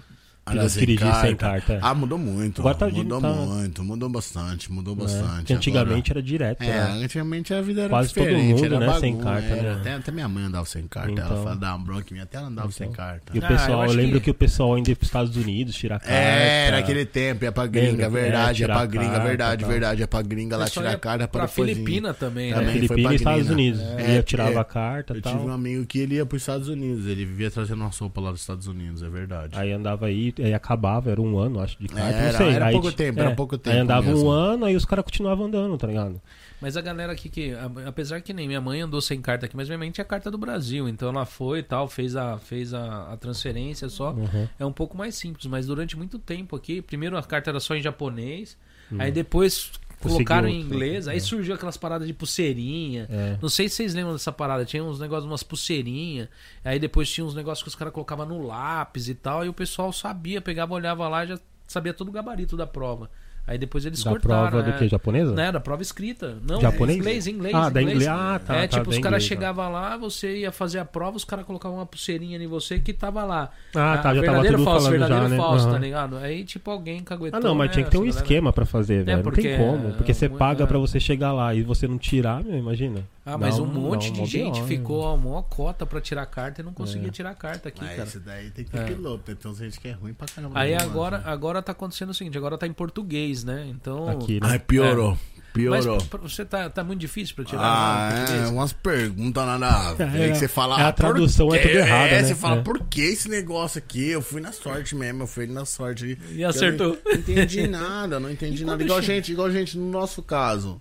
[SPEAKER 3] a dar sem
[SPEAKER 1] dirigir sem carta. é.
[SPEAKER 3] Ah, mudou muito.
[SPEAKER 1] Agora tá-
[SPEAKER 3] mudou
[SPEAKER 1] tá-
[SPEAKER 3] muito, mudou bastante, mudou
[SPEAKER 1] Né?
[SPEAKER 3] bastante.
[SPEAKER 1] Que antigamente era direto.
[SPEAKER 3] Agora- É,
[SPEAKER 1] né?
[SPEAKER 3] antigamente a vida era
[SPEAKER 1] Quase todo
[SPEAKER 3] diferente,
[SPEAKER 1] mundo,
[SPEAKER 3] era
[SPEAKER 1] né,
[SPEAKER 3] bagunça,
[SPEAKER 1] sem carta,
[SPEAKER 3] era.
[SPEAKER 1] né?
[SPEAKER 3] Até, até minha mãe andava sem carta.
[SPEAKER 1] Então.
[SPEAKER 3] Ela falava, dava um bronca em mim, até ela andava sem carta.
[SPEAKER 1] E o
[SPEAKER 2] Ah, eu
[SPEAKER 1] pessoal, eu,
[SPEAKER 2] acho
[SPEAKER 1] lembro
[SPEAKER 2] que-
[SPEAKER 1] que... o pessoal ainda ia pros Estados Unidos tirar carta.
[SPEAKER 3] É, era aquele tempo, ia pra gringa,
[SPEAKER 1] Lembra?
[SPEAKER 3] verdade,
[SPEAKER 1] É,
[SPEAKER 3] ia pra
[SPEAKER 1] tirar
[SPEAKER 3] gringa,
[SPEAKER 1] carta,
[SPEAKER 3] verdade,
[SPEAKER 1] tal.
[SPEAKER 3] verdade, ia pra gringa lá
[SPEAKER 2] Pessoal
[SPEAKER 3] tirar
[SPEAKER 2] ia
[SPEAKER 3] carta
[SPEAKER 2] é pra Filipina também,
[SPEAKER 1] Era
[SPEAKER 2] né?
[SPEAKER 3] Também. foi
[SPEAKER 1] Filipinas e
[SPEAKER 3] pra
[SPEAKER 1] Estados
[SPEAKER 3] Guiné,
[SPEAKER 1] Unidos.
[SPEAKER 3] né?
[SPEAKER 1] Ele
[SPEAKER 3] É,
[SPEAKER 1] ia tirava
[SPEAKER 3] é.
[SPEAKER 1] a carta e
[SPEAKER 2] tá,
[SPEAKER 3] Eu
[SPEAKER 1] tal.
[SPEAKER 3] tive um amigo que ele ia pros Estados Unidos, ele vivia trazendo uma sopa lá dos Estados Unidos, é verdade.
[SPEAKER 1] Aí andava aí, aí acabava, era um ano, acho, de carta,
[SPEAKER 3] Era-
[SPEAKER 1] não sei.
[SPEAKER 3] era
[SPEAKER 1] aí
[SPEAKER 3] pouco
[SPEAKER 1] ti-
[SPEAKER 3] tempo, era pouco tempo
[SPEAKER 1] Aí andava
[SPEAKER 3] mesmo.
[SPEAKER 1] um ano, aí os caras continuavam andando, tá ligado?
[SPEAKER 2] Mas a galera aqui que. a- Apesar que nem minha mãe andou sem carta aqui, mas minha mãe tinha carta do Brasil. Então ela foi e tal, fez a, fez a, a transferência só.
[SPEAKER 1] Hum.
[SPEAKER 2] É um pouco mais simples, mas durante muito tempo aqui, primeiro a carta era só em japonês, aí depois. Colocaram em
[SPEAKER 1] Hum. outro, né?
[SPEAKER 2] inglês, aí surgiu aquelas paradas de pulseirinha.
[SPEAKER 1] É.
[SPEAKER 2] Não sei se vocês lembram dessa parada. Tinha uns negócios, umas pulseirinhas. Aí depois tinha uns negócios que os caras colocavam no lápis e tal. E o pessoal sabia, pegava, olhava lá e já sabia todo o gabarito da prova. Aí depois eles
[SPEAKER 1] Da
[SPEAKER 2] cortaram.
[SPEAKER 1] prova
[SPEAKER 2] é.
[SPEAKER 1] do que? Japonesa?
[SPEAKER 2] Não, era prova escrita. Não,
[SPEAKER 1] Japonês?
[SPEAKER 2] inglês, inglês.
[SPEAKER 1] Ah, da
[SPEAKER 2] inglês.
[SPEAKER 1] inglês. Ah, tá,
[SPEAKER 2] É,
[SPEAKER 1] tá,
[SPEAKER 2] tipo,
[SPEAKER 1] da
[SPEAKER 2] os caras
[SPEAKER 1] inglês, tá.
[SPEAKER 2] chegavam lá, você ia fazer a prova, os caras colocavam uma pulseirinha em você que tava lá.
[SPEAKER 1] Ah, tá, já tava
[SPEAKER 2] verdadeiro
[SPEAKER 1] tudo
[SPEAKER 2] falso,
[SPEAKER 1] falando já,
[SPEAKER 2] verdadeiro
[SPEAKER 1] né?
[SPEAKER 2] falso, tá
[SPEAKER 1] Aham.
[SPEAKER 2] ligado? Aí, tipo, alguém caguetou.
[SPEAKER 1] Ah, não, mas
[SPEAKER 2] né,
[SPEAKER 1] tinha que ter um
[SPEAKER 2] essa galera.
[SPEAKER 1] esquema pra fazer, velho. Não
[SPEAKER 2] porque
[SPEAKER 1] tem como. Porque você
[SPEAKER 2] é muito-
[SPEAKER 1] paga
[SPEAKER 2] é.
[SPEAKER 1] pra você chegar lá e você não tirar, meu, imagina.
[SPEAKER 2] Ah, mas
[SPEAKER 1] Dá
[SPEAKER 2] um
[SPEAKER 1] dá
[SPEAKER 2] monte de
[SPEAKER 1] mó né?
[SPEAKER 2] gente
[SPEAKER 1] BO,
[SPEAKER 2] ficou a mó cota pra tirar carta e
[SPEAKER 1] É.
[SPEAKER 2] não conseguia tirar carta aqui,
[SPEAKER 3] Mas
[SPEAKER 2] cara.
[SPEAKER 3] Ah, esse daí tem que ter
[SPEAKER 2] É.
[SPEAKER 3] piloto, então tem gente que é ruim pra caramba.
[SPEAKER 2] Aí
[SPEAKER 3] né, mano?
[SPEAKER 2] agora, agora tá acontecendo o seguinte, agora tá em português, né? Então.
[SPEAKER 1] né? Aqui, né?
[SPEAKER 3] Ai, piorou.
[SPEAKER 2] Mas
[SPEAKER 3] Piorou.
[SPEAKER 2] pra- você tá, tá muito difícil pra tirar
[SPEAKER 3] Ah,
[SPEAKER 2] né,
[SPEAKER 3] é,
[SPEAKER 2] português?
[SPEAKER 3] umas perguntas nada a ver,
[SPEAKER 1] É,
[SPEAKER 3] que você fala...
[SPEAKER 1] é, a
[SPEAKER 3] "Ah, por
[SPEAKER 1] tradução é
[SPEAKER 3] quê?"
[SPEAKER 1] tudo errado,
[SPEAKER 3] É,
[SPEAKER 1] né?
[SPEAKER 3] você fala,
[SPEAKER 1] É.
[SPEAKER 3] por que esse negócio aqui? Eu fui na sorte mesmo, eu fui na sorte.
[SPEAKER 2] E acertou.
[SPEAKER 3] Eu não entendi nada, não entendi
[SPEAKER 2] E
[SPEAKER 3] nada.
[SPEAKER 2] quando
[SPEAKER 3] Igual
[SPEAKER 2] chega-
[SPEAKER 3] gente, igual gente, no nosso caso,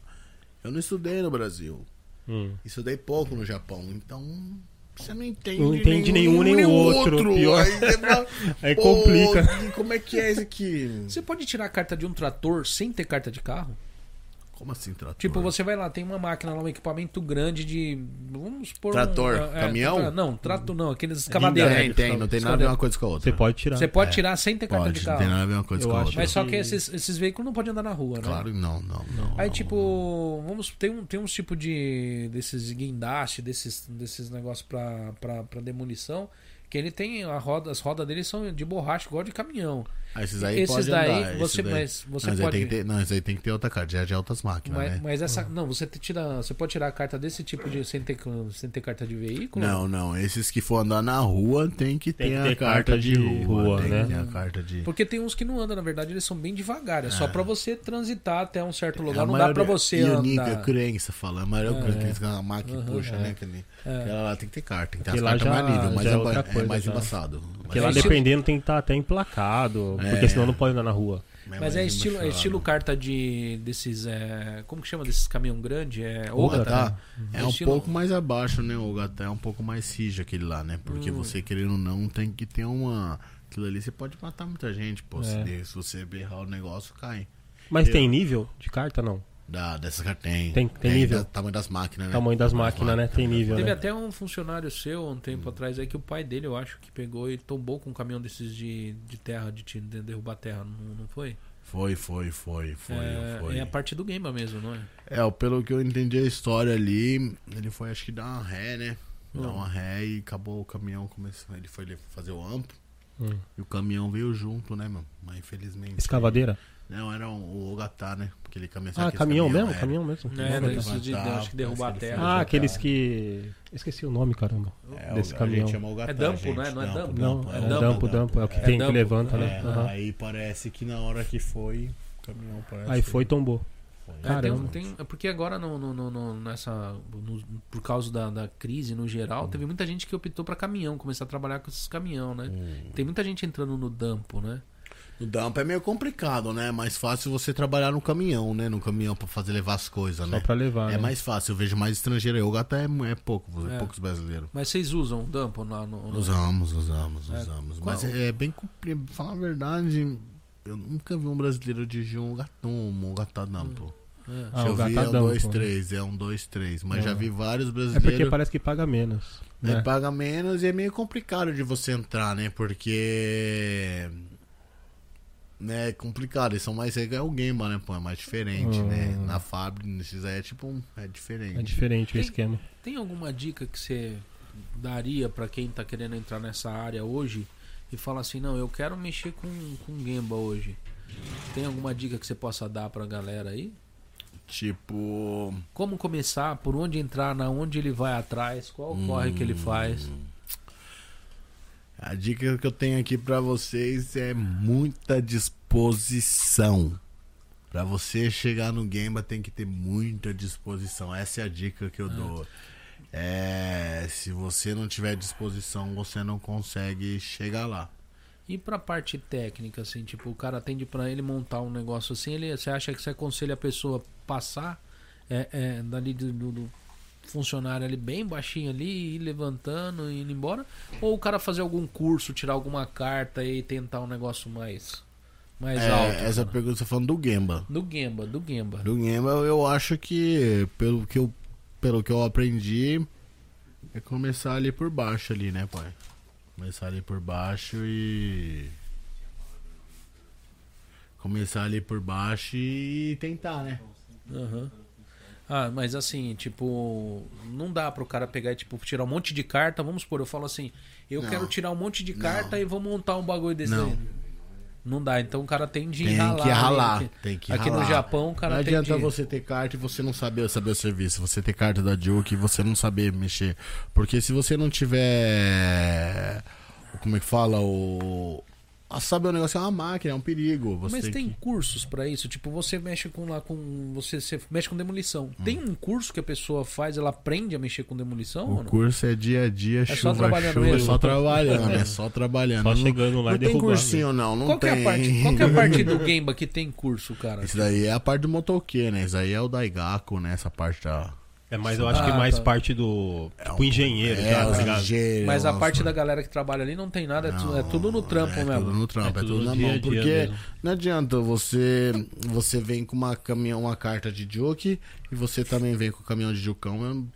[SPEAKER 3] eu não estudei no Brasil.
[SPEAKER 1] Hum.
[SPEAKER 3] Estudei pouco no Japão, então... Você não entende,
[SPEAKER 1] Não entende nenhum, nem o outro, pior.
[SPEAKER 3] Aí, você fala,
[SPEAKER 1] Aí
[SPEAKER 3] "Pô,
[SPEAKER 1] complica."
[SPEAKER 3] e como é que é isso aqui?
[SPEAKER 2] Você pode tirar a carta de um trator sem ter carta de carro?
[SPEAKER 3] Como assim, trator?
[SPEAKER 2] Tipo, você vai lá, tem uma máquina lá, um equipamento grande de. Vamos supor.
[SPEAKER 3] Trator,
[SPEAKER 2] um,
[SPEAKER 3] caminhão? É
[SPEAKER 2] tra- Não, trator não, aqueles
[SPEAKER 3] Não,
[SPEAKER 2] escavadeiros.
[SPEAKER 3] tem, tem, não tem nada a ver uma coisa com a outra.
[SPEAKER 1] Você pode tirar.
[SPEAKER 2] Você pode tirar sem ter carta
[SPEAKER 3] É. Pode,
[SPEAKER 2] de
[SPEAKER 3] não tem
[SPEAKER 2] carro.
[SPEAKER 3] nada a ver uma coisa
[SPEAKER 1] Eu
[SPEAKER 3] com a
[SPEAKER 1] acho
[SPEAKER 3] outra.
[SPEAKER 2] Mas só que esses, esses veículos não podem andar na rua, né?
[SPEAKER 3] Claro, não, não, não.
[SPEAKER 2] Aí,
[SPEAKER 3] não.
[SPEAKER 2] tipo, vamos, tem, um, tem uns tipo de. desses guindaste, desses, desses negócios pra, pra, pra demolição, que ele tem. A roda, as rodas dele são de borracha, igual de caminhão.
[SPEAKER 3] Ah, esses aí
[SPEAKER 2] esses
[SPEAKER 3] pode
[SPEAKER 2] daí,
[SPEAKER 3] andar, esses
[SPEAKER 2] você-
[SPEAKER 3] daí-
[SPEAKER 2] mas você
[SPEAKER 3] aí
[SPEAKER 2] pode-
[SPEAKER 3] tem que ter, não, esses aí tem que ter outra carta, já é de altas máquinas,
[SPEAKER 2] Mas,
[SPEAKER 3] né?
[SPEAKER 2] mas essa. Não, você te tira. Você pode tirar a carta desse tipo de. sem ter, sem ter carta de veículo?
[SPEAKER 3] Não, não, esses que for andar na rua tem que
[SPEAKER 1] Tem
[SPEAKER 3] ter
[SPEAKER 1] que
[SPEAKER 3] a
[SPEAKER 1] ter
[SPEAKER 3] carta, de rua, tem
[SPEAKER 1] né?
[SPEAKER 3] que ter a carta de...
[SPEAKER 2] Porque tem uns que não andam, na verdade, eles são bem devagar. É só pra você transitar até um certo lugar.
[SPEAKER 3] Ah. É, A
[SPEAKER 2] não dá
[SPEAKER 3] maioria-
[SPEAKER 2] pra você
[SPEAKER 3] e o é Nick, a
[SPEAKER 2] andar.
[SPEAKER 3] crença, fala, a maior crença que é uma máquina que puxa, né? Aquele,
[SPEAKER 2] É.
[SPEAKER 3] Aquela lá tem que ter carta, tem que ter
[SPEAKER 1] Porque
[SPEAKER 3] as
[SPEAKER 1] lá
[SPEAKER 3] cartas
[SPEAKER 1] já-
[SPEAKER 3] mais nível, mas
[SPEAKER 1] já é
[SPEAKER 3] é,
[SPEAKER 1] outra
[SPEAKER 3] é
[SPEAKER 1] coisa,
[SPEAKER 3] mais
[SPEAKER 1] já.
[SPEAKER 3] embaçado.
[SPEAKER 1] Porque
[SPEAKER 2] Mas
[SPEAKER 1] lá
[SPEAKER 2] é estilo-
[SPEAKER 1] dependendo tem que estar até emplacado.
[SPEAKER 2] É.
[SPEAKER 1] Porque senão não pode andar na rua.
[SPEAKER 3] né?
[SPEAKER 2] Mas é estilo, é estilo carta de. desses. é, como que chama desses caminhão grande? É.
[SPEAKER 1] Ogata,
[SPEAKER 2] Ogata, né?
[SPEAKER 3] Tá. É um
[SPEAKER 2] Estilo-
[SPEAKER 3] pouco mais abaixo, né? O gato é um pouco mais rija aquele lá, né? Porque
[SPEAKER 1] Hum.
[SPEAKER 3] você, querendo ou não, tem que ter uma. Aquilo ali você pode matar muita gente, pô. Se,
[SPEAKER 1] É.
[SPEAKER 3] de- se você berrar o negócio, cai.
[SPEAKER 1] Mas
[SPEAKER 3] Eu-
[SPEAKER 1] tem nível de carta, não?
[SPEAKER 3] Da, dessas cartas tem.
[SPEAKER 1] Tem- tem nível?
[SPEAKER 3] da- tamanho das
[SPEAKER 2] É.
[SPEAKER 3] máquinas, né?
[SPEAKER 1] Tamanho das máquinas, né? Tem nível,
[SPEAKER 2] Teve
[SPEAKER 1] né?
[SPEAKER 2] até um funcionário seu um
[SPEAKER 3] Hum.
[SPEAKER 2] tempo atrás aí que o pai dele, eu acho, que pegou e tombou com um caminhão desses de, de terra, de, te- de derrubar terra, não, não foi?
[SPEAKER 3] Foi, foi, foi, foi,
[SPEAKER 2] é,
[SPEAKER 3] foi.
[SPEAKER 2] é a parte do game mesmo, não é?
[SPEAKER 3] É, o- pelo que eu entendi a história ali, ele foi acho que dar uma ré, né?
[SPEAKER 1] Hum.
[SPEAKER 3] Dar uma ré e acabou o caminhão começando. Ele foi fazer o amplo.
[SPEAKER 1] Hum.
[SPEAKER 3] E o caminhão veio junto, né, mano? Mas infelizmente.
[SPEAKER 1] Escavadeira?
[SPEAKER 3] Não, era um- o Ogatá, né? Porque ele caminha
[SPEAKER 1] Ah,
[SPEAKER 3] aquele
[SPEAKER 1] caminhão mesmo?
[SPEAKER 3] é.
[SPEAKER 1] Caminhão mesmo?
[SPEAKER 2] É,
[SPEAKER 3] Não,
[SPEAKER 2] desses de,
[SPEAKER 3] levantar,
[SPEAKER 2] acho que derrubar
[SPEAKER 3] parece que ele
[SPEAKER 2] terra.
[SPEAKER 1] Ah,
[SPEAKER 3] Ogatá.
[SPEAKER 1] aqueles que. Esqueci o nome, caramba.
[SPEAKER 3] É, o-
[SPEAKER 1] desse
[SPEAKER 3] a
[SPEAKER 1] caminhão.
[SPEAKER 3] gente chama Ogatá,
[SPEAKER 2] É dampo,
[SPEAKER 3] gente.
[SPEAKER 2] né? Não é né? dampo?
[SPEAKER 1] Não, é o dampo, dampo. É o que
[SPEAKER 3] é.
[SPEAKER 1] tem que
[SPEAKER 2] dampo.
[SPEAKER 1] levanta, né?
[SPEAKER 3] É,
[SPEAKER 1] Aham.
[SPEAKER 3] Aí parece que na hora que foi, o caminhão parece.
[SPEAKER 1] Aí
[SPEAKER 3] que
[SPEAKER 1] foi e tombou.
[SPEAKER 3] foi.
[SPEAKER 2] É, tem,
[SPEAKER 1] Caramba.
[SPEAKER 2] tem- é porque agora no, no- no- no- nessa, no- por causa da, da crise no geral, teve muita gente que optou pra caminhão, começar a trabalhar com esses caminhão, né? Tem muita gente entrando no dampo, né?
[SPEAKER 3] No dampo é meio complicado, né? É mais fácil você trabalhar no caminhão, né? No caminhão pra fazer levar as
[SPEAKER 1] Só
[SPEAKER 3] coisas, né?
[SPEAKER 1] pra levar.
[SPEAKER 3] É
[SPEAKER 1] né?
[SPEAKER 3] mais fácil, eu vejo mais estrangeiro. Eu até é, é pouco,
[SPEAKER 2] É.
[SPEAKER 3] poucos brasileiros.
[SPEAKER 2] Mas vocês usam o dampo lá no, no-
[SPEAKER 3] Usamos, usamos, usamos.
[SPEAKER 2] Qual-
[SPEAKER 3] Mas é, bem complicado. Falar a verdade, eu nunca vi um brasileiro dirigir um gatão, um gatadão, pô.
[SPEAKER 2] é.
[SPEAKER 1] Ah,
[SPEAKER 3] Se
[SPEAKER 1] o
[SPEAKER 3] eu vi, é um
[SPEAKER 1] gatadão, pô.
[SPEAKER 3] 2-3, é um 2-3. Mas já vi vários
[SPEAKER 1] É porque
[SPEAKER 3] brasileiros.
[SPEAKER 1] parece que paga menos.
[SPEAKER 3] né,
[SPEAKER 1] né?
[SPEAKER 3] Paga menos e é meio complicado de você entrar, né? Porque. Né, é complicado. Eles são mais. É o Gamba, né? Pô, é mais diferente, né? Na fábrica, nesses aí é tipo. um- É diferente.
[SPEAKER 1] Hum. É diferente o
[SPEAKER 2] Tem-
[SPEAKER 1] esquema.
[SPEAKER 2] Tem alguma dica que você daria pra quem tá querendo entrar nessa área hoje e fala assim, não, eu quero mexer com, com Gemba hoje? Tem alguma dica que você possa dar pra galera aí?
[SPEAKER 3] Tipo.
[SPEAKER 2] Como começar, por onde entrar, na onde ele vai atrás, qual o corre que ele faz?
[SPEAKER 3] A dica que eu tenho aqui pra vocês é muita disposição. Pra você chegar no Gamba tem que ter muita disposição. Essa é a dica que eu
[SPEAKER 2] Ah.
[SPEAKER 3] dou. É, se você não tiver disposição, você não consegue chegar lá.
[SPEAKER 2] E pra parte técnica, assim, tipo, o cara atende pra ele montar um negócio assim, ele, você acha que você aconselha a pessoa passar é, é, dali do, do- do funcionário ali bem baixinho ali, ir levantando e indo embora? Ou o cara fazer algum curso, tirar alguma carta e tentar um negócio mais, mais
[SPEAKER 3] É,
[SPEAKER 2] alto? né?
[SPEAKER 3] essa
[SPEAKER 2] cara?
[SPEAKER 3] pergunta você tá falando do Gemba.
[SPEAKER 2] Do Gemba, do Gemba.
[SPEAKER 3] Do Gemba, eu acho que, pelo que eu, pelo que eu aprendi, é começar ali por baixo ali, né, pai? Começar ali por baixo e... Começar ali por baixo e tentar, né?
[SPEAKER 2] Aham. Ah, mas assim, tipo, não dá pro cara pegar e tipo, tirar um monte de carta. Vamos supor, eu falo assim, eu
[SPEAKER 3] Não.
[SPEAKER 2] quero tirar um monte de
[SPEAKER 3] Não.
[SPEAKER 2] carta e vou montar um bagulho desse
[SPEAKER 3] Não.
[SPEAKER 2] aí. Não dá, então o cara tem de
[SPEAKER 3] Tem
[SPEAKER 2] ralar.
[SPEAKER 3] que
[SPEAKER 2] né?
[SPEAKER 3] ralar,
[SPEAKER 2] Aqui-
[SPEAKER 3] tem que
[SPEAKER 2] Aqui
[SPEAKER 3] ralar.
[SPEAKER 2] no Japão o cara
[SPEAKER 3] não
[SPEAKER 2] tem
[SPEAKER 3] adianta
[SPEAKER 2] de...
[SPEAKER 3] você ter carta e você não saber saber o serviço. Você ter carta da Duke e você não saber mexer. Porque se você não tiver. Como é que fala? O. Ah, Sabe o negócio é uma máquina, é um perigo. Você
[SPEAKER 2] Mas tem
[SPEAKER 3] que-
[SPEAKER 2] cursos pra isso, tipo, você mexe com lá com você, você mexe com demolição.
[SPEAKER 3] Hum.
[SPEAKER 2] Tem um curso que a pessoa faz, ela aprende a mexer com demolição ou
[SPEAKER 3] O
[SPEAKER 2] não?
[SPEAKER 3] curso é dia a dia,
[SPEAKER 2] só
[SPEAKER 3] chuva a
[SPEAKER 2] trabalhando
[SPEAKER 3] chuva. É
[SPEAKER 2] mesmo.
[SPEAKER 3] só trabalhando, é só trabalhando.
[SPEAKER 1] Só
[SPEAKER 3] Não-
[SPEAKER 1] chegando lá
[SPEAKER 3] não
[SPEAKER 1] e
[SPEAKER 3] tem
[SPEAKER 1] derrubando.
[SPEAKER 3] cursinho, não. Não
[SPEAKER 2] Qual que,
[SPEAKER 3] tem.
[SPEAKER 2] é a parte, qual que é a parte do Gemba que tem curso, cara?
[SPEAKER 3] Isso daí é a parte do motoquê, né? Isso aí é o Daigaku, né? Essa parte da.
[SPEAKER 1] É, mas eu acho que
[SPEAKER 2] Ah,
[SPEAKER 1] mais
[SPEAKER 2] tá.
[SPEAKER 1] parte do. Tipo, engenheiro,
[SPEAKER 3] é,
[SPEAKER 1] já,
[SPEAKER 3] os
[SPEAKER 1] tá ligado?
[SPEAKER 3] engenheiros,
[SPEAKER 2] Mas a
[SPEAKER 3] os-
[SPEAKER 2] parte da galera que trabalha ali não tem nada, é tu- é tudo no trampo
[SPEAKER 3] É
[SPEAKER 2] mesmo.
[SPEAKER 3] tudo no trampo, é, tudo,
[SPEAKER 1] no
[SPEAKER 3] na
[SPEAKER 1] dia a
[SPEAKER 3] mão.
[SPEAKER 1] dia
[SPEAKER 3] Porque
[SPEAKER 1] mesmo.
[SPEAKER 3] não adianta, você você vem com uma, caminhão, uma carta de joke e você também vem com o caminhão de jucão. Eu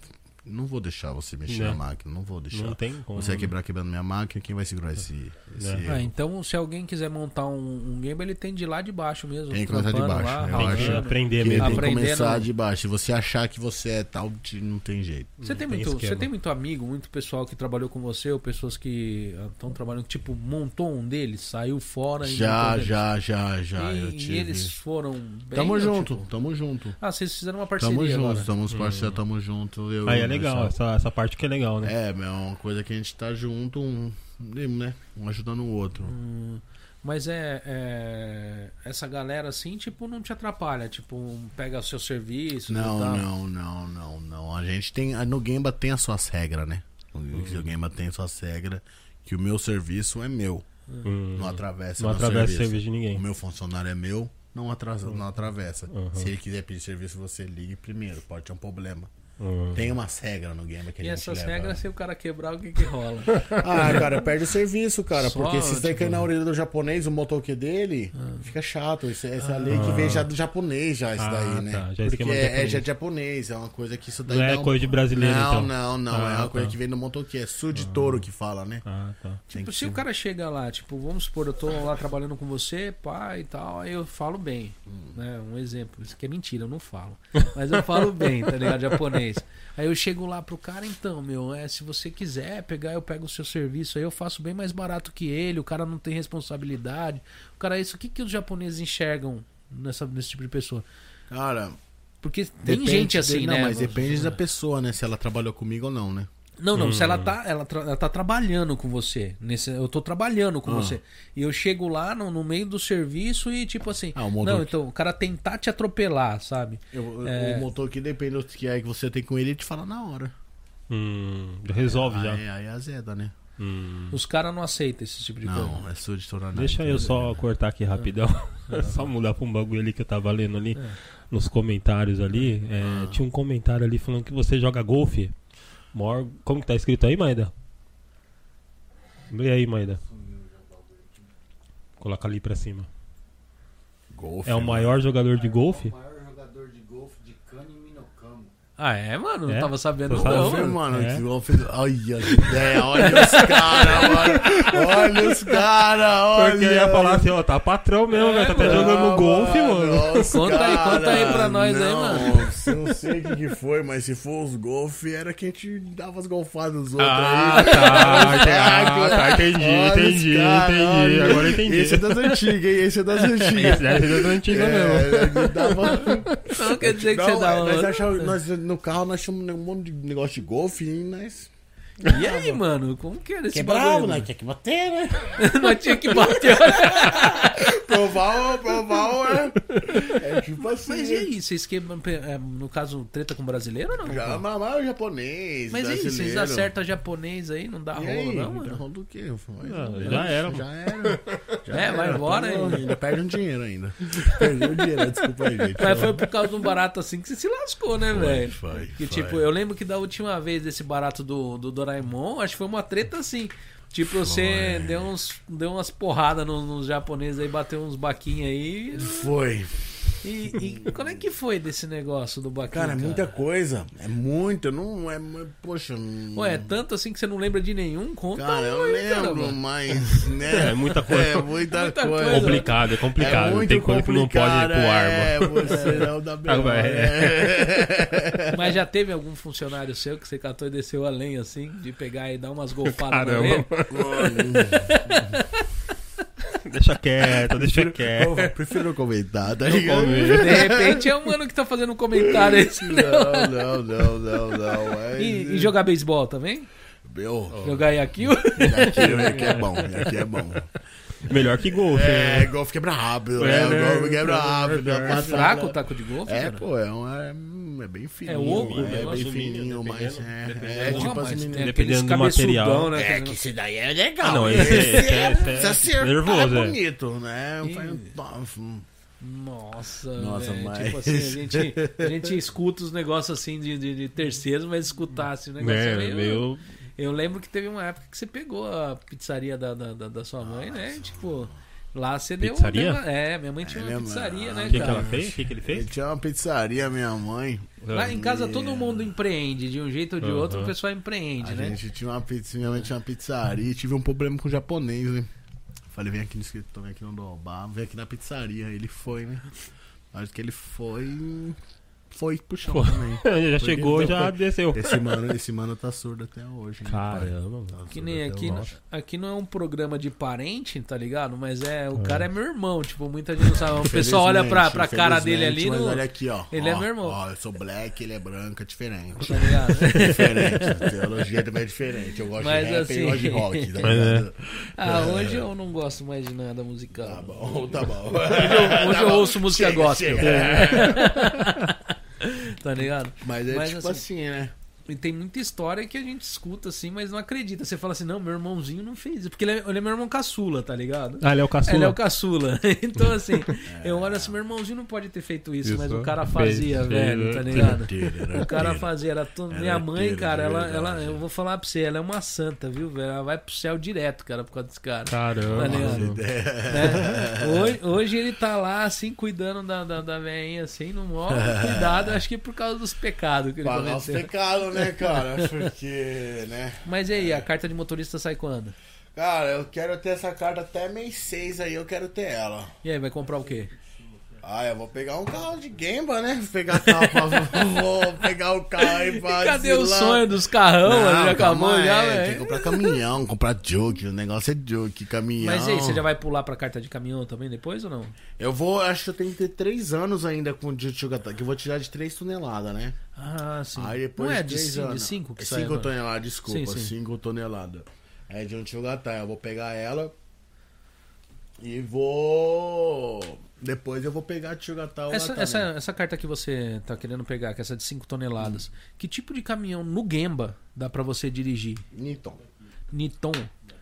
[SPEAKER 3] não vou deixar você mexer
[SPEAKER 1] Não.
[SPEAKER 3] na máquina, não vou deixar.
[SPEAKER 1] Não tem como.
[SPEAKER 3] Você vai
[SPEAKER 1] né?
[SPEAKER 3] quebrar quebrando minha máquina, quem vai segurar esse. esse
[SPEAKER 1] É.
[SPEAKER 3] erro?
[SPEAKER 2] Ah, então se alguém quiser montar um, um game, ele tem de lá de baixo mesmo.
[SPEAKER 3] Tem que começar de
[SPEAKER 2] trampando
[SPEAKER 3] baixo, né? Eu
[SPEAKER 1] Tem que
[SPEAKER 3] acho.
[SPEAKER 2] ralando.
[SPEAKER 1] aprender
[SPEAKER 3] Porque
[SPEAKER 1] mesmo.
[SPEAKER 3] tem que
[SPEAKER 2] Aprender
[SPEAKER 3] começar
[SPEAKER 2] não.
[SPEAKER 3] de baixo. Se você achar que você é tal, de- não tem jeito.
[SPEAKER 2] Você tem,
[SPEAKER 1] Tem
[SPEAKER 2] muito,
[SPEAKER 1] esquema.
[SPEAKER 2] você tem muito amigo, muito pessoal que trabalhou com você, ou pessoas que estão trabalhando, tipo, montou um deles, saiu fora e montou um
[SPEAKER 3] Já,
[SPEAKER 2] deles.
[SPEAKER 3] já, já, já.
[SPEAKER 2] E,
[SPEAKER 3] eu
[SPEAKER 2] e
[SPEAKER 3] tive.
[SPEAKER 2] eles foram bem.
[SPEAKER 3] Tamo
[SPEAKER 2] ou,
[SPEAKER 3] junto,
[SPEAKER 2] tipo-
[SPEAKER 3] tamo junto.
[SPEAKER 2] Ah, vocês fizeram uma parceria
[SPEAKER 3] Tamo junto,
[SPEAKER 2] agora.
[SPEAKER 3] tamo os parceiros, tamo junto. eu-
[SPEAKER 1] Hum. Aí é legal,
[SPEAKER 3] essa-
[SPEAKER 1] essa, essa parte que é legal, né?
[SPEAKER 3] É, mas é uma coisa que a gente tá junto, um, né? Um ajudando o outro.
[SPEAKER 2] Hum, Mas é, é- Essa galera assim, tipo, não te atrapalha. Tipo, pega o seu serviço.
[SPEAKER 3] Não,
[SPEAKER 2] tá?
[SPEAKER 3] não, não, não, não. A gente tem. a- No Gamba tem as suas regras, né? No
[SPEAKER 1] Uhum.
[SPEAKER 3] no Gamba tem as suas regras. Que o meu serviço é meu.
[SPEAKER 1] Hum,
[SPEAKER 3] Não atravessa
[SPEAKER 1] não
[SPEAKER 3] meu
[SPEAKER 1] atravessa o serviço de
[SPEAKER 3] O
[SPEAKER 1] ninguém.
[SPEAKER 3] meu funcionário é meu, não, atrasa, não atravessa.
[SPEAKER 1] Uhum.
[SPEAKER 3] Se ele quiser pedir serviço, você ligue primeiro. Pode ter um problema.
[SPEAKER 1] Hum.
[SPEAKER 3] Tem umas regras no Gamba que a
[SPEAKER 2] E
[SPEAKER 3] gente
[SPEAKER 2] essas
[SPEAKER 3] leva.
[SPEAKER 2] regras, se o cara quebrar, o que que rola? Tipo,
[SPEAKER 3] Ah, cara, perde o serviço, cara.
[SPEAKER 2] Só,
[SPEAKER 3] porque se isso daí
[SPEAKER 2] tipo-
[SPEAKER 3] cair
[SPEAKER 1] né?
[SPEAKER 3] na orelha do japonês, o motoque dele, fica chato. Isso, essa é a lei que vem já do japonês, já, isso
[SPEAKER 1] Ah,
[SPEAKER 3] daí, né?
[SPEAKER 1] tá, já é
[SPEAKER 3] porque
[SPEAKER 1] esquema
[SPEAKER 3] é, é
[SPEAKER 1] japonês.
[SPEAKER 3] já japonês, é uma coisa que isso daí. um
[SPEAKER 1] Não é coisa de brasileiro,
[SPEAKER 3] Não,
[SPEAKER 1] então.
[SPEAKER 3] não, não.
[SPEAKER 1] Ah,
[SPEAKER 3] é uma
[SPEAKER 1] tá.
[SPEAKER 3] coisa que vem do motoque. É sul de touro que fala, né?
[SPEAKER 1] Ah, tá.
[SPEAKER 3] Tem
[SPEAKER 2] Tipo,
[SPEAKER 3] que
[SPEAKER 2] se o
[SPEAKER 3] ser-
[SPEAKER 2] cara chega lá, tipo, vamos supor, eu tô lá trabalhando com você, pá e tal, aí eu falo bem,
[SPEAKER 3] Hum.
[SPEAKER 2] né? Um exemplo. Isso aqui é mentira, eu não falo. Mas eu falo bem, tá ligado? Japonês. Aí eu chego lá pro cara, então, meu, é, se você quiser pegar, eu pego o seu serviço, aí eu faço bem mais barato que ele, o cara não tem responsabilidade. O cara, isso, o que, que os japoneses enxergam nessa, nesse tipo de pessoa?
[SPEAKER 3] Cara,
[SPEAKER 2] Porque tem
[SPEAKER 3] depende
[SPEAKER 2] gente
[SPEAKER 3] de-
[SPEAKER 2] assim,
[SPEAKER 3] não,
[SPEAKER 2] né?
[SPEAKER 3] mas depende
[SPEAKER 1] É.
[SPEAKER 3] da pessoa, né? Se ela trabalhou comigo ou não, né?
[SPEAKER 2] Não, não, se ela tá, ela, tra- ela tá trabalhando com você. Nesse, eu tô trabalhando
[SPEAKER 3] Ah.
[SPEAKER 2] com você. E eu chego lá no, no meio do serviço e tipo assim.
[SPEAKER 3] Ah, o motor-
[SPEAKER 2] não, então, o cara tentar te atropelar, sabe?
[SPEAKER 3] Eu-
[SPEAKER 2] É.
[SPEAKER 3] O motoque depende do que é que você tem com ele, ele te fala na hora.
[SPEAKER 1] Hum, resolve já.
[SPEAKER 3] Aí, aí azeda, né?
[SPEAKER 1] Hum.
[SPEAKER 2] Os caras não aceitam esse tipo de coisa.
[SPEAKER 3] Não, é sul de touro.
[SPEAKER 1] Então. Deixa eu só cortar aqui rapidão.
[SPEAKER 3] É.
[SPEAKER 1] só mudar pra um bagulho ali que eu tava lendo ali nos comentários ali. É,
[SPEAKER 3] Ah.
[SPEAKER 1] Tinha um comentário ali falando que você joga golfe. Maior... Como que tá escrito aí, Maida? Lê aí, Maida. Coloca ali pra cima.
[SPEAKER 3] Golfe,
[SPEAKER 1] É o maior jogador de golfe?
[SPEAKER 5] O maior jogador de golfe de Cano e Minocamo.
[SPEAKER 2] Ah, é, mano? Não
[SPEAKER 1] É?
[SPEAKER 2] tava sabendo,
[SPEAKER 1] Tô
[SPEAKER 2] não.
[SPEAKER 1] sabendo.
[SPEAKER 3] Golfe,
[SPEAKER 1] mano.
[SPEAKER 3] mano.
[SPEAKER 1] É.
[SPEAKER 3] que golfe- Olha que ideia, olha os caras, mano. Olha os caras, olha. É,
[SPEAKER 1] Porque eu ia falar assim, ó, tá patrão mesmo, velho. Tá até jogando golfe, mano.
[SPEAKER 2] Conta aí, conta aí pra nós aí, mano.
[SPEAKER 3] Eu não sei o que, que foi, mas se for os golfe, era que a gente dava as golfadas dos outros
[SPEAKER 1] Ah,
[SPEAKER 3] aí. né?
[SPEAKER 1] tá, tá, tá, entendi,
[SPEAKER 3] Olha os
[SPEAKER 1] entendi,
[SPEAKER 3] cara,
[SPEAKER 1] entendi.
[SPEAKER 3] olha.
[SPEAKER 1] Agora eu entendi.
[SPEAKER 3] Esse é das antigas, hein? Esse é das antigas.
[SPEAKER 1] Esse deve ser das antigas mesmo.
[SPEAKER 3] É, ele dava...
[SPEAKER 2] Não quer dizer que
[SPEAKER 3] Não,
[SPEAKER 2] você dá
[SPEAKER 3] é, nós
[SPEAKER 2] uma...
[SPEAKER 3] achava- nós, no carro nós tínhamos um monte de negócio de golfe e nós
[SPEAKER 2] E aí, mano, como que era esse
[SPEAKER 3] Quebrava,
[SPEAKER 2] bagulho?
[SPEAKER 3] né? Tinha que bater, né?
[SPEAKER 2] Nós tinha que bater.
[SPEAKER 3] provar, o- provar, o- é. É tipo assim.
[SPEAKER 2] Mas e aí, vocês quebram, é, no caso, treta com brasileiro ou não?
[SPEAKER 3] Já mamar o japonês.
[SPEAKER 2] Mas e aí, vocês
[SPEAKER 3] brasileiro.
[SPEAKER 2] acertam japonês aí, não dá
[SPEAKER 3] E
[SPEAKER 2] rolo
[SPEAKER 3] aí? então?
[SPEAKER 2] não, mano?
[SPEAKER 3] Dá rolo do quê? Vai,
[SPEAKER 1] Ah,
[SPEAKER 3] vai,
[SPEAKER 1] já
[SPEAKER 3] vai,
[SPEAKER 1] era,
[SPEAKER 3] Já era. Já
[SPEAKER 2] É, vai embora
[SPEAKER 3] Pô,
[SPEAKER 2] aí.
[SPEAKER 3] Ainda perde um dinheiro ainda. Perdeu o dinheiro, desculpa aí, gente.
[SPEAKER 2] Mas foi por causa de um barato assim que você se lascou, né, velho?
[SPEAKER 3] foi,
[SPEAKER 2] Que
[SPEAKER 3] foi.
[SPEAKER 2] tipo, eu lembro que da última vez desse barato do, do Doraemon, acho que foi uma treta assim. Tipo, você deu, uns, deu umas porradas nos, nos japoneses aí, bateu uns baquinhos aí.
[SPEAKER 3] Foi.
[SPEAKER 2] E, e como é que foi desse negócio do baquinho?
[SPEAKER 3] Cara, é muita coisa. É muito. Não é. mu- Poxa. não-
[SPEAKER 2] Ué, é tanto assim que você não lembra de nenhum? Conta um
[SPEAKER 3] Cara, eu
[SPEAKER 2] aí, cara,
[SPEAKER 3] lembro,
[SPEAKER 2] mano.
[SPEAKER 3] mas. Né,
[SPEAKER 1] É muita coisa.
[SPEAKER 3] É muita,
[SPEAKER 2] Muita
[SPEAKER 3] coisa.
[SPEAKER 2] coisa.
[SPEAKER 1] Complicado, é complicado. Tem coisa que não pode ir pro ar,
[SPEAKER 3] É,
[SPEAKER 1] mano.
[SPEAKER 3] você não dá bem.
[SPEAKER 1] Agora,
[SPEAKER 3] é.
[SPEAKER 2] Mas já teve algum funcionário seu que você catou e desceu além, assim, de pegar e dar umas golfadas
[SPEAKER 1] Caramba.
[SPEAKER 2] nele?
[SPEAKER 3] né?
[SPEAKER 1] Deixa quieto, deixa quieto.
[SPEAKER 3] Eu prefiro não comentar, tá
[SPEAKER 1] Não
[SPEAKER 3] ligado?
[SPEAKER 1] come.
[SPEAKER 2] De repente é um mano que tá fazendo um comentário aí. assim, né?
[SPEAKER 3] Não, não, não, não, não. mas-
[SPEAKER 2] E, e jogar beisebol também?
[SPEAKER 3] Meu,
[SPEAKER 2] Jogar Yakil?
[SPEAKER 3] aqui, aqui é bom, aqui é bom.
[SPEAKER 1] Melhor que golfe.
[SPEAKER 3] É,
[SPEAKER 1] né?
[SPEAKER 3] golfe quebra rápido,
[SPEAKER 1] É,
[SPEAKER 3] é,
[SPEAKER 1] né?
[SPEAKER 3] golfe quebra rápido. É,
[SPEAKER 2] É
[SPEAKER 3] passada.
[SPEAKER 2] fraco o taco de golfe?
[SPEAKER 3] É,
[SPEAKER 2] cara?
[SPEAKER 3] pô, é, um, é, hum, é bem fininho.
[SPEAKER 2] oco, né?
[SPEAKER 3] é,
[SPEAKER 2] Eu
[SPEAKER 3] bem
[SPEAKER 1] acho
[SPEAKER 3] fininho,
[SPEAKER 1] mínimo,
[SPEAKER 3] mas
[SPEAKER 1] dependendo-
[SPEAKER 3] é, é
[SPEAKER 1] dependendo-
[SPEAKER 3] tipo
[SPEAKER 2] Ah,
[SPEAKER 3] as
[SPEAKER 2] mas tem
[SPEAKER 3] meninas.
[SPEAKER 2] aqueles
[SPEAKER 1] Dependendo do material.
[SPEAKER 2] cabeçudão, Né?
[SPEAKER 3] É,
[SPEAKER 2] que-
[SPEAKER 3] que esse daí é legal.
[SPEAKER 1] Ah, não, esse- esse é- esse é
[SPEAKER 3] se acertar,
[SPEAKER 1] nervoso,
[SPEAKER 3] é
[SPEAKER 1] é.
[SPEAKER 3] bonito, né?
[SPEAKER 2] Ih.
[SPEAKER 3] Faz um tof, um-
[SPEAKER 2] Nossa,
[SPEAKER 3] Nossa,
[SPEAKER 2] velho,
[SPEAKER 3] mas-
[SPEAKER 2] tipo assim, a gente, a gente escuta os negócios assim de, de, de terceiros, mas escutasse o negócio
[SPEAKER 1] É,
[SPEAKER 2] meio-
[SPEAKER 1] meio.
[SPEAKER 2] Eu lembro que teve uma época que você pegou a pizzaria da, da, da- da sua mãe, né? Tipo, lá você deu...
[SPEAKER 1] Pizzaria?
[SPEAKER 2] deu uma- É, minha mãe tinha
[SPEAKER 3] É,
[SPEAKER 2] uma
[SPEAKER 3] minha mãe-
[SPEAKER 2] pizzaria, né,
[SPEAKER 1] O que, que
[SPEAKER 2] cara?
[SPEAKER 1] ela fez? O que, que ele
[SPEAKER 3] Eu
[SPEAKER 1] fez?
[SPEAKER 3] tinha uma pizzaria, minha mãe.
[SPEAKER 2] Lá em casa todo mundo empreende, de um jeito ou de
[SPEAKER 1] Aham.
[SPEAKER 2] outro, o pessoal empreende,
[SPEAKER 3] A
[SPEAKER 2] né?
[SPEAKER 3] gente tinha uma pizza, minha mãe tinha uma pizzaria e tive um problema com o japonês, né? Falei, vem aqui no escritório, vem aqui no Dobar, vem aqui na pizzaria. Ele foi, né? Acho que ele foi. Foi pro chão também.
[SPEAKER 1] já
[SPEAKER 3] Porque
[SPEAKER 1] chegou,
[SPEAKER 3] então
[SPEAKER 1] já
[SPEAKER 3] foi-
[SPEAKER 1] desceu.
[SPEAKER 3] Esse mano, esse mano tá surdo até hoje. hein,
[SPEAKER 1] Caramba,
[SPEAKER 3] pai? Tá
[SPEAKER 2] Que
[SPEAKER 3] surdo
[SPEAKER 2] nem
[SPEAKER 3] até
[SPEAKER 2] aqui,
[SPEAKER 3] hoje.
[SPEAKER 2] aqui não é um programa de parente, tá ligado? Mas é, o cara é meu irmão, tipo, muita gente não sabe. O pessoal olha pra, pra
[SPEAKER 3] Felizmente,
[SPEAKER 2] cara dele ali,
[SPEAKER 3] mas
[SPEAKER 2] não,
[SPEAKER 3] Olha aqui, ó.
[SPEAKER 2] ele é
[SPEAKER 3] Ó,
[SPEAKER 2] meu irmão.
[SPEAKER 3] Ó, eu sou black, ele é branco, é diferente.
[SPEAKER 2] tá ligado?
[SPEAKER 3] diferente. A teologia também é diferente. Eu gosto
[SPEAKER 2] Mas
[SPEAKER 3] de rap
[SPEAKER 2] assim-
[SPEAKER 3] eu gosto de rock. Tá
[SPEAKER 1] Mas é.
[SPEAKER 3] ligado?
[SPEAKER 2] Ah, hoje eu não gosto mais de nada musical.
[SPEAKER 3] Tá bom, tá bom.
[SPEAKER 2] eu- hoje eu
[SPEAKER 3] Tá bom.
[SPEAKER 2] ouço música
[SPEAKER 3] Chega,
[SPEAKER 2] gospel.
[SPEAKER 3] chega.
[SPEAKER 2] Tá ligado?
[SPEAKER 3] Mas é
[SPEAKER 2] Mas
[SPEAKER 3] tipo assim, né?
[SPEAKER 2] E tem muita história que a gente escuta assim, mas não acredita. Você fala assim, não, meu irmãozinho não fez isso. Porque ele é, ele é meu irmão caçula, tá ligado?
[SPEAKER 1] Ah, ele é o caçula. É.
[SPEAKER 2] Ele é o caçula. Então, assim, eu olho assim, meu irmãozinho não pode ter feito isso,
[SPEAKER 1] Isso.
[SPEAKER 2] mas o cara fazia,
[SPEAKER 1] Fez,
[SPEAKER 2] velho,
[SPEAKER 1] fez,
[SPEAKER 2] tá
[SPEAKER 1] né?
[SPEAKER 2] ligado?
[SPEAKER 3] Arteira, era
[SPEAKER 2] O cara
[SPEAKER 3] arteira.
[SPEAKER 2] fazia, era tudo.
[SPEAKER 3] Era
[SPEAKER 2] Minha mãe,
[SPEAKER 3] arteira,
[SPEAKER 2] cara,
[SPEAKER 3] de
[SPEAKER 2] ela, ela,
[SPEAKER 3] verdade.
[SPEAKER 2] eu vou falar pra você, ela é uma santa, viu, velho? Ela vai pro céu direto, cara, por causa desse cara. Tá ligado?
[SPEAKER 1] Caramba.
[SPEAKER 3] é.
[SPEAKER 2] né? Hoje, hoje ele tá lá, assim, cuidando da, da, da veinha, assim, no maior cuidado, acho que por causa dos pecados que ele
[SPEAKER 3] Pagar os
[SPEAKER 2] cometeu.
[SPEAKER 3] pecados, né, cara? Porque, né?
[SPEAKER 2] Mas e aí, a carta de motorista sai quando?
[SPEAKER 3] Cara, eu quero ter essa carta até mês 6 aí, eu quero ter ela.
[SPEAKER 2] E aí, vai comprar o quê?
[SPEAKER 3] Ah, eu vou pegar um carro de Gemba, né? Vou pegar carro pra... Vou pegar o carro aí pra...
[SPEAKER 2] E cadê o
[SPEAKER 3] deslar.
[SPEAKER 2] sonho dos carrão?
[SPEAKER 3] Não,
[SPEAKER 2] Ele já
[SPEAKER 3] calma
[SPEAKER 2] acabou
[SPEAKER 3] aí,
[SPEAKER 2] já, é.
[SPEAKER 3] Tem que
[SPEAKER 2] velho.
[SPEAKER 3] comprar caminhão, comprar joke, o negócio é joke, caminhão.
[SPEAKER 2] Mas e aí, você já vai pular pra carta de caminhão também depois ou não?
[SPEAKER 3] Eu vou, acho que eu tenho que ter 3 anos ainda com o Jutsugatá, que eu vou tirar de 3 toneladas, né?
[SPEAKER 2] Ah, sim.
[SPEAKER 3] Aí depois
[SPEAKER 2] não é
[SPEAKER 3] de
[SPEAKER 2] de
[SPEAKER 3] três
[SPEAKER 2] cin- de
[SPEAKER 3] anos.
[SPEAKER 2] 5 que sai
[SPEAKER 3] 5
[SPEAKER 2] agora?
[SPEAKER 3] toneladas, desculpa,
[SPEAKER 2] Sim, sim.
[SPEAKER 3] 5 toneladas. É de Jutsugatá, eu vou pegar ela e vou... Depois eu vou pegar a Tchugatá
[SPEAKER 2] Essa, essa, é- essa carta que você tá querendo pegar, que é essa de 5
[SPEAKER 3] Uhum.
[SPEAKER 2] toneladas, que tipo de caminhão no Gemba dá pra você dirigir?
[SPEAKER 3] Niton.
[SPEAKER 2] Niton?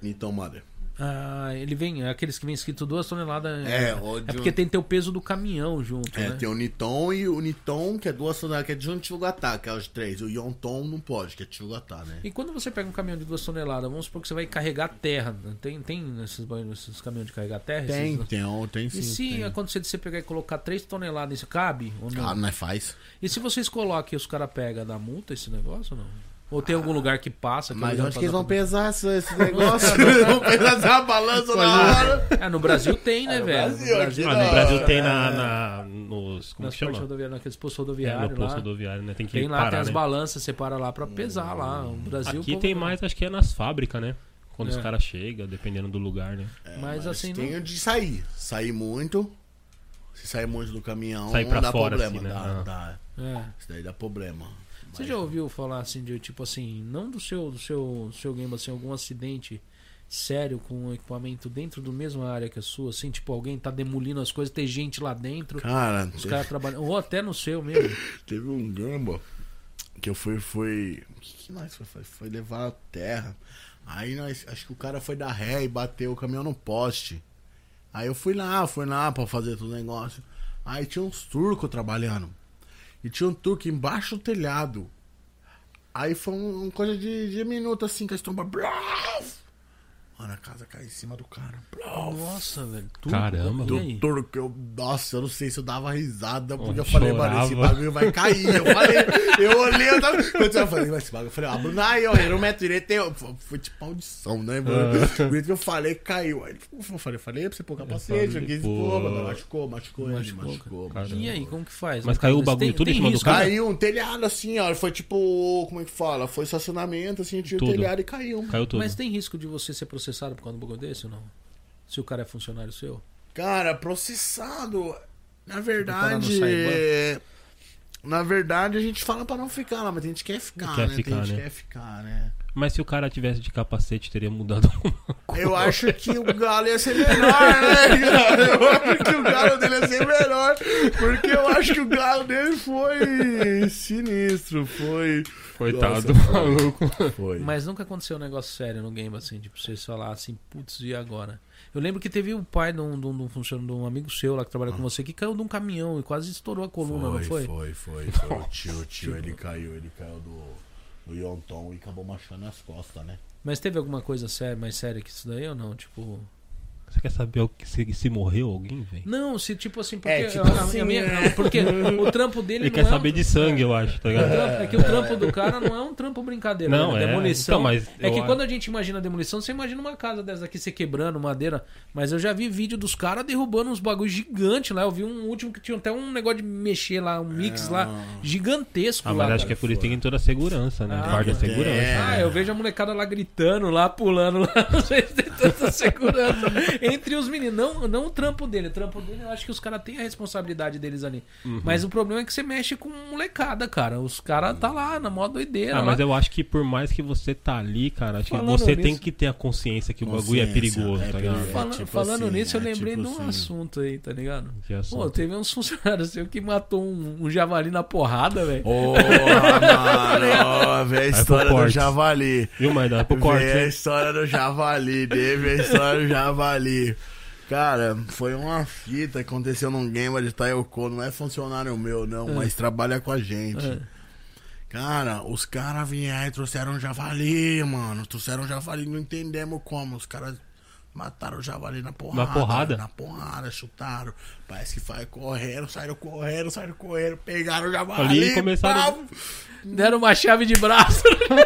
[SPEAKER 3] Niton Mother.
[SPEAKER 2] Ah, ele vem, é aqueles que vem escrito 2 toneladas.
[SPEAKER 3] É, o de
[SPEAKER 2] é porque
[SPEAKER 3] um-
[SPEAKER 2] tem teu peso do caminhão junto,
[SPEAKER 3] É,
[SPEAKER 2] né?
[SPEAKER 3] tem o Niton e o Niton, que é duas toneladas, que é de Jutsugatá, que é os três. O Yonton não pode, que é Tchugatá, né?
[SPEAKER 2] E quando você pega um caminhão de 2 toneladas, vamos supor que você vai carregar terra. né? Tem, tem esses, banhos- esses caminhões de carregar terra?
[SPEAKER 3] Tem,
[SPEAKER 2] Esses-
[SPEAKER 3] tem, ó, tem sim.
[SPEAKER 2] E se
[SPEAKER 3] tem.
[SPEAKER 2] acontecer de você pegar e colocar 3 toneladas, isso cabe ou não?
[SPEAKER 3] Ah, não é faz.
[SPEAKER 2] E se vocês colocam e os caras pegam, dá multa esse negócio ou não? Ou tem algum lugar que passa? Que
[SPEAKER 3] Mas
[SPEAKER 2] eu
[SPEAKER 3] eu acho que eles vão pesar esse, esse negócio. né?
[SPEAKER 2] negócio.
[SPEAKER 3] Eles vão pesar essa balança na hora. Tá assim,
[SPEAKER 2] É, no Brasil tem, né,
[SPEAKER 3] no
[SPEAKER 2] velho?
[SPEAKER 3] Brasil,
[SPEAKER 2] no
[SPEAKER 3] aqui
[SPEAKER 1] Ah,
[SPEAKER 3] não.
[SPEAKER 1] no Brasil tem na, na- nos. Como
[SPEAKER 2] nas
[SPEAKER 1] que
[SPEAKER 2] partes
[SPEAKER 1] chama?
[SPEAKER 2] rodoviárias, naqueles postos
[SPEAKER 1] É, no
[SPEAKER 2] rodoviários
[SPEAKER 1] posto
[SPEAKER 2] lá.
[SPEAKER 1] rodoviário, né? Tem que
[SPEAKER 2] Tem lá,
[SPEAKER 1] parar,
[SPEAKER 2] tem as
[SPEAKER 1] né?
[SPEAKER 2] balanças, você para lá
[SPEAKER 3] Hum,
[SPEAKER 2] pra pesar lá. No Brasil...
[SPEAKER 1] Aqui
[SPEAKER 2] o
[SPEAKER 1] tem
[SPEAKER 2] povo-
[SPEAKER 1] mais, acho que é nas fábricas, né? Quando os
[SPEAKER 2] É.
[SPEAKER 1] caras chegam, dependendo do lugar, né?
[SPEAKER 2] Mas, assim, não-
[SPEAKER 3] É, Tem de sair. Sair muito. Se sair muito do caminhão,
[SPEAKER 1] Sair pra
[SPEAKER 3] não dá
[SPEAKER 1] fora,
[SPEAKER 3] problema.
[SPEAKER 1] assim, né?
[SPEAKER 3] dá,
[SPEAKER 1] Ah.
[SPEAKER 3] dá.
[SPEAKER 2] É.
[SPEAKER 3] Isso daí dá problema.
[SPEAKER 2] Você
[SPEAKER 3] Mas-
[SPEAKER 2] já ouviu falar assim de tipo assim, não do seu do seu do seu game, assim, algum acidente sério com um equipamento dentro do mesma área que a sua, assim, tipo alguém tá demolindo as coisas, tem gente lá dentro,
[SPEAKER 3] Cara,
[SPEAKER 2] os
[SPEAKER 3] te-
[SPEAKER 2] caras trabalhando, ou até no seu mesmo.
[SPEAKER 3] teve um gamba que eu fui, foi. O que, que nós foi? Foi, foi levar a terra. Aí nós. Acho que o cara foi dar ré e bateu o caminhão no poste. Aí eu fui lá, fui lá pra fazer todo o negócio. Aí tinha uns turcos trabalhando. E tinha um turco embaixo do telhado. Aí foi um, um coisa de, de minuto assim, que a estomba. Blof! Mano, a casa caiu em cima do cara. Blof!
[SPEAKER 2] Nossa, velho. tudo.
[SPEAKER 1] Caramba.
[SPEAKER 2] E aí?
[SPEAKER 3] Doutor, que eu. Nossa, eu não sei se eu dava risada, porque
[SPEAKER 1] Eu
[SPEAKER 3] eu falei, mano, esse
[SPEAKER 1] chorava.
[SPEAKER 3] bagulho vai cair. Eu falei, eu olhei, eu tava. Quando eu falei, mas esse bagulho, eu falei, ah, Bruno, aí, ó, era um metro direito, eu. Foi tipo audição, né, mano? Do jeito que eu falei, caiu. Aí ele ficou, eu falei, eu falei pra você pôr capacete,
[SPEAKER 1] falei,
[SPEAKER 3] aqui,
[SPEAKER 1] pô.
[SPEAKER 3] pô, mano, machucou, machucou, ele,
[SPEAKER 2] Machucou,
[SPEAKER 3] machucou, machucou.
[SPEAKER 1] Caramba.
[SPEAKER 2] E aí, como que faz?
[SPEAKER 1] Mas caiu o bagulho tudo em cima do cara?
[SPEAKER 3] Caiu um telhado assim, ó. Foi tipo, como é que fala? Foi estacionamento, assim, tinha o
[SPEAKER 1] Tudo.
[SPEAKER 3] telhado e caiu. mano.
[SPEAKER 1] Caiu tudo.
[SPEAKER 2] Mas tem risco de você ser processado por causa do bagulho desse ou não? Se o cara é funcionário seu?
[SPEAKER 3] Cara, processado. Na
[SPEAKER 2] parar no
[SPEAKER 3] verdade.
[SPEAKER 2] Saiban.
[SPEAKER 3] é, Na verdade, a gente fala pra não ficar lá, mas a gente quer ficar,
[SPEAKER 1] Quer
[SPEAKER 3] né? Tem
[SPEAKER 1] ficar,
[SPEAKER 3] gente
[SPEAKER 1] né?
[SPEAKER 3] quer ficar, né?
[SPEAKER 1] Mas se o cara tivesse de capacete, teria mudado alguma coisa.
[SPEAKER 3] Eu acho que o galo ia ser melhor, né, cara? Eu acho que o galo dele ia ser melhor. Porque eu acho que o galo dele foi sinistro, foi.
[SPEAKER 1] Coitado,
[SPEAKER 3] Nossa,
[SPEAKER 1] maluco.
[SPEAKER 3] Foi.
[SPEAKER 2] Mas nunca aconteceu um negócio sério no game, assim, tipo, vocês falar assim, putz, e agora? Eu lembro que teve um pai de um, de um, de um funcionário, de um amigo seu lá que trabalha
[SPEAKER 1] Ah.
[SPEAKER 2] com você, que caiu de um caminhão e quase estourou a coluna, não foi?
[SPEAKER 3] Foi, foi, foi. O tio, o tio, ele caiu, ele caiu do, do Yonton e acabou machucando as costas, né?
[SPEAKER 2] Mas teve alguma coisa séria, mais séria que isso daí ou não? Tipo.
[SPEAKER 1] Você quer saber o que- se, se morreu alguém, velho?
[SPEAKER 2] Não, se tipo assim, porque.
[SPEAKER 3] É, tipo
[SPEAKER 2] a- a- a
[SPEAKER 3] assim,
[SPEAKER 2] minha-
[SPEAKER 3] né?
[SPEAKER 2] Porque o trampo dele
[SPEAKER 1] Ele
[SPEAKER 2] não
[SPEAKER 1] quer
[SPEAKER 2] é um-
[SPEAKER 1] saber de sangue, eu acho, tá
[SPEAKER 2] O
[SPEAKER 1] ligado?
[SPEAKER 2] trampo- É que o trampo do cara não é um trampo brincadeira,
[SPEAKER 1] Não,
[SPEAKER 2] né?
[SPEAKER 1] é.
[SPEAKER 2] Demolição.
[SPEAKER 1] Então, mas
[SPEAKER 2] é
[SPEAKER 1] eu
[SPEAKER 2] que
[SPEAKER 1] acho-
[SPEAKER 2] quando a gente imagina demolição, você imagina uma casa dessa aqui, você quebrando madeira. Mas eu já vi vídeo dos caras derrubando uns bagulhos gigantes lá. Eu vi um último que tinha até um negócio de mexer lá, um mix lá, gigantesco
[SPEAKER 1] É, Ah,
[SPEAKER 2] lá.
[SPEAKER 1] mas acho que
[SPEAKER 2] cara.
[SPEAKER 1] é por isso que tem toda a segurança, né?
[SPEAKER 2] Ah,
[SPEAKER 1] Guarda
[SPEAKER 2] é.
[SPEAKER 1] segurança.
[SPEAKER 2] Ah,
[SPEAKER 1] né?
[SPEAKER 2] eu vejo a molecada lá gritando, lá pulando, lá, às vezes tem tanta segurança. Entre os meninos, não, não o trampo dele. O trampo dele, eu acho que os caras têm a responsabilidade deles ali.
[SPEAKER 1] Uhum.
[SPEAKER 2] Mas o problema é que você mexe com molecada, cara. Os caras tá lá na mó doideira.
[SPEAKER 1] Ah, mas
[SPEAKER 2] lá.
[SPEAKER 1] eu acho que por mais que você tá ali, cara, acho que
[SPEAKER 2] Falando
[SPEAKER 1] você tem
[SPEAKER 2] nisso-
[SPEAKER 1] que ter a consciência que o bagulho é
[SPEAKER 3] Consciência,
[SPEAKER 1] perigoso,
[SPEAKER 3] é
[SPEAKER 1] tá ligado?
[SPEAKER 3] perigoso.
[SPEAKER 2] Falan-
[SPEAKER 3] tipo
[SPEAKER 2] falando
[SPEAKER 3] assim,
[SPEAKER 2] nisso, eu
[SPEAKER 3] é
[SPEAKER 2] lembrei
[SPEAKER 3] tipo
[SPEAKER 2] de um
[SPEAKER 3] assim.
[SPEAKER 2] assunto aí, tá ligado?
[SPEAKER 1] Que assunto.
[SPEAKER 2] Pô, teve uns funcionários seu que matou um, um javali na porrada, velho.
[SPEAKER 3] Porra, mano, ó, vê a
[SPEAKER 1] pro
[SPEAKER 3] história do
[SPEAKER 1] corte.
[SPEAKER 3] javali.
[SPEAKER 1] Viu, mas dá pro corte,
[SPEAKER 3] Vê a
[SPEAKER 1] hein?
[SPEAKER 3] história do javali, teve a história do javali. Cara, foi uma fita que aconteceu num game de Taioko, não é funcionário meu,
[SPEAKER 1] É.
[SPEAKER 3] não, mas trabalha com a gente. Cara, os caras vieram e trouxeram um javali, mano. Trouxeram um javali, não entendemos como. Os caras mataram o javali na porrada.
[SPEAKER 1] Na porrada?
[SPEAKER 3] Na porrada, chutaram. Parece que foi correndo, saíram correndo, saíram correndo, pegaram o javali.
[SPEAKER 1] Ali começaram-
[SPEAKER 3] pau,
[SPEAKER 2] Deram uma chave de braço. né?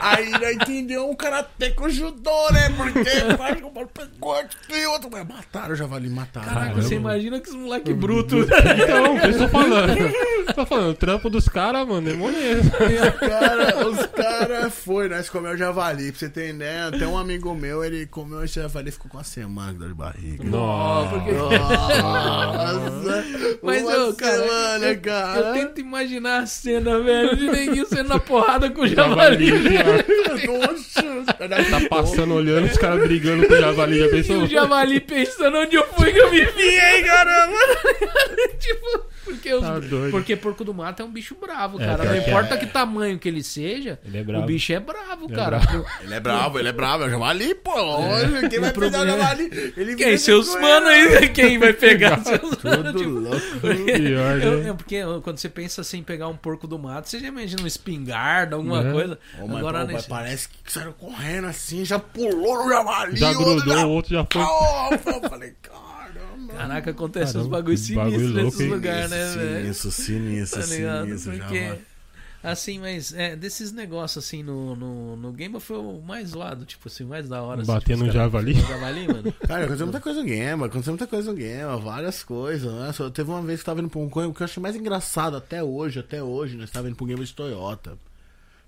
[SPEAKER 3] Aí não entendeu um karatê com judô, né? Porque faz com um corte e outro. Mas mataram o javali, mataram.
[SPEAKER 2] Caraca,
[SPEAKER 1] Caramba.
[SPEAKER 2] você imagina que esse moleque bruto. né?
[SPEAKER 1] Então, eu estou falando. tô falando, o trampo dos caras, mano, é moleza.
[SPEAKER 2] Tá
[SPEAKER 3] Cara, os caras foi, nós comeu javali, pra você ter ideia. Até um amigo meu, ele comeu esse javali e ficou com uma semana de dor de barriga.
[SPEAKER 1] Nossa.
[SPEAKER 3] Nossa!
[SPEAKER 2] Mas,
[SPEAKER 3] uma
[SPEAKER 2] ô, cara,
[SPEAKER 3] semana,
[SPEAKER 2] eu-
[SPEAKER 3] cara.
[SPEAKER 2] Eu tento imaginar a cena, velho, de neguinho sendo na porrada com o
[SPEAKER 1] Javali,
[SPEAKER 2] javali. Tá
[SPEAKER 3] Nossa!
[SPEAKER 1] Tá passando, olhando, os caras brigando com o javali, já
[SPEAKER 2] E
[SPEAKER 1] pensou?
[SPEAKER 2] o javali pensando onde eu fui que eu me enfiei, caramba. tipo, porque, os-
[SPEAKER 1] Tá doido.
[SPEAKER 2] porque porco do mato é um bicho bravo,
[SPEAKER 1] É,
[SPEAKER 2] cara.
[SPEAKER 1] pior
[SPEAKER 2] Não
[SPEAKER 1] que
[SPEAKER 2] importa que tamanho que ele seja,
[SPEAKER 1] Ele é bravo.
[SPEAKER 2] o bicho é bravo,
[SPEAKER 1] é
[SPEAKER 2] cara.
[SPEAKER 3] Ele é bravo, ele é bravo, é o javali, pô. Olha, Quem vai pegar o
[SPEAKER 2] problema é-
[SPEAKER 3] javali? Ele
[SPEAKER 2] Quem?
[SPEAKER 3] vem
[SPEAKER 2] Seus
[SPEAKER 3] com
[SPEAKER 2] mano aí, né? quem vai pegar seus
[SPEAKER 3] ele.
[SPEAKER 2] mano?
[SPEAKER 3] Tudo
[SPEAKER 2] Tipo,
[SPEAKER 3] louco.
[SPEAKER 1] Pior, né?
[SPEAKER 2] Eu- eu- porque eu- quando você pensa assim, em pegar um porco do mato, você já imagina um espingarda, alguma
[SPEAKER 1] Né?
[SPEAKER 2] coisa.
[SPEAKER 3] Ô, mas,
[SPEAKER 2] Agora,
[SPEAKER 3] pô, mas
[SPEAKER 2] nesse...
[SPEAKER 3] parece que saíram correndo assim, já pulou no javali.
[SPEAKER 1] Já
[SPEAKER 3] outro
[SPEAKER 1] grudou, o outro já foi.
[SPEAKER 3] Ah, eu falei, caramba.
[SPEAKER 2] Caraca, acontece uns
[SPEAKER 1] Caramba,
[SPEAKER 2] bagulho
[SPEAKER 1] que bagulho
[SPEAKER 2] sinistros nesses
[SPEAKER 1] louco, hein?
[SPEAKER 2] lugares, né, velho?
[SPEAKER 3] Sinistro, sinistro,
[SPEAKER 2] Tá ligado?
[SPEAKER 3] sinistro,
[SPEAKER 2] Porque.
[SPEAKER 3] javali.
[SPEAKER 2] Assim, mas é, desses negócios assim no, no, no Game foi o mais zoado, tipo assim, o mais da hora.
[SPEAKER 1] Bater
[SPEAKER 2] assim,
[SPEAKER 1] no um javali.
[SPEAKER 2] Javali, mano.
[SPEAKER 3] Cara, aconteceu muita coisa no Gema, aconteceu muita coisa no Gema, várias coisas, né? Só teve uma vez que eu tava indo pra um coisa, o que eu achei mais engraçado até hoje, até hoje, nós tava indo pra um Gema de Toyota.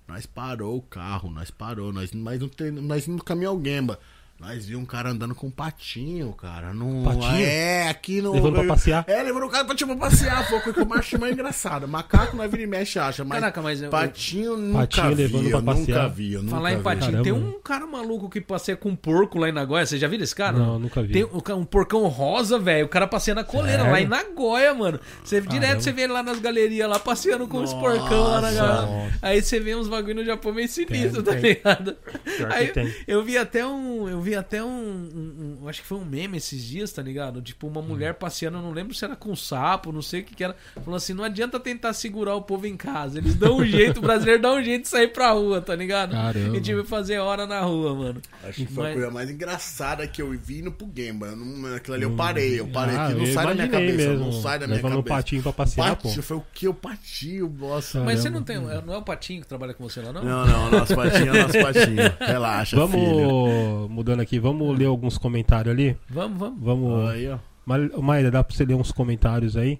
[SPEAKER 3] Nós parou o carro, nós parou, nós, nós não tem, nós não caminhou o Gema. Nós vimos um cara andando com um patinho, cara. Num...
[SPEAKER 1] Um Patinho?
[SPEAKER 3] É, aqui no.
[SPEAKER 1] Levando pra passear?
[SPEAKER 3] É, levando o cara pra tipo, passear. Foi uma coisa que eu mais achei mais engraçada. Macaco na vira e mexe, acha. Mas
[SPEAKER 2] Caraca, mas eu-
[SPEAKER 3] patinho nunca
[SPEAKER 1] Patinho
[SPEAKER 3] vi.
[SPEAKER 1] levando
[SPEAKER 3] eu
[SPEAKER 1] pra passear.
[SPEAKER 3] Nunca vi, eu nunca
[SPEAKER 2] Falar em
[SPEAKER 3] vi.
[SPEAKER 2] patinho,
[SPEAKER 1] Caramba.
[SPEAKER 2] tem um cara maluco que passeia com um porco lá em Nagoya. Você já viu esse cara?
[SPEAKER 1] Não, nunca vi.
[SPEAKER 2] Tem um, ca- um porcão rosa, velho. O cara passeia na coleira
[SPEAKER 1] Sério?
[SPEAKER 2] lá em Nagoya, mano. Você, direto
[SPEAKER 1] Caramba.
[SPEAKER 2] você vê ele lá nas galerias, lá passeando com os porcão lá na galera. Aí você vê uns bagulho no Japão meio sinistro, tá
[SPEAKER 1] Tem, tem.
[SPEAKER 2] ligado?
[SPEAKER 1] Pior
[SPEAKER 2] Aí
[SPEAKER 1] que tem.
[SPEAKER 2] eu vi até um. Eu vi até um, um- um- Acho que foi um meme esses dias, tá ligado? Tipo,
[SPEAKER 1] Hum.
[SPEAKER 2] uma mulher passeando, eu não lembro se era com sapo, não sei o que, que era. Falou assim: não adianta tentar segurar o povo em casa. Eles dão um jeito, o brasileiro dá um jeito de sair pra rua, tá ligado?
[SPEAKER 4] Caramba.
[SPEAKER 2] E tive que fazer hora na rua, mano.
[SPEAKER 3] Acho que foi
[SPEAKER 2] Mas-
[SPEAKER 3] a coisa mais engraçada que eu vi indo pro Gamba. Eu não- Aquilo ali eu parei, eu parei
[SPEAKER 1] Ah,
[SPEAKER 3] aqui. Não
[SPEAKER 1] eu
[SPEAKER 3] sai da minha
[SPEAKER 1] imaginei
[SPEAKER 3] cabeça, não
[SPEAKER 1] mesmo.
[SPEAKER 3] sai da minha
[SPEAKER 1] Levando o
[SPEAKER 3] cabeça.
[SPEAKER 1] patinho pra passear,
[SPEAKER 3] patinho,
[SPEAKER 1] pô.
[SPEAKER 3] Foi o que? O patinho, nossa.
[SPEAKER 2] Mas você não tem. Não é o Patinho que trabalha com você lá, não?
[SPEAKER 3] Não, não, nosso patinho é nosso patinho. Relaxa, filho.
[SPEAKER 1] Vamos, mudando aqui, vamos ler alguns comentários ali.
[SPEAKER 2] Vamos, vamos.
[SPEAKER 1] Vamos.
[SPEAKER 3] Aí, ó.
[SPEAKER 1] Ma- Maíra, dá pra você ler uns comentários aí?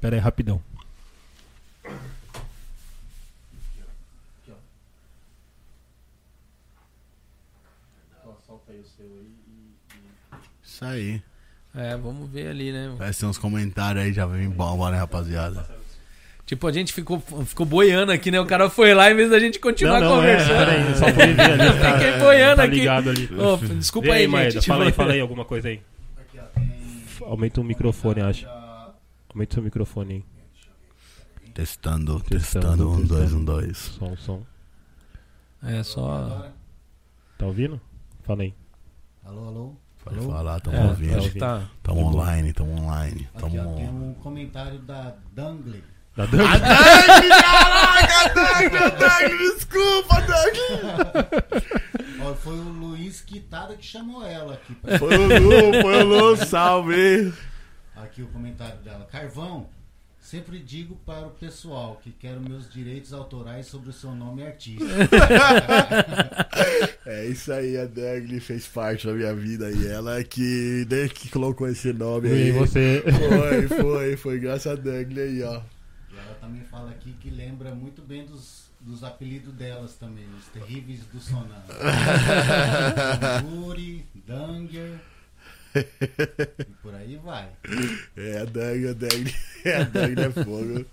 [SPEAKER 1] Pera aí, rapidão.
[SPEAKER 3] Isso aí.
[SPEAKER 2] É, vamos ver ali, né?
[SPEAKER 3] Vai ser uns comentários aí, já vem bomba, né, rapaziada?
[SPEAKER 2] Tipo, a gente ficou, ficou boiando aqui, né? O cara foi lá em vez da gente continuar
[SPEAKER 3] é,
[SPEAKER 2] conversando.
[SPEAKER 1] pera aí, é, só pra ele ver ali.
[SPEAKER 2] Eu fiquei boiando
[SPEAKER 1] tá
[SPEAKER 2] aqui.
[SPEAKER 1] ligado ali.
[SPEAKER 2] Ô, desculpa
[SPEAKER 1] Vê
[SPEAKER 2] aí,
[SPEAKER 1] Maeda,
[SPEAKER 2] gente.
[SPEAKER 1] Fala aí, fala aí alguma coisa aí.
[SPEAKER 5] Aqui, ó, tem.
[SPEAKER 1] Aumenta o microfone, acho.
[SPEAKER 5] da-
[SPEAKER 1] Aumenta o seu microfone aí. Testando,
[SPEAKER 3] Testando, testando. Um, dois,
[SPEAKER 1] testando.
[SPEAKER 3] um, dois.
[SPEAKER 1] Som, som.
[SPEAKER 2] É, só.
[SPEAKER 1] Tá ouvindo? Fala aí.
[SPEAKER 5] Alô, alô?
[SPEAKER 3] Pode
[SPEAKER 5] Alô?
[SPEAKER 3] falar, tamo
[SPEAKER 2] É,
[SPEAKER 1] tá
[SPEAKER 3] ouvindo.
[SPEAKER 1] ouvindo.
[SPEAKER 2] tá.
[SPEAKER 3] Tamo online, tamo online.
[SPEAKER 5] Aqui, ó, tem
[SPEAKER 3] Tamo.
[SPEAKER 5] um comentário da Dangley.
[SPEAKER 1] Da Dani?
[SPEAKER 2] Ah,
[SPEAKER 3] Caraca,
[SPEAKER 1] um-
[SPEAKER 3] Doug, Doug, desculpa, Doug.
[SPEAKER 5] Ó, foi o Luiz Quitada que chamou ela aqui. pra-
[SPEAKER 3] Foi o Lu, foi o Lu, salve.
[SPEAKER 5] Aqui o comentário dela. Carvão, sempre digo para o pessoal que quero meus direitos autorais sobre o seu nome artístico.
[SPEAKER 3] É isso aí, a Doug fez parte da minha vida e ela que, né, que colocou esse nome aí.
[SPEAKER 1] e você.
[SPEAKER 3] Foi, foi, foi graças a Doug aí, ó.
[SPEAKER 5] E ela também fala aqui que lembra muito bem dos, dos apelidos delas também, os terríveis do Sonan. Yuri, Danger. E por aí vai.
[SPEAKER 3] É, a Doug, a Doug, a Doug é fogo.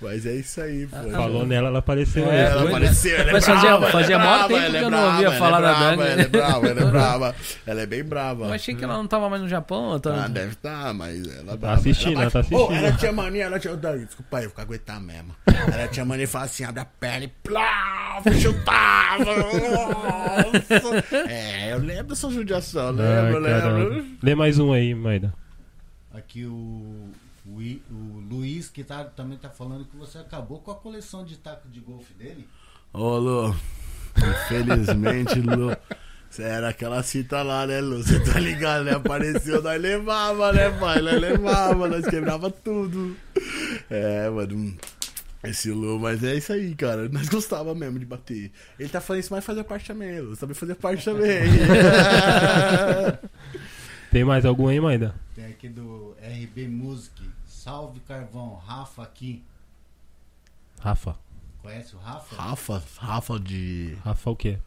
[SPEAKER 3] Mas é isso aí, pô.
[SPEAKER 1] Falou nela, ela apareceu
[SPEAKER 2] tá. É,
[SPEAKER 1] aí.
[SPEAKER 3] Ela
[SPEAKER 2] Doug-
[SPEAKER 3] apareceu, ela é
[SPEAKER 2] Mas
[SPEAKER 3] brava,
[SPEAKER 2] fazia-
[SPEAKER 3] ela é
[SPEAKER 2] fazia mó
[SPEAKER 3] brava,
[SPEAKER 2] tempo
[SPEAKER 3] ela
[SPEAKER 2] que
[SPEAKER 3] é
[SPEAKER 2] eu não ouvia
[SPEAKER 3] brava,
[SPEAKER 2] falar
[SPEAKER 3] ela é
[SPEAKER 2] da
[SPEAKER 3] brava,
[SPEAKER 2] Doug.
[SPEAKER 3] Ela é brava, ela é brava. Ela é bem brava.
[SPEAKER 2] Eu achei que ela não tava mais no Japão. tá- eu tava-
[SPEAKER 3] Ah, deve estar, mas ela
[SPEAKER 1] Tá assistindo,
[SPEAKER 3] ela bate-
[SPEAKER 1] tá assistindo.
[SPEAKER 3] Ô, ela tinha mania, ela tinha. Doug, Desculpa aí, eu fico aguentar mesmo. Ela tinha mania e falava assim, abre a pele, plá, chutava. Nossa. É, eu lembro dessa judiação, eu lembro, eu
[SPEAKER 1] Ah, caramba.
[SPEAKER 3] lembro.
[SPEAKER 1] Lê mais um aí, Maida.
[SPEAKER 5] Aqui o, o, I- o Luiz que tá, também tá falando que você acabou com a coleção de taco de golfe dele.
[SPEAKER 3] Ô, Lu, infelizmente, Lu. Cê era aquela cita lá, né, Lu? Você tá ligado, né? Apareceu, nós levava, né, pai? Nós levava, nós quebrava tudo. É, mano. hum, Esse Lu, mas é isso aí, cara. Nós gostava mesmo de bater. Ele tá falando isso, mas fazia parte também, Lu. Sabe fazer parte também.
[SPEAKER 1] Tem mais algum aí, Maida?
[SPEAKER 5] Tem aqui do RB Music. Salve Carvão, Rafa aqui.
[SPEAKER 1] Rafa.
[SPEAKER 5] Conhece o Rafa?
[SPEAKER 3] Rafa, Rafa de.
[SPEAKER 1] Rafa o quê?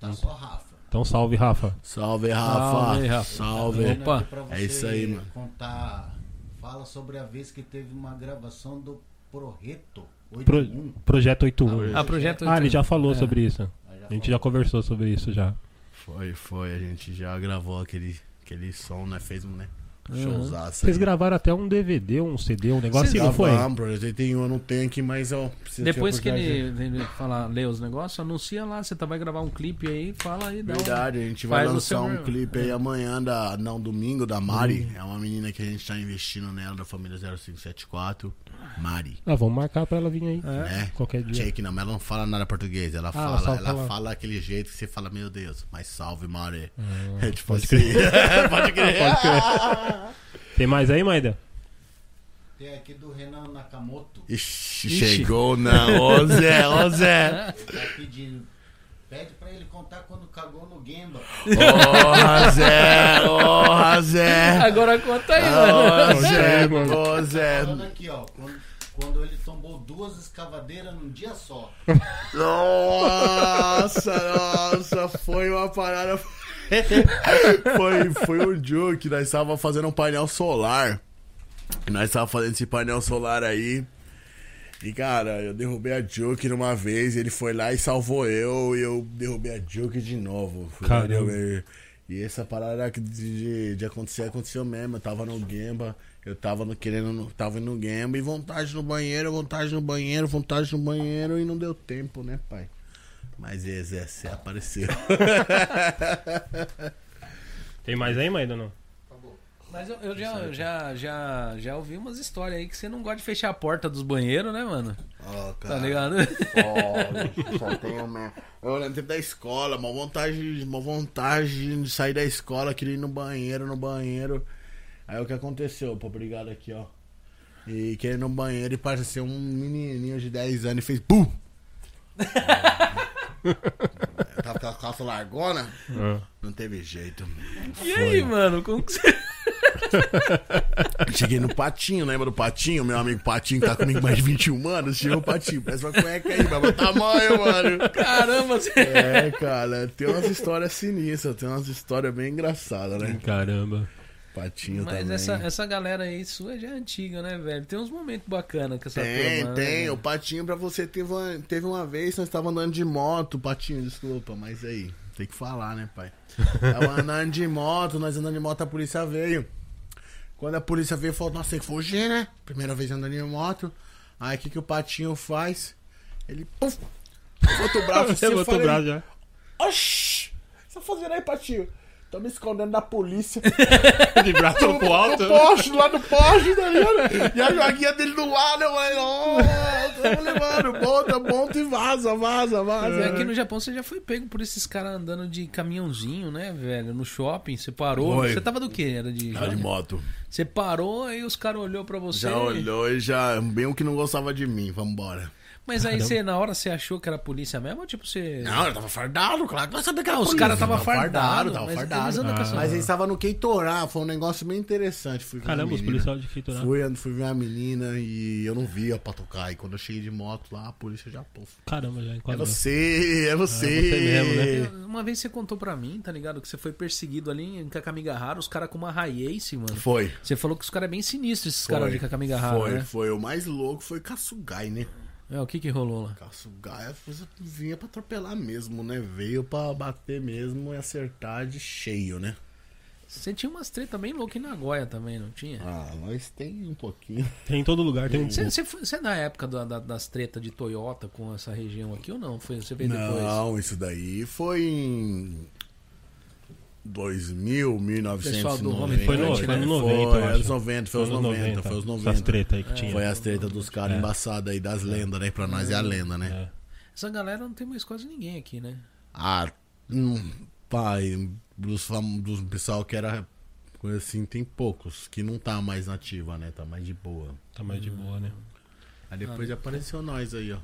[SPEAKER 5] Tá só Rafa.
[SPEAKER 1] Então salve, Rafa.
[SPEAKER 3] Salve, Rafa.
[SPEAKER 2] Salve,
[SPEAKER 3] Salve,
[SPEAKER 2] Rafa. Tá
[SPEAKER 5] Pedindo
[SPEAKER 2] Opa,
[SPEAKER 5] aqui pra
[SPEAKER 3] é isso aí, mano.
[SPEAKER 5] Contar, fala sobre a vez que teve uma gravação do Projeto 81.
[SPEAKER 1] Pro- Projeto 81.
[SPEAKER 5] Ah,
[SPEAKER 1] Ah,
[SPEAKER 2] Ah, projeto.
[SPEAKER 1] ele já falou sobre isso.
[SPEAKER 5] Aí já
[SPEAKER 1] A gente já conversou sobre isso já.
[SPEAKER 3] Foi, foi. A gente já gravou aquele, aquele som, né? Fez um, né?
[SPEAKER 2] Uhum.
[SPEAKER 3] Showzaço.
[SPEAKER 1] Vocês
[SPEAKER 3] aí.
[SPEAKER 1] gravaram até um DVD, um CD, um negócio assim,
[SPEAKER 2] Vocês
[SPEAKER 1] não foi?
[SPEAKER 3] Gravamos, projeto Tá tem um, eu não tenho aqui, mas ó. preciso
[SPEAKER 2] Depois que
[SPEAKER 3] ter oportunidade.
[SPEAKER 2] ele, ele falar, ler os negócios, anuncia lá. Você tá, vai gravar um clipe aí, fala aí, dá um-
[SPEAKER 3] Verdade, a gente vai
[SPEAKER 2] Faz o
[SPEAKER 3] lançar
[SPEAKER 2] seu
[SPEAKER 3] um
[SPEAKER 2] mesmo.
[SPEAKER 3] clipe aí amanhã, da, não, domingo, da Mari.
[SPEAKER 1] Hum.
[SPEAKER 3] É uma menina que a gente tá investindo nela, da família 0574. Mari.
[SPEAKER 1] Ah, vamos marcar pra ela vir aí.
[SPEAKER 3] Né?
[SPEAKER 1] Qualquer dia.
[SPEAKER 3] Check, não, mas ela não fala nada português. Ela
[SPEAKER 1] é? Ah, ela
[SPEAKER 3] fala,
[SPEAKER 1] só
[SPEAKER 3] ela
[SPEAKER 1] fala-
[SPEAKER 3] fala... aquele jeito que você fala, meu Deus, mas salve, Mari.
[SPEAKER 1] Hum,
[SPEAKER 3] é tipo assim. pode crer.
[SPEAKER 1] Tem mais aí, Maida?
[SPEAKER 5] Tem aqui do Renan Nakamoto.
[SPEAKER 3] Ixi, chegou na 11, 11.
[SPEAKER 5] Ele tá pedindo. Pede pra ele contar quando cagou no Gemba.
[SPEAKER 3] Ô, Zé, ô, Zé.
[SPEAKER 2] Agora conta aí, mano.
[SPEAKER 3] Ô,
[SPEAKER 1] Zé,
[SPEAKER 3] Zé,
[SPEAKER 1] mano.
[SPEAKER 3] ô, Zé. É.
[SPEAKER 5] Falando aqui, ó. Quando, quando ele tombou duas escavadeiras num dia só.
[SPEAKER 3] Nossa, nossa, foi uma parada. foi, foi um jogo que nós estávamos fazendo um painel solar. Nós estávamos fazendo esse painel solar aí. E cara, eu derrubei a Joke numa vez, ele foi lá e salvou eu, e eu derrubei a Joke de novo. Fui lá,
[SPEAKER 1] Caramba.
[SPEAKER 3] derrubei. E essa parada que de, de- de acontecer, aconteceu mesmo. Eu tava no Gemba, eu tava no, querendo, no- tava indo no Gemba, e vontade no banheiro, vontade no banheiro, vontade no banheiro, e não deu tempo, né, pai? Mas Zezé, você apareceu.
[SPEAKER 1] Tem mais aí, mãe, não?
[SPEAKER 2] Mas eu, eu já, eu já, já, já ouvi umas histórias aí que você não gosta de fechar a porta dos banheiros, né, mano?
[SPEAKER 3] Ó,
[SPEAKER 2] Tá
[SPEAKER 3] cara.
[SPEAKER 2] ligado?
[SPEAKER 3] Foda, só tenho mesmo. Eu lembro tempo da escola, uma vontade, uma vontade de sair da escola, queria ir no banheiro, no banheiro. Aí o que aconteceu? Pô, obrigado aqui, ó. E queria ir no banheiro e pareceu um menininho de 10 anos e fez BUM! É, Eu tava com a calça tá, largona, não teve jeito.
[SPEAKER 2] E aí, mano? Como que você.
[SPEAKER 3] Cheguei no Patinho, lembra do Patinho? Meu amigo Patinho que tá comigo mais de 21 anos. Chegou o Patinho, parece uma cueca aí, mas meu tamanho, mano.
[SPEAKER 2] Caramba, você.
[SPEAKER 3] É, cara, tem umas histórias sinistras, tem umas histórias bem engraçadas, né?
[SPEAKER 1] Caramba.
[SPEAKER 3] Patinho
[SPEAKER 2] Mas
[SPEAKER 3] também.
[SPEAKER 2] essa, essa galera aí sua já é antiga, né, velho? Tem uns momentos bacanas com essa
[SPEAKER 3] Tem,
[SPEAKER 2] turma, né,
[SPEAKER 3] tem. O
[SPEAKER 2] velho?
[SPEAKER 3] Patinho, pra você, teve uma, teve uma vez, nós tava andando de moto, Patinho, desculpa, mas aí, tem que falar, né, pai? Tava andando de moto, nós andando de moto, a polícia veio. Quando a polícia veio, falou, nossa, tem que fugir, né? Primeira vez andando de moto. Aí, o que que o Patinho faz? Ele, puf, levanta o braço, assim, eu
[SPEAKER 1] Levantou o
[SPEAKER 3] falei,
[SPEAKER 1] Ah, braço já.
[SPEAKER 3] Oxi! O que você tá fazendo aí, Patinho? Tô me escondendo da polícia.
[SPEAKER 1] De braço pro alto.
[SPEAKER 3] No poste, lá no poste, tá ligado? E a joguinha dele do lado, eu falei, nossa, tamo levando, monta, monta e vaza, vaza, vaza.
[SPEAKER 1] É.
[SPEAKER 2] Mas Aqui no Japão você já foi pego por esses caras andando de caminhãozinho, né, velho? No shopping, você parou.
[SPEAKER 3] Foi.
[SPEAKER 2] Você tava do quê? Era de.
[SPEAKER 3] Tá de moto.
[SPEAKER 2] Você parou, aí os caras olhou pra você.
[SPEAKER 3] Já olhou e já. Bem o que não gostava de mim, vambora.
[SPEAKER 2] Mas aí você, na hora, você achou que era polícia mesmo? Ou tipo, você.
[SPEAKER 3] Não, eu tava fardado, claro que vai saber que era
[SPEAKER 2] Ah, os
[SPEAKER 3] polícia.
[SPEAKER 2] caras tava fardado,
[SPEAKER 3] Tava
[SPEAKER 2] mas
[SPEAKER 3] fardado. Ah.
[SPEAKER 2] eles andam com essa-
[SPEAKER 3] Mas eles tava no Keitorá, foi um negócio bem interessante. Fui com uma
[SPEAKER 1] Caramba, os
[SPEAKER 3] menina.
[SPEAKER 1] policiais de né? Keitorá.
[SPEAKER 3] né? Fui, fui ver uma menina e eu não via pra tocar. E quando eu cheguei de moto lá, a polícia já pô.
[SPEAKER 1] Caramba, já
[SPEAKER 3] É
[SPEAKER 1] enquadrou.
[SPEAKER 3] você, é você.
[SPEAKER 1] você mesmo, né?
[SPEAKER 2] Uma vez você contou pra mim, tá ligado? Que você foi perseguido ali em Kakamigahara, os caras com uma Hayace, mano.
[SPEAKER 3] Foi.
[SPEAKER 2] Você falou que os caras é bem sinistros, esses
[SPEAKER 3] Foi,
[SPEAKER 2] caras de Kakamigahara,
[SPEAKER 3] Foi,
[SPEAKER 2] né?
[SPEAKER 3] foi. O mais louco foi Katsugai, né?
[SPEAKER 2] É, o que que rolou lá?
[SPEAKER 3] Katsugai, a coisa vinha pra atropelar mesmo, né? Veio pra bater mesmo e acertar de cheio, né?
[SPEAKER 2] Você tinha umas treta bem loucas em Nagoya também, não tinha?
[SPEAKER 3] Ah, nós tem um pouquinho.
[SPEAKER 1] Tem em todo lugar, tem um.
[SPEAKER 2] Você, você, foi- você é da época da- da- das tretas de Toyota com essa região aqui ou não? Foi, você veio depois?
[SPEAKER 3] Não, isso daí foi em 2000,
[SPEAKER 2] Pessoal
[SPEAKER 3] 1990.
[SPEAKER 2] do Homem
[SPEAKER 1] Foi no,
[SPEAKER 2] Forte,
[SPEAKER 1] foi no
[SPEAKER 2] né?
[SPEAKER 1] 90,
[SPEAKER 3] Foi,
[SPEAKER 1] eu
[SPEAKER 3] anos
[SPEAKER 1] acho.
[SPEAKER 3] 90, foi os 90, foi os 90.
[SPEAKER 1] Essas treta aí que tinha.
[SPEAKER 3] Foi as tretas dos caras embaçadas aí, das lendas, né? Pra nós é a lenda, né?
[SPEAKER 1] É.
[SPEAKER 2] Essa galera não tem mais quase ninguém aqui, né?
[SPEAKER 3] Ah, hum, pai, dos, fam... dos pessoal que era coisa assim, tem poucos que não tá mais nativa, né? Tá mais de boa.
[SPEAKER 1] Tá mais de boa, né?
[SPEAKER 3] Aí depois apareceu nós aí, ó.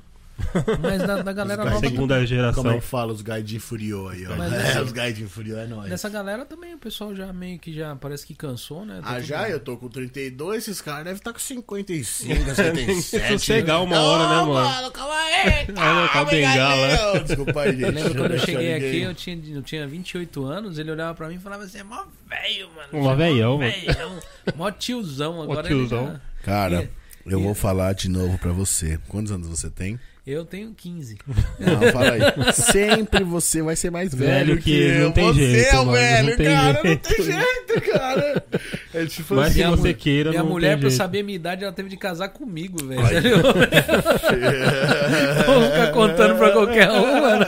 [SPEAKER 2] Mas da, da Ah. galera
[SPEAKER 3] caras
[SPEAKER 2] nova.
[SPEAKER 3] seguem
[SPEAKER 1] Segunda
[SPEAKER 3] Como é
[SPEAKER 1] geração.
[SPEAKER 3] que fala os gaidin furiô aí, ó?
[SPEAKER 2] Mas
[SPEAKER 3] é,
[SPEAKER 2] nessa-
[SPEAKER 3] os gaidin furiô é nós.
[SPEAKER 2] Dessa galera também o pessoal já meio que já parece que cansou, né? Tá
[SPEAKER 3] Ah,
[SPEAKER 2] tudo
[SPEAKER 3] já
[SPEAKER 2] bem.
[SPEAKER 3] eu tô com 32, esses caras devem estar com 55, 57.
[SPEAKER 1] Sossegar uma hora, né,
[SPEAKER 3] Ô,
[SPEAKER 1] mano?
[SPEAKER 3] calma aí,
[SPEAKER 1] Ah, não,
[SPEAKER 3] tá
[SPEAKER 1] com a bengala.
[SPEAKER 3] brigadinho. Desculpa aí, gente.
[SPEAKER 2] Eu lembro quando eu
[SPEAKER 3] Deixa
[SPEAKER 2] cheguei aqui,
[SPEAKER 3] ninguém-
[SPEAKER 2] eu tinha, eu tinha 28 anos, ele olhava pra mim e falava assim, é mó velho, mano.
[SPEAKER 1] Mó
[SPEAKER 2] Você é
[SPEAKER 1] velhão,
[SPEAKER 2] mó
[SPEAKER 1] mano."
[SPEAKER 2] velhão. Mó tiozão agora.
[SPEAKER 1] tiozão.
[SPEAKER 2] Ele tá- já...
[SPEAKER 3] Cara, eu
[SPEAKER 2] e-
[SPEAKER 3] vou falar de novo pra você. Quantos anos você tem?
[SPEAKER 2] Eu tenho 15.
[SPEAKER 3] Não, fala aí. Sempre você vai ser mais velho,
[SPEAKER 1] Velho
[SPEAKER 3] que,
[SPEAKER 1] que
[SPEAKER 3] eu.
[SPEAKER 1] não tem
[SPEAKER 3] você
[SPEAKER 1] jeito,
[SPEAKER 3] é o
[SPEAKER 1] mano,
[SPEAKER 3] velho,
[SPEAKER 1] não tem
[SPEAKER 3] cara.
[SPEAKER 1] jeito.
[SPEAKER 3] Não tem jeito, cara. É tipo
[SPEAKER 1] Mas se
[SPEAKER 2] Minha
[SPEAKER 1] você
[SPEAKER 2] mulher-
[SPEAKER 1] queira,
[SPEAKER 2] Minha
[SPEAKER 1] não
[SPEAKER 2] mulher,
[SPEAKER 1] tem
[SPEAKER 2] pra eu
[SPEAKER 1] jeito.
[SPEAKER 2] saber a minha idade, ela teve de casar comigo, velho. Vou ficar contando pra qualquer um, mano.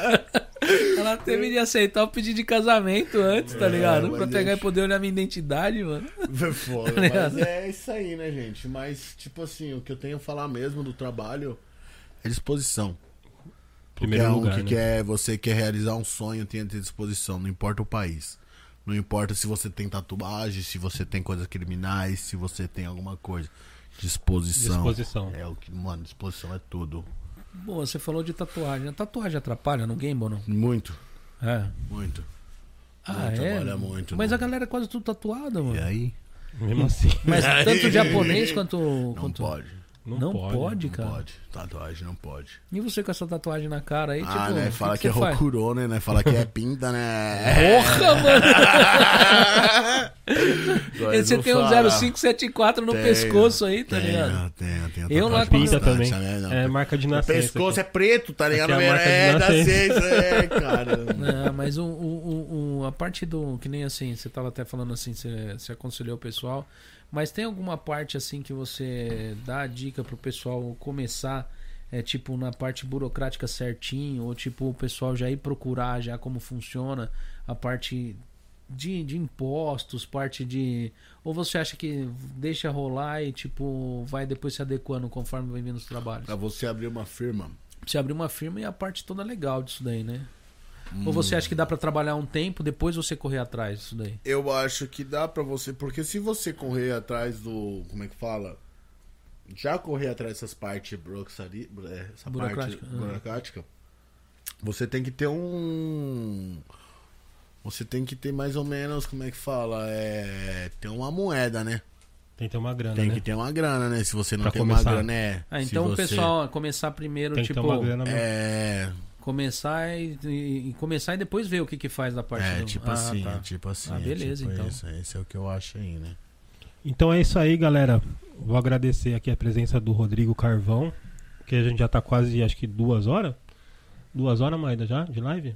[SPEAKER 2] Ela teve de aceitar o pedido de casamento antes, tá ligado?
[SPEAKER 3] mas
[SPEAKER 2] pra pegar
[SPEAKER 3] é-
[SPEAKER 2] e poder olhar minha identidade, mano.
[SPEAKER 3] É foda,
[SPEAKER 2] ligado?
[SPEAKER 3] mas é isso aí, né, gente? Mas, tipo assim, o que eu tenho a falar mesmo do trabalho é disposição.
[SPEAKER 1] Primeiro
[SPEAKER 3] Qualquer um
[SPEAKER 1] lugar,
[SPEAKER 3] que
[SPEAKER 1] né?
[SPEAKER 3] quer, você quer realizar um sonho, tem que ter disposição, não importa o país. Não importa se você tem tatuagem, se você tem coisas criminais, se você tem alguma coisa. Disposição.
[SPEAKER 1] Disposição.
[SPEAKER 3] É o que, mano, disposição é tudo.
[SPEAKER 2] Bom, você falou de tatuagem. A tatuagem atrapalha no game ou não?
[SPEAKER 3] Muito,
[SPEAKER 2] É.
[SPEAKER 3] muito.
[SPEAKER 2] Ah,
[SPEAKER 3] Não,
[SPEAKER 2] é?
[SPEAKER 3] trabalha muito,
[SPEAKER 2] Mas
[SPEAKER 3] não. É.
[SPEAKER 2] a galera é quase tudo tatuada, mano.
[SPEAKER 3] E aí?
[SPEAKER 1] Mesmo assim.
[SPEAKER 2] Mas
[SPEAKER 3] Aí.
[SPEAKER 2] tanto japonês quanto.
[SPEAKER 3] Não
[SPEAKER 2] quanto...
[SPEAKER 3] pode.
[SPEAKER 1] Não,
[SPEAKER 2] Não
[SPEAKER 1] pode.
[SPEAKER 2] pode,
[SPEAKER 3] Não
[SPEAKER 2] cara.
[SPEAKER 3] pode. Tatuagem não pode.
[SPEAKER 2] E você com essa tatuagem na cara aí, tipo.
[SPEAKER 3] ah, né?
[SPEAKER 2] o
[SPEAKER 3] Fala que,
[SPEAKER 2] você
[SPEAKER 3] é
[SPEAKER 2] faz?
[SPEAKER 3] Rokuro, né? né? Fala que é pinta, né?
[SPEAKER 2] Porra, mano!
[SPEAKER 3] Nós
[SPEAKER 2] você
[SPEAKER 3] não
[SPEAKER 2] tem um
[SPEAKER 3] fala.
[SPEAKER 2] 0574 no
[SPEAKER 3] Tenho,
[SPEAKER 2] pescoço aí, tá
[SPEAKER 3] tenho,
[SPEAKER 2] ligado?
[SPEAKER 3] Tenho, tenho.
[SPEAKER 2] Eu lá
[SPEAKER 3] tatuagem
[SPEAKER 2] com-
[SPEAKER 1] Pinta
[SPEAKER 3] bastante,
[SPEAKER 1] também.
[SPEAKER 3] né? Não,
[SPEAKER 1] É marca de nascença.
[SPEAKER 3] pescoço é
[SPEAKER 1] cara.
[SPEAKER 3] preto, tá ligado?
[SPEAKER 1] Aqui é a marca de
[SPEAKER 3] É, da
[SPEAKER 1] nascença.
[SPEAKER 3] ciência, é, cara.
[SPEAKER 2] Ah, mas o, o- o- o- a parte do. Que nem assim, você tava até falando assim, você, você aconselhou o pessoal. Mas tem alguma parte assim que você dá a dica pro pessoal começar, é, tipo, na parte burocrática certinho, ou tipo, o pessoal já ir procurar já como funciona a parte de, de impostos, parte de. Ou você acha que deixa rolar e, tipo, vai depois se adequando conforme vai vindo os trabalhos?
[SPEAKER 3] Pra você abrir uma firma.
[SPEAKER 2] Você abriu uma firma e a parte toda legal disso daí, né?
[SPEAKER 3] Hum.
[SPEAKER 2] Ou você acha que dá pra trabalhar um tempo, depois você correr atrás disso daí?
[SPEAKER 3] Eu acho que dá pra você, porque se você correr atrás do. Como é que fala? Já correr atrás dessas partes burocracia- é, essa
[SPEAKER 2] Burocrática,
[SPEAKER 3] parte
[SPEAKER 2] ah.
[SPEAKER 3] burocrática, você tem que ter um. Você tem que ter mais ou menos, como é que fala? É. Ter uma moeda, né?
[SPEAKER 1] Tem que ter uma grana,
[SPEAKER 3] Tem
[SPEAKER 1] né?
[SPEAKER 3] que ter uma grana, né? Se você não
[SPEAKER 1] Pra
[SPEAKER 3] tem
[SPEAKER 1] começar.
[SPEAKER 3] uma grana, é.
[SPEAKER 2] Ah,
[SPEAKER 3] se
[SPEAKER 2] então o
[SPEAKER 3] você-
[SPEAKER 2] pessoal começar primeiro,
[SPEAKER 1] Tem que
[SPEAKER 2] tipo,
[SPEAKER 1] ter uma grana mesmo.
[SPEAKER 3] É.
[SPEAKER 2] começar e, e- e começar e depois ver o que que faz da parte
[SPEAKER 3] É,
[SPEAKER 2] do...
[SPEAKER 3] tipo
[SPEAKER 2] Ah,
[SPEAKER 3] assim,
[SPEAKER 2] tá.
[SPEAKER 3] é tipo assim.
[SPEAKER 2] Ah,
[SPEAKER 3] é
[SPEAKER 2] beleza,
[SPEAKER 3] tipo
[SPEAKER 2] então.
[SPEAKER 3] Isso, esse é o que eu acho aí, né?
[SPEAKER 1] Então é isso aí, galera. Vou agradecer aqui a presença do Rodrigo Carvão, que a gente já tá quase, acho que duas horas. Duas horas, Maida, já? De live?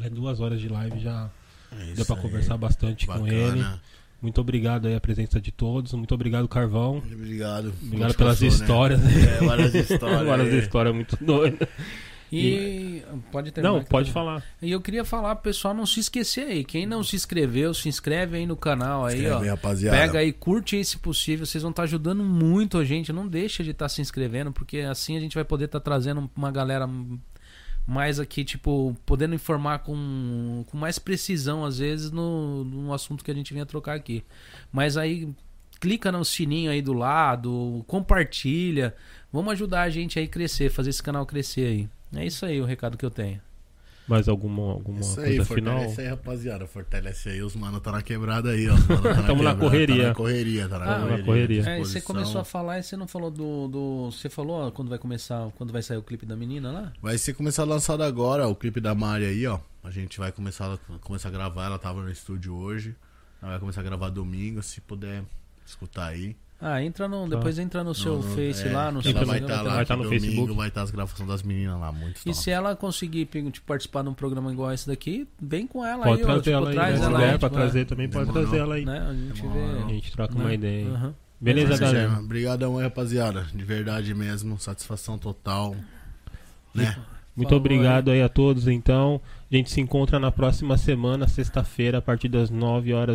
[SPEAKER 1] É duas horas de live já.
[SPEAKER 3] É isso
[SPEAKER 1] Deu pra
[SPEAKER 3] aí.
[SPEAKER 1] conversar bastante com ele.
[SPEAKER 3] Bacana.
[SPEAKER 1] Muito obrigado aí a presença de todos. Muito obrigado, Carvão.
[SPEAKER 3] Obrigado.
[SPEAKER 1] Obrigado
[SPEAKER 3] Muito
[SPEAKER 1] pelas
[SPEAKER 3] gostoso, né?
[SPEAKER 1] histórias.
[SPEAKER 3] É, várias histórias.
[SPEAKER 1] Várias
[SPEAKER 3] é.
[SPEAKER 1] histórias muito doidas.
[SPEAKER 2] E... Pode terminar.
[SPEAKER 1] Não,
[SPEAKER 2] que
[SPEAKER 1] pode
[SPEAKER 2] tá-
[SPEAKER 1] falar.
[SPEAKER 2] E eu queria falar pro pessoal não se esquecer aí. Quem não se inscreveu, se inscreve aí no canal aí,
[SPEAKER 3] Escreve
[SPEAKER 2] ó.
[SPEAKER 3] aí, rapaziada.
[SPEAKER 2] Pega aí, curte aí se possível. Vocês vão estar ajudando muito a gente. Não deixa de estar se inscrevendo, porque assim a gente vai poder estar trazendo uma galera mais aqui, tipo, podendo informar com, com mais precisão, às vezes, no, no assunto que a gente vinha trocar aqui. Mas aí, clica no sininho aí do lado, compartilha. Vamos ajudar a gente aí crescer, fazer esse canal crescer aí. É isso aí o recado que eu tenho.
[SPEAKER 1] Mais alguma, alguma
[SPEAKER 3] Isso aí,
[SPEAKER 1] coisa final?
[SPEAKER 3] fortalece aí, rapaziada. Fortalece aí, os mano tá na quebrada aí, ó. Os mano tá na
[SPEAKER 1] Tamo na
[SPEAKER 3] quebrada,
[SPEAKER 1] correria.
[SPEAKER 3] Tá na correria, tá na
[SPEAKER 2] Ah,
[SPEAKER 3] correria.
[SPEAKER 1] na correria.
[SPEAKER 2] É, e você
[SPEAKER 3] disposição.
[SPEAKER 2] começou a falar e você não falou do. do- você falou ó, quando vai começar, quando vai sair o clipe da menina lá?
[SPEAKER 3] Vai ser começar lançado agora o clipe da Mari aí, ó. A gente vai começar, começar a gravar, ela tava no estúdio hoje. Ela vai começar a gravar domingo, se puder escutar aí.
[SPEAKER 2] Ah, entra no. Depois entra no seu
[SPEAKER 3] no-
[SPEAKER 2] Face
[SPEAKER 3] é,
[SPEAKER 2] lá, no seu
[SPEAKER 3] Ela vai
[SPEAKER 1] Instagram,
[SPEAKER 3] estar lá
[SPEAKER 1] vai
[SPEAKER 3] vai
[SPEAKER 1] tá no
[SPEAKER 3] no domingo,
[SPEAKER 1] Facebook.
[SPEAKER 3] vai estar as gravações das meninas lá, muito
[SPEAKER 2] E
[SPEAKER 3] top.
[SPEAKER 2] se ela conseguir pe- tipo, participar de um programa igual esse daqui, vem com ela
[SPEAKER 1] Pode
[SPEAKER 2] aí, ó,
[SPEAKER 1] trazer
[SPEAKER 2] tipo,
[SPEAKER 1] ela aí. né?
[SPEAKER 2] traz
[SPEAKER 1] Se
[SPEAKER 2] ela
[SPEAKER 1] quiser,
[SPEAKER 2] aí,
[SPEAKER 1] pra
[SPEAKER 2] tipo,
[SPEAKER 1] trazer também, pode
[SPEAKER 3] Demorou.
[SPEAKER 1] trazer ela aí.
[SPEAKER 2] né? A gente vê.
[SPEAKER 1] A gente troca uma
[SPEAKER 2] Né?
[SPEAKER 1] ideia aí.
[SPEAKER 2] Aham.
[SPEAKER 1] Beleza,
[SPEAKER 3] Mas,
[SPEAKER 1] galera?
[SPEAKER 3] Guilherme, Obrigadão aí, rapaziada. De verdade mesmo. Satisfação total. Né?
[SPEAKER 1] Muito
[SPEAKER 2] Falou,
[SPEAKER 1] obrigado aí a todos, então. A gente se encontra na próxima semana, sexta-feira, a partir das 9 horas